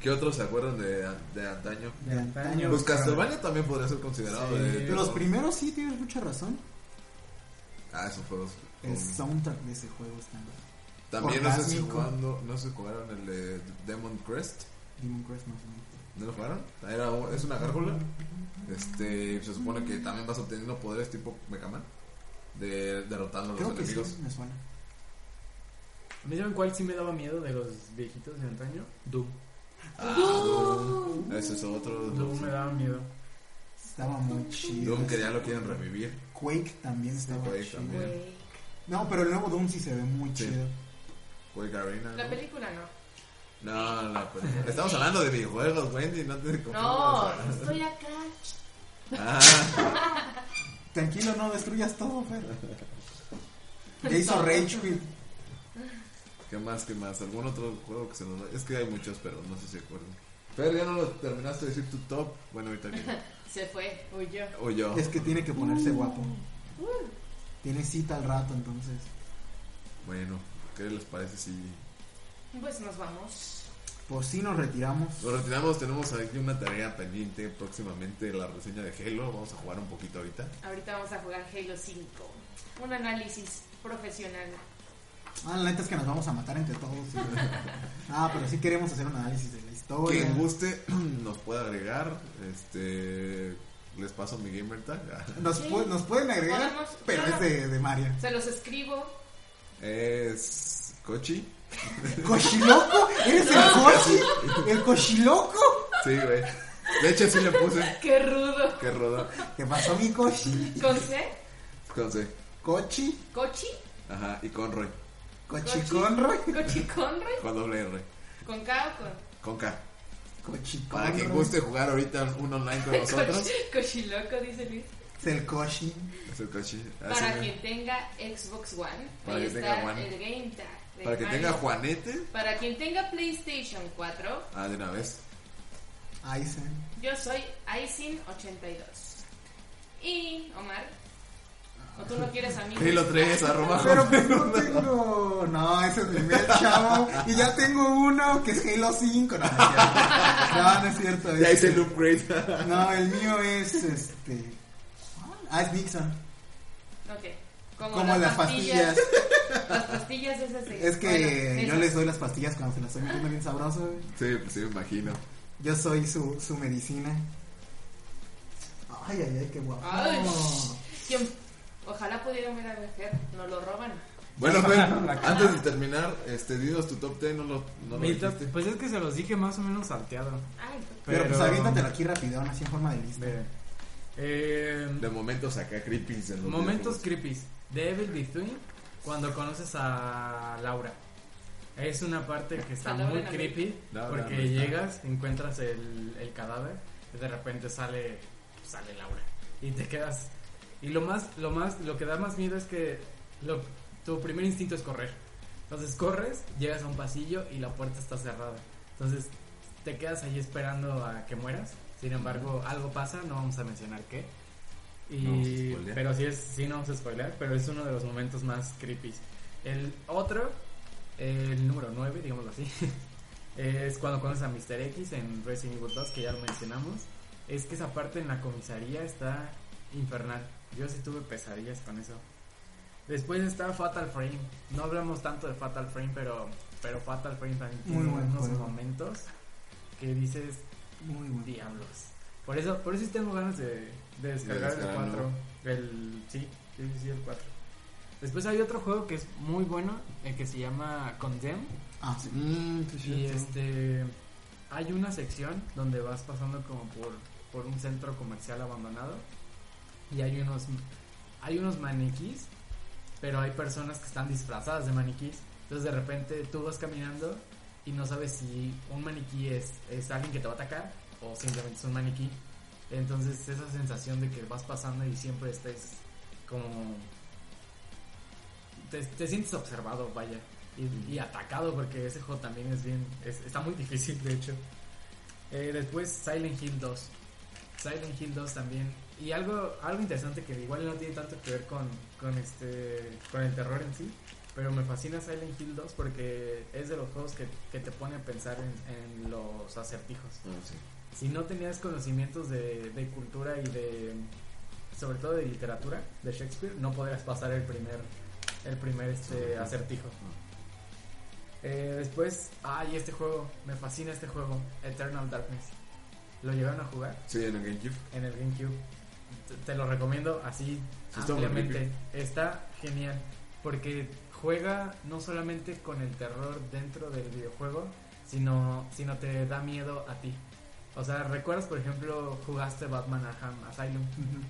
Speaker 1: ¿Qué otros se acuerdan de, de antaño?
Speaker 3: De antaño.
Speaker 1: Pues Castlevania también podría ser considerado
Speaker 3: Sí.
Speaker 1: de,
Speaker 3: De
Speaker 2: Pero
Speaker 1: de-
Speaker 2: los primeros sí, tienes mucha razón.
Speaker 1: Ah, esos juegos.
Speaker 2: El
Speaker 1: con-
Speaker 2: soundtrack de ese juego está.
Speaker 1: También no sé si
Speaker 2: orgásmico.
Speaker 1: jugando, no sé si jugaron el de Demon Crest.
Speaker 2: Demon Crest no sé.
Speaker 1: ¿No lo jugaron? Era un- es una gárgola. Este, se supone que también vas obteniendo poderes tipo Mega Man. De derrotando a los
Speaker 2: Creo que
Speaker 1: enemigos.
Speaker 2: sí, me suena.
Speaker 3: ¿Me saben cuál sí me daba miedo de los viejitos de antaño? Doom.
Speaker 1: Ah, Doom. Ese es otro.
Speaker 3: Doom me daba miedo.
Speaker 2: Estaba muy chido.
Speaker 1: Doom que ya lo quieren revivir.
Speaker 2: Quake también estaba
Speaker 1: Quake
Speaker 2: chido.
Speaker 1: también.
Speaker 4: Güey.
Speaker 2: No, pero el nuevo Doom sí se ve muy
Speaker 1: Sí.
Speaker 2: chido.
Speaker 1: Quake Arena.
Speaker 4: La
Speaker 1: ¿no?
Speaker 4: película no.
Speaker 1: No, la película. Estamos hablando de videojuegos, Wendy. No te
Speaker 4: No,
Speaker 3: *laughs*
Speaker 1: confundas.
Speaker 4: estoy acá.
Speaker 1: Ah,
Speaker 2: Tranquilo, no destruyas todo, Fer. Ya hizo Rage Quit.
Speaker 1: ¿Qué más? ¿Qué más? ¿Algún otro juego que se nos da? Es que hay muchos, pero no sé si acuerdan. Pero ya no lo terminaste de decir tu top. Bueno, ahorita que.
Speaker 4: Se fue, huyó.
Speaker 1: O yo.
Speaker 2: Es que tiene que ponerse guapo.
Speaker 4: Uh,
Speaker 2: Tiene cita al rato, entonces.
Speaker 1: Bueno, ¿qué les parece si
Speaker 4: Pues nos vamos.
Speaker 2: Por si nos retiramos.
Speaker 1: Nos retiramos, tenemos aquí una tarea pendiente próximamente, la reseña de Halo, vamos a jugar un poquito ahorita.
Speaker 4: Ahorita vamos a jugar Halo 5. Un análisis profesional.
Speaker 2: Ah, la neta es que nos vamos a matar entre todos. Ah, pero sí queremos hacer un análisis de la historia.
Speaker 1: Quien guste *clears throat* nos puede agregar, este les paso mi gamer tag. Ah,
Speaker 2: Nos, pu- nos pueden agregar,
Speaker 4: Podemos-
Speaker 2: pero es de, de Mario.
Speaker 4: Se los escribo.
Speaker 1: Es Cochi.
Speaker 2: ¿Cochiloco? ¿Eres el cochi? ¿El cochiloco?
Speaker 1: Sí, güey. De hecho sí le puse
Speaker 4: ¡Qué rudo!
Speaker 1: que roda
Speaker 2: ¿Qué pasó, mi cochi?
Speaker 4: ¿Con C?
Speaker 1: con C.
Speaker 2: Cochi,
Speaker 4: ¿Cochi?
Speaker 1: Ajá, y con Roy,
Speaker 2: cochi conroy,
Speaker 4: ¿Cochi Conroy?
Speaker 1: con doble R,
Speaker 4: ¿Con K o con...?
Speaker 1: con K.
Speaker 2: cochi
Speaker 1: Para quien
Speaker 2: Conroy.
Speaker 1: guste jugar ahorita un online con nosotros,
Speaker 4: Cochi- Cochiloco, dice Luis.
Speaker 2: Es el cochi.
Speaker 1: es el Cochi. Así
Speaker 4: Para
Speaker 1: me-
Speaker 4: quien tenga Xbox One,
Speaker 1: Para
Speaker 4: ahí
Speaker 1: que
Speaker 4: está
Speaker 1: tenga One.
Speaker 4: el Game Tag. de
Speaker 1: para que
Speaker 4: Mario.
Speaker 1: tenga Juanete,
Speaker 4: Para quien tenga PlayStation 4,
Speaker 1: ah, de una vez.
Speaker 2: Aizen.
Speaker 4: Yo soy Aisin82. Y Omar. ¿O tú no quieres amigos?
Speaker 1: Halo 3,
Speaker 2: *laughs*
Speaker 1: arroba.
Speaker 2: Pero pues no tengo. No, ese es mi primer chavo. Y ya tengo uno que es Halo 5. No, no es cierto. No, no es
Speaker 1: Ya
Speaker 2: cierto.
Speaker 1: hice
Speaker 2: este,
Speaker 1: el upgrade.
Speaker 2: No, el mío es este. Ah, es Dixon.
Speaker 4: Ok. Como,
Speaker 2: Como las pastillas.
Speaker 4: Las pastillas es así.
Speaker 2: Es que yo les doy las pastillas cuando se las estoy metiendo bien sabroso. güey.
Speaker 1: *laughs* Sí, pues sí, me imagino.
Speaker 2: Yo soy su, su medicina. Ay, ay, ay, qué guapo.
Speaker 4: Ay, ¿quién? Ojalá pudieran ver a Vejer, nos lo roban.
Speaker 1: Bueno, Fer, antes de terminar, este, dinos tu top 10, no lo, no lo
Speaker 3: Mi top-
Speaker 1: dijiste.
Speaker 3: pues es que se los dije más o menos salteado.
Speaker 4: Ay,
Speaker 2: Pero,
Speaker 3: Pero-
Speaker 2: pues aviéntatelo aquí rapidón, así en forma de lista.
Speaker 3: Ve. Eh,
Speaker 1: De momentos acá creepy. en los videojuegos.
Speaker 3: momentos creepy. Devil Between, cuando conoces a Laura. Es una parte que está
Speaker 4: A Laura
Speaker 3: muy
Speaker 4: en la
Speaker 3: creepy
Speaker 1: Laura,
Speaker 3: porque
Speaker 1: no está.
Speaker 3: llegas, encuentras el, el cadáver y de repente sale sale Laura y te quedas y lo más lo más lo que da más miedo es que lo- tu primer instinto es correr. Entonces corres, llegas a un pasillo y la puerta está cerrada. Entonces te quedas ahí esperando a que mueras. Sin embargo, algo pasa, no vamos a mencionar qué.
Speaker 1: No vamos a
Speaker 3: Y,
Speaker 1: spoilear.
Speaker 3: pero sí, es, sí, no vamos a spoiler, pero es uno de los momentos más creepy. El otro, el número 9, digámoslo así, es cuando conoces a Mr. X en Resident Evil 2, que ya lo mencionamos. Es que esa parte en la comisaría está infernal. Yo sí tuve pesadillas con eso. Después está Fatal Frame. No hablamos tanto de Fatal Frame, pero, pero Fatal Frame también tiene
Speaker 2: Muy buen
Speaker 3: unos
Speaker 2: juego.
Speaker 3: momentos que dices,
Speaker 2: Muy bueno.
Speaker 3: diablos. Por eso, por eso sí tengo ganas de, de descargar el
Speaker 1: descargarlo.
Speaker 3: 4. El, sí, sí, sí, sí, el 4. Después hay otro juego que es muy bueno, el que se llama Condemn.
Speaker 2: Ah, sí.
Speaker 3: Y este hay una sección donde vas pasando como por, por un centro comercial abandonado y hay unos hay unos maniquís, pero hay personas que están disfrazadas de maniquís. Entonces de repente tú vas caminando y no sabes si un maniquí es, es alguien que te va a atacar o simplemente es un maniquí. Entonces esa sensación de que vas pasando y siempre estés como te, te sientes observado, vaya, y, y atacado porque ese juego también es bien, es- está muy *laughs* difícil de hecho. Eh, después Silent Hill 2. Silent Hill 2 también. Y algo, algo interesante que igual no tiene tanto que ver con, con, este, con el terror en sí, pero me fascina Silent Hill 2 porque es de los juegos que, que te pone a pensar en, en los acertijos
Speaker 1: Ah, sí.
Speaker 3: si no tenías conocimientos de, de cultura y de sobre todo de literatura de Shakespeare no podrías pasar el primer el primer este
Speaker 1: Acertijo.
Speaker 3: acertijo Eh, después ay este juego me fascina este juego Eternal Darkness lo llegaron a jugar
Speaker 1: Sí, en el GameCube.
Speaker 3: en el GameCube te, te lo recomiendo así
Speaker 1: Sí, está muy
Speaker 3: ampliamente está genial porque juega no solamente con el terror dentro del videojuego sino sino te da miedo a ti o sea, ¿recuerdas, por ejemplo, jugaste Batman Arkham Asylum?
Speaker 2: Ujú.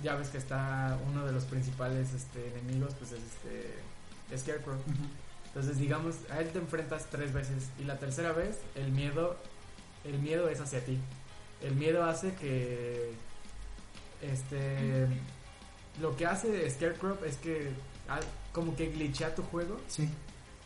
Speaker 3: Ya ves que está uno de los principales este, enemigos, pues es este Scarecrow. Entonces, digamos, a él te enfrentas tres veces y la tercera vez el miedo el miedo es hacia ti. El miedo hace que este lo que hace Scarecrow es que ah, como que glitchea tu juego
Speaker 2: Sí.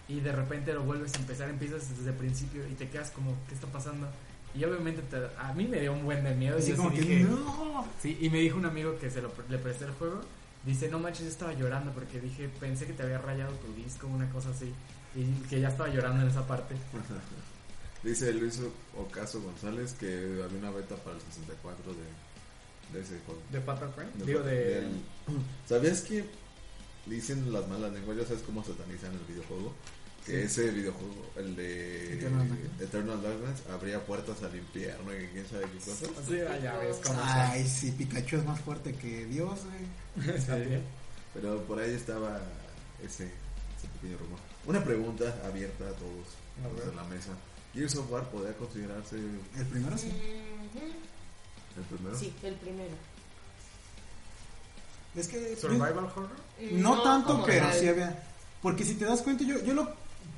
Speaker 3: y de repente lo vuelves a empezar, empiezas desde el principio y te quedas como, ¿qué está pasando? Y obviamente te- a mí me dio un buen de miedo. y
Speaker 2: Así
Speaker 3: yo
Speaker 2: como
Speaker 3: sí
Speaker 2: que.
Speaker 3: dije-
Speaker 2: No.
Speaker 3: Sí, y me dijo un amigo que se lo, pre- le presté el juego. Dice, no manches, yo estaba llorando porque dije, pensé que te había rayado tu disco, una cosa así. Y que ya estaba llorando en esa parte.
Speaker 1: Dice Luis Ocaso González que había una beta para el 64 de, de ese juego.
Speaker 3: ¿De Fatal Frame?
Speaker 1: De-
Speaker 3: Digo, de...
Speaker 1: del- ¿Sabías que dicen las malas lenguas? Ya sabes cómo satanizan el videojuego. Que ese videojuego, el de
Speaker 2: Eternal Darkness.
Speaker 1: Eternal Darkness, abría puertas al infierno y quién sabe qué cosas.
Speaker 3: Sí, ah, ya ves cómo está.
Speaker 2: Ay, sí, Pikachu es más fuerte que Dios,
Speaker 3: *laughs*
Speaker 2: güey.
Speaker 3: Está bien.
Speaker 1: Pero por ahí estaba ese, ese pequeño rumor. Una pregunta abierta a todos
Speaker 3: A ver.
Speaker 1: desde la mesa. ¿Gears of War podría considerarse el
Speaker 2: El primero sí.
Speaker 4: Ujú.
Speaker 1: primero?
Speaker 4: Sí, el primero.
Speaker 2: Es que.
Speaker 3: ¿Survival Horror?
Speaker 2: No, tanto,
Speaker 4: como
Speaker 2: pero
Speaker 4: tal.
Speaker 2: sí había. Porque si te das cuenta, yo, yo lo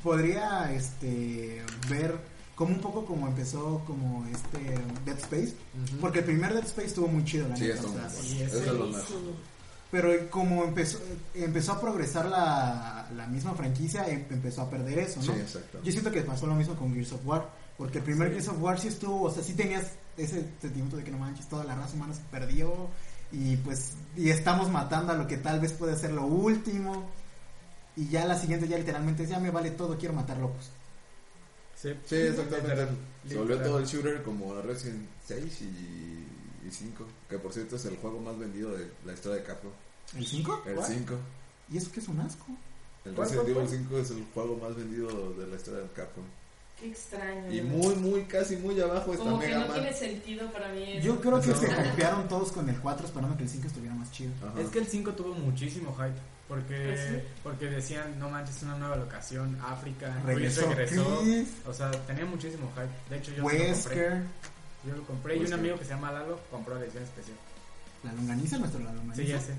Speaker 2: podría este, ver como un poco como empezó como este Dead Space. Porque el primer Dead Space estuvo muy chido, la
Speaker 1: Sí,
Speaker 2: neta,
Speaker 1: es
Speaker 2: o
Speaker 1: un-
Speaker 2: sea,
Speaker 3: Sí,
Speaker 1: es
Speaker 3: ese
Speaker 1: de los
Speaker 3: hizo-
Speaker 1: mejores.
Speaker 2: Pero como empezó, empezó a progresar la, la misma franquicia, em- empezó a perder eso, ¿no?
Speaker 1: Sí, exacto.
Speaker 2: Yo siento que pasó lo mismo con Gears of War. Porque el primer Gears of War sí estuvo, o sea, sí tenías ese sentimiento de que no manches, toda la raza humana se perdió y pues y estamos matando a lo que tal vez puede ser lo último. Y ya la siguiente ya literalmente es, ya me vale todo, quiero matar locos.
Speaker 3: Sí,
Speaker 1: Sí, exactamente.
Speaker 3: Literal,
Speaker 1: Se volvió
Speaker 3: literal.
Speaker 1: todo el shooter como Resident 6 y, y 5. Que por cierto es el juego más vendido de la historia de Capcom.
Speaker 2: ¿El 5?
Speaker 1: El 5.
Speaker 2: ¿Y eso qué es un asco?
Speaker 1: El
Speaker 3: ¿Cuál,
Speaker 1: Resident
Speaker 3: cuál,
Speaker 1: Evil 5 es el juego más vendido de la historia de Capcom.
Speaker 4: Qué extraño.
Speaker 1: Y
Speaker 4: ¿no?
Speaker 1: muy, muy, casi muy abajo está
Speaker 4: Como que
Speaker 1: Mega
Speaker 4: no
Speaker 1: Man.
Speaker 4: tiene sentido para mí. el-
Speaker 2: Yo creo que
Speaker 1: No.
Speaker 2: se confiaron todos con el 4 esperando que el 5 estuviera más chido.
Speaker 1: Ajá.
Speaker 3: Es que el 5 tuvo muchísimo hype. Porque,
Speaker 4: ¿Ah, sí?
Speaker 3: porque decían, no manches, una nueva locación, África, Chris
Speaker 2: Regresó
Speaker 3: regresó.
Speaker 2: Chris.
Speaker 3: O sea, tenía muchísimo hype. De hecho, yo lo
Speaker 1: Pues
Speaker 3: compré.
Speaker 2: Wesker,
Speaker 3: Yo lo compré y un
Speaker 1: Wesker.
Speaker 3: amigo que se llama Lalo compró la edición especial.
Speaker 2: la longaniza, nuestro la longaniza.
Speaker 3: Sí, ya sé.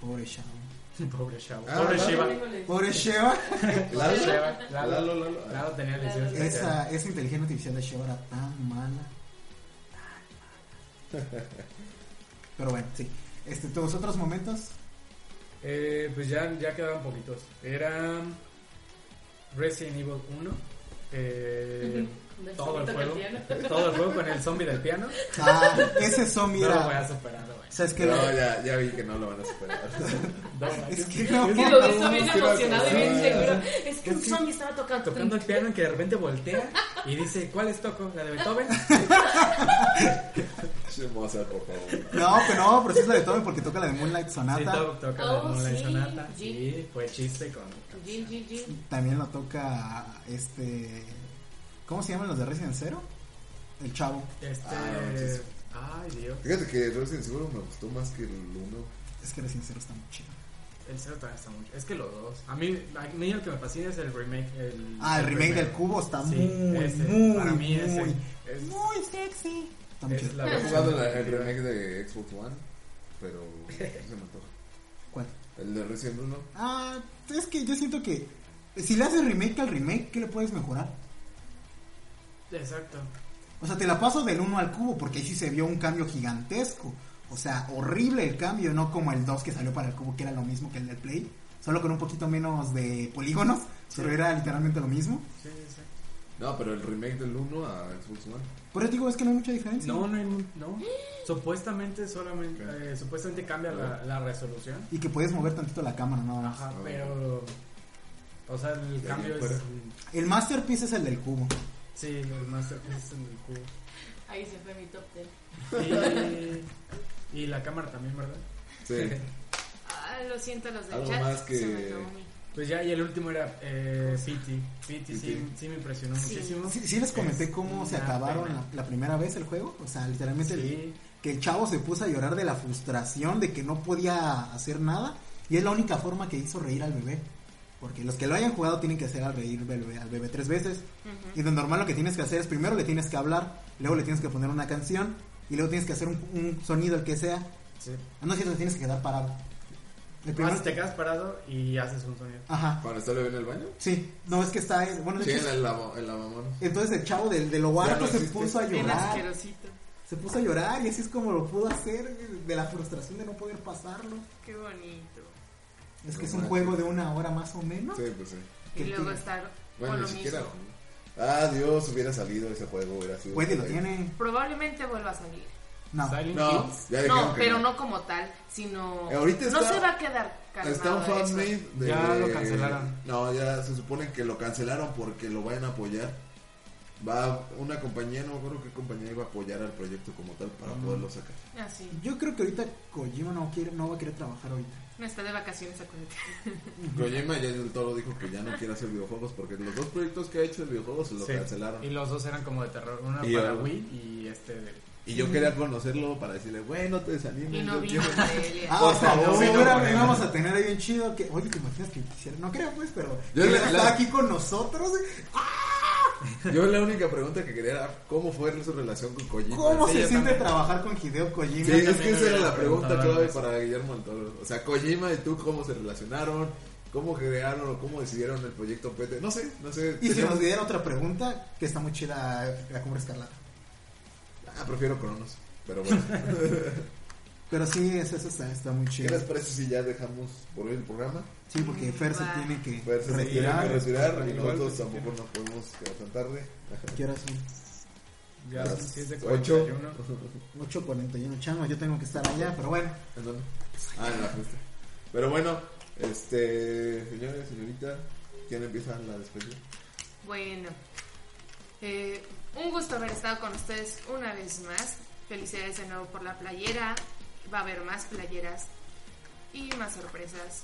Speaker 2: Pobre chavo.
Speaker 3: Pobre chavo.
Speaker 1: Ah,
Speaker 3: Pobre
Speaker 1: Lalo.
Speaker 3: Sheva.
Speaker 4: Tengo la-
Speaker 2: Pobre Sheva.
Speaker 3: Pobre
Speaker 1: Lalo,
Speaker 3: Sheva.
Speaker 1: Lalo,
Speaker 3: Lalo.
Speaker 1: Lalo.
Speaker 3: Lalo tenía la edición
Speaker 4: Lalo.
Speaker 3: especial.
Speaker 2: Esa, esa inteligencia artificial de Sheva era tan mala. Tan mala. Pero bueno, sí. Este, ¿Tus otros momentos?
Speaker 3: Eh, pues ya, ya quedaban poquitos. Era Resident Evil 1. eh,
Speaker 4: Ujú. Del
Speaker 3: todo el
Speaker 4: zombito
Speaker 3: juego.
Speaker 4: del piano.
Speaker 3: *laughs* Todo el juego con el zombie del piano.
Speaker 2: Ah, ese zombie
Speaker 3: No lo voy
Speaker 2: era...
Speaker 3: a superar, güey.
Speaker 2: ¿Sabes qué?
Speaker 1: No, ya, ya vi que no lo van a superar. *laughs*
Speaker 3: No,
Speaker 2: Es que no.
Speaker 4: Que lo hizo bien
Speaker 1: Sí,
Speaker 4: emocionado y bien
Speaker 1: sí,
Speaker 4: seguro. Es que
Speaker 3: Es
Speaker 4: un
Speaker 3: que-
Speaker 4: zombie estaba tocando.
Speaker 3: Tocando el piano que de repente voltea y dice, ¿cuáles toco? ¿La de Beethoven?
Speaker 1: Che, Mozart, por favor.
Speaker 2: No, pero no, pero sí es la de Tommy porque toca la de Moonlight
Speaker 3: Sí,
Speaker 2: Sonata.
Speaker 3: to- toca la de
Speaker 4: Oh,
Speaker 3: Moonlight
Speaker 4: sí,
Speaker 3: Sonata.
Speaker 4: sí.
Speaker 3: Sí, fue chiste con...
Speaker 4: Gin, gin, gin.
Speaker 2: También lo toca este. ¿Cómo se llaman los de Resident Zero? El chavo.
Speaker 3: Este...
Speaker 1: Ah, no, sí, sí.
Speaker 3: Ay, Dios.
Speaker 1: Fíjate que Resident Evil me gustó más que el 1.
Speaker 2: Es que Resident Zero está muy chido.
Speaker 3: El cero también está mucho. Es que los dos. A mí, a mí el que me fascina es el remake. El,
Speaker 2: Ah, el remake
Speaker 3: primero.
Speaker 2: del cubo está
Speaker 3: Sí,
Speaker 2: muy,
Speaker 3: ese.
Speaker 2: muy,
Speaker 3: Para mí ese
Speaker 2: muy,
Speaker 3: es-
Speaker 2: muy sexy. Está muy
Speaker 3: es
Speaker 2: chido.
Speaker 3: la
Speaker 1: He
Speaker 3: versión
Speaker 1: jugado la- el
Speaker 3: definitiva.
Speaker 1: remake de Xbox One, pero no se me antoja.
Speaker 2: ¿Cuál?
Speaker 1: El de Resident 1.
Speaker 2: Ah, es que yo siento que si le haces remake al remake, ¿qué le puedes mejorar?
Speaker 3: Exacto.
Speaker 2: O sea, te la paso del 1 al cubo porque ahí sí se vio un cambio gigantesco. O sea, horrible el cambio, no como el 2 que salió para el cubo, que era lo mismo que el del Play, solo con un poquito menos de polígonos, pero era literalmente lo mismo.
Speaker 3: Sí, sí,
Speaker 1: No, pero el remake del 1 a Xbox One.
Speaker 2: Por eso digo, es que no hay mucha
Speaker 3: sí.
Speaker 2: diferencia.
Speaker 3: No, no, hay mu- no. Supuestamente solamente... eh, supuestamente cambia la, la resolución.
Speaker 2: Y que puedes mover tantito la cámara, nada más.
Speaker 3: Ajá,
Speaker 1: Ah.
Speaker 3: pero... O sea, el
Speaker 1: Ya
Speaker 3: cambio
Speaker 1: bien
Speaker 3: es...
Speaker 1: fuera.
Speaker 2: El Masterpiece es el del cubo.
Speaker 3: Sí, el Masterpiece es en el cubo.
Speaker 4: Ahí se fue mi top 10.
Speaker 3: Y, y la cámara también, ¿verdad?
Speaker 1: Sí.
Speaker 4: *laughs* Ah, lo siento, los del
Speaker 1: Algo
Speaker 4: chat.
Speaker 1: más que-
Speaker 4: Se me acabó mi-
Speaker 3: Pues ya, y el último era eh, Pity. Pity sí,
Speaker 1: Pity.
Speaker 3: sí me impresionó
Speaker 4: Sí.
Speaker 3: muchísimo.
Speaker 2: Sí, sí les comenté cómo
Speaker 3: Es
Speaker 2: se
Speaker 3: una
Speaker 2: acabaron
Speaker 3: pena.
Speaker 2: la, la primera vez el juego. O sea, literalmente el-
Speaker 3: Sí.
Speaker 2: que el chavo se puso a llorar de la frustración de que no podía hacer nada. Y es la única forma que hizo reír al bebé. Porque los que lo hayan jugado tienen que hacer al reír al bebé, al bebé tres veces. Y de normal lo que tienes que hacer es primero le tienes que hablar, luego le tienes que poner una canción y luego tienes que hacer un, un sonido, el que sea.
Speaker 3: sí.
Speaker 2: Ah, No es cierto, te tienes que quedar parado. El primero-
Speaker 3: Ah, te quedas parado y haces un sonido.
Speaker 2: Ajá.
Speaker 1: Cuando está bebé en el baño.
Speaker 2: Sí, no es que está. Bueno, de
Speaker 1: Sí,
Speaker 2: hecho,
Speaker 1: en el, lavo- en lavamón.
Speaker 2: entonces el chavo del, del hogar
Speaker 1: Ya no
Speaker 2: se
Speaker 1: existe.
Speaker 2: puso a
Speaker 4: Bien
Speaker 2: llorar.
Speaker 4: asquerosito.
Speaker 2: Se puso a llorar y así es como lo pudo hacer de la frustración de no poder pasarlo.
Speaker 4: Qué bonito.
Speaker 2: Es que
Speaker 1: No
Speaker 2: es un
Speaker 1: manches.
Speaker 2: juego de una hora más o menos.
Speaker 1: Sí, pues sí.
Speaker 4: Y
Speaker 2: ¿Qué
Speaker 4: luego
Speaker 2: tiene?
Speaker 4: estar
Speaker 1: Bueno,
Speaker 4: con
Speaker 1: ni
Speaker 4: lo
Speaker 1: siquiera.
Speaker 4: mismo.
Speaker 1: Ah, Dios, hubiera salido ese juego, hubiera sido.
Speaker 2: Wendy lo tiene.
Speaker 4: Probablemente vuelva a salir.
Speaker 2: No.
Speaker 3: Silent
Speaker 1: No,
Speaker 3: Hills.
Speaker 1: ya dijeron
Speaker 4: No,
Speaker 1: que
Speaker 4: pero no como tal, sino.
Speaker 1: Eh, ahorita
Speaker 4: no
Speaker 1: está-
Speaker 4: se va a quedar calmado.
Speaker 1: Está un
Speaker 4: eso.
Speaker 1: fanmade de...
Speaker 3: Ya lo cancelaron.
Speaker 1: No, ya se supone que lo cancelaron porque lo van a apoyar. Va una compañía, no me acuerdo qué compañía iba a apoyar al proyecto como tal para
Speaker 3: Mm.
Speaker 1: poderlo sacar.
Speaker 4: Así.
Speaker 2: Yo creo que ahorita Kojima no, quiere, no va a querer trabajar ahorita.
Speaker 4: No está de vacaciones, acuérdate.
Speaker 1: Kojima ya del todo dijo que ya no quiere hacer videojuegos porque los dos proyectos que ha hecho de videojuegos lo
Speaker 3: Sí.
Speaker 1: cancelaron.
Speaker 3: Y los dos eran como de terror. Una
Speaker 1: Y
Speaker 3: para
Speaker 1: el-
Speaker 3: Wii y este de.
Speaker 1: Y yo quería conocerlo para decirle, bueno, te
Speaker 4: Y
Speaker 1: desanimes.
Speaker 4: no
Speaker 1: yo
Speaker 4: vino
Speaker 1: quiero-
Speaker 4: Aurelia.
Speaker 2: Ah,
Speaker 1: Por
Speaker 2: o sea,
Speaker 1: favor,
Speaker 2: sí,
Speaker 1: no,
Speaker 2: ahora
Speaker 1: bueno.
Speaker 2: vamos a tener ahí bien chido que. Oye, ¿te imaginas que quisiera? No creo, pues, pero.
Speaker 1: Yo
Speaker 2: que
Speaker 1: le-
Speaker 2: está
Speaker 1: la-
Speaker 2: aquí con nosotros.
Speaker 1: *laughs* Yo la única pregunta que quería era cómo fue su relación con Kojima.
Speaker 2: ¿Cómo
Speaker 3: sí,
Speaker 2: se
Speaker 3: yo
Speaker 2: siente
Speaker 3: también.
Speaker 2: trabajar con Hideo Kojima?
Speaker 1: Sí,
Speaker 3: Yo
Speaker 1: es que
Speaker 3: también
Speaker 1: esa era
Speaker 3: hubiera
Speaker 1: la pregunta
Speaker 3: preguntado
Speaker 1: clave
Speaker 3: eso.
Speaker 1: para Guillermo del Toro. O sea, Kojima y tú, ¿cómo se relacionaron? ¿Cómo crearon o cómo decidieron el proyecto PT? No sé, no sé.
Speaker 2: Y si
Speaker 1: Tenemos-
Speaker 2: nos dieran otra pregunta, que está muy chida la cumbre escarlata. *laughs*
Speaker 1: Ah, prefiero Cronos, pero bueno.
Speaker 2: Pero sí, eso, eso está, está muy
Speaker 1: ¿Qué
Speaker 2: chido.
Speaker 1: les parece si ya dejamos por hoy el programa?
Speaker 2: Sí, porque Fer se
Speaker 4: Va.
Speaker 2: tiene que
Speaker 1: Ver si se tiene
Speaker 2: retirar.
Speaker 1: que retirar y nosotros
Speaker 3: Igual, pues,
Speaker 1: tampoco nos podemos quedar tan tarde.
Speaker 2: ¿Qué horas son?
Speaker 3: Ya
Speaker 1: A
Speaker 2: Pues,
Speaker 3: son
Speaker 1: las
Speaker 3: 7:41.
Speaker 1: ocho. *laughs*
Speaker 3: Yo
Speaker 2: 8.41, chamo, yo tengo que estar allá, pero bueno.
Speaker 1: ¿En dónde? Ah, en la fiesta. Pero bueno, este, señores, señorita, ¿quién empieza la despedida?
Speaker 4: Bueno, eh, un gusto haber estado con ustedes una vez más. Felicidades de nuevo por la playera. Va a haber más playeras y más sorpresas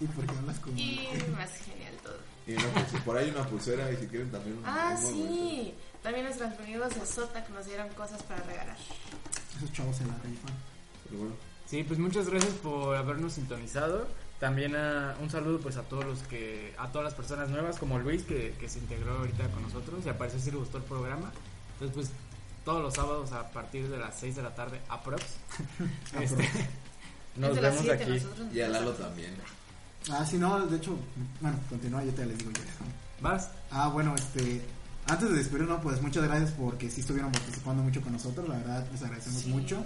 Speaker 2: ¿Y por qué hablas con
Speaker 4: y más genial todo.
Speaker 1: Y una pulse- por ahí una pulsera y si quieren también una
Speaker 4: Ah,
Speaker 1: una
Speaker 4: sí. También nuestros amigos de Sota que nos dieron cosas para regalar.
Speaker 2: esos chavos en la rifan?
Speaker 1: Pero bueno,
Speaker 6: Sí, pues muchas gracias por habernos sintonizado. También ah, un saludo pues a todos los que, a todas las personas nuevas como Luis que, que se integró ahorita con nosotros y al parecer sí le gustó el programa. Entonces pues todos los sábados a partir de las 6 de la tarde aprox.
Speaker 2: Ah,
Speaker 6: este, nos
Speaker 4: Desde las
Speaker 6: vemos
Speaker 4: siete
Speaker 6: aquí.
Speaker 4: nosotros nos
Speaker 1: y a
Speaker 4: vemos
Speaker 1: Lalo
Speaker 4: aquí.
Speaker 1: también.
Speaker 2: Ah, sí, no, de hecho, bueno, continúa, yo te les digo yo.
Speaker 6: ¿Vas?
Speaker 2: Ah, bueno, este. Antes de despedirnos, pues muchas gracias porque sí estuvieron participando mucho con nosotros, la verdad les agradecemos
Speaker 4: Sí.
Speaker 2: mucho.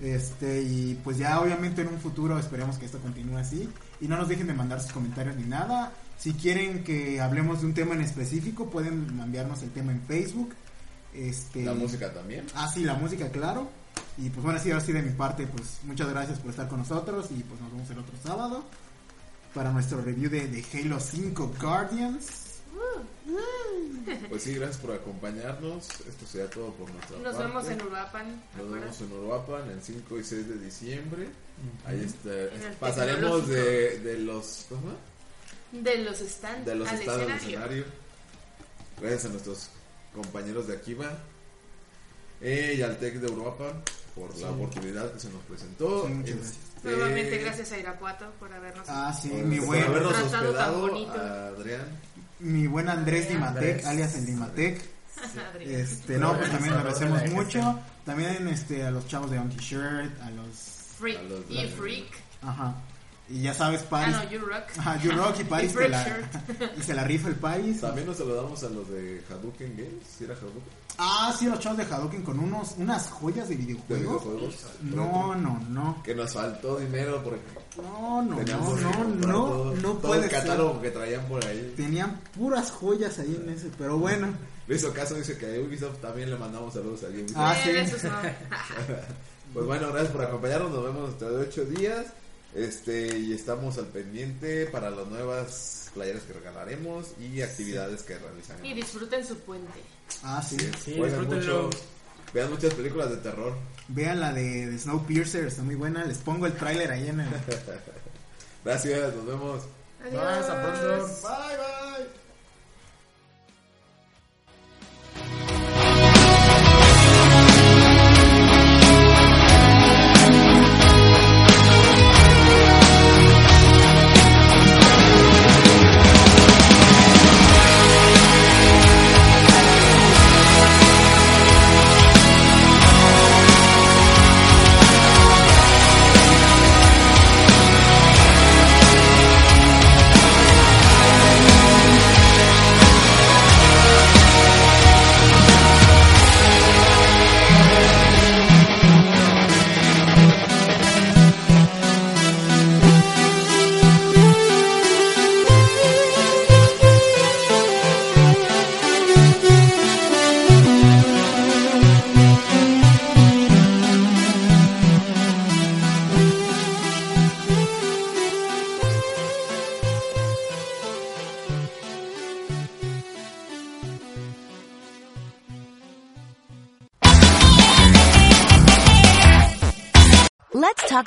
Speaker 2: Este, y pues ya obviamente en un futuro esperemos que esto continúe así. Y no nos dejen de mandar sus comentarios ni nada. Si quieren que hablemos de un tema en específico, pueden enviarnos el tema en Facebook. Este,
Speaker 1: La música también.
Speaker 2: Ah, sí, la música, claro. Y pues bueno, sí, ahora sí de mi parte, pues muchas gracias por estar con nosotros y pues nos vemos el otro sábado para nuestro review de, de Halo 5 Guardians.
Speaker 1: Pues sí, gracias por acompañarnos. Esto será todo por nuestra
Speaker 4: Nos
Speaker 1: parte.
Speaker 4: vemos en Uruapan, ¿te
Speaker 1: Nos vemos
Speaker 4: acuerdas?
Speaker 1: en Uruapan el 5 y 6 de diciembre. Ahí está.
Speaker 4: En el
Speaker 1: Pasaremos de, de los ¿cómo se llama?
Speaker 4: De los stands
Speaker 1: de los
Speaker 4: al
Speaker 1: estados del
Speaker 4: escenario.
Speaker 1: escenario. Gracias a nuestros compañeros de Akiva eh, y al Tec de Uruapan por la oportunidad que se nos presentó.
Speaker 2: Sí, muchas
Speaker 1: Este,
Speaker 4: Nuevamente gracias a Irapuato por habernos
Speaker 2: Ah, sí,
Speaker 1: por-
Speaker 2: mi
Speaker 1: por
Speaker 2: buen,
Speaker 1: habernos
Speaker 4: Tratado tan
Speaker 1: hospedado
Speaker 4: bonito.
Speaker 1: a Adrián.
Speaker 2: mi buen Andrés Dimatec,
Speaker 1: Andrés.
Speaker 2: alias el Dimatec.
Speaker 4: Adrián.
Speaker 2: Este, no, pues también le agradecemos mucho. También este, a los chavos de On T-Shirt, a los.
Speaker 4: Freak
Speaker 1: a los
Speaker 4: y
Speaker 1: Black.
Speaker 4: Freak.
Speaker 2: Ajá. Y ya sabes,
Speaker 4: Ah,
Speaker 2: Paris.
Speaker 4: no, You Rock.
Speaker 2: Ajá, You
Speaker 4: *laughs*
Speaker 2: Rock y Paris te
Speaker 4: Freak
Speaker 2: la, *laughs*
Speaker 4: Shirt.
Speaker 2: y se la rifa el Paris.
Speaker 1: También nos saludamos a los de Hadouken Games. ¿Sí era Hadouken?
Speaker 2: Ah, sí, los chavos de Hadouken con unos, unas joyas de
Speaker 1: De
Speaker 2: videojuegos.
Speaker 1: videojuegos.
Speaker 2: No, no, no.
Speaker 1: Que nos faltó dinero porque
Speaker 2: No, no, no,
Speaker 1: teníamos que
Speaker 2: no,
Speaker 1: comprar
Speaker 2: no,
Speaker 1: todo,
Speaker 2: no
Speaker 1: todo
Speaker 2: puede
Speaker 1: el catálogo
Speaker 2: ser.
Speaker 1: que traían por ahí.
Speaker 2: Tenían puras joyas ahí en ese, pero bueno.
Speaker 1: Le hizo caso, dice que a Ubisoft también le mandamos saludos a Ubisoft.
Speaker 2: Ah, sí.
Speaker 4: Eh, esos no.
Speaker 1: Pues bueno, gracias por acompañarnos, nos vemos dentro de ocho días. Este, y estamos al pendiente para las nuevas playeras que regalaremos y actividades que realizaremos.
Speaker 4: Y disfruten su puente.
Speaker 2: Ah, sí.
Speaker 1: Así es.
Speaker 6: Sí,
Speaker 1: Jueguen
Speaker 6: disfrútenlo.
Speaker 1: mucho, vean muchas películas de terror.
Speaker 2: Vean la de, de Snowpiercer, está muy buena. Les pongo el tráiler ahí
Speaker 1: *laughs*
Speaker 2: en el...
Speaker 1: Gracias, nos vemos.
Speaker 4: Adiós.
Speaker 3: Ah,
Speaker 6: Vas, a pronto.
Speaker 1: Bye, bye.
Speaker 7: Let's talk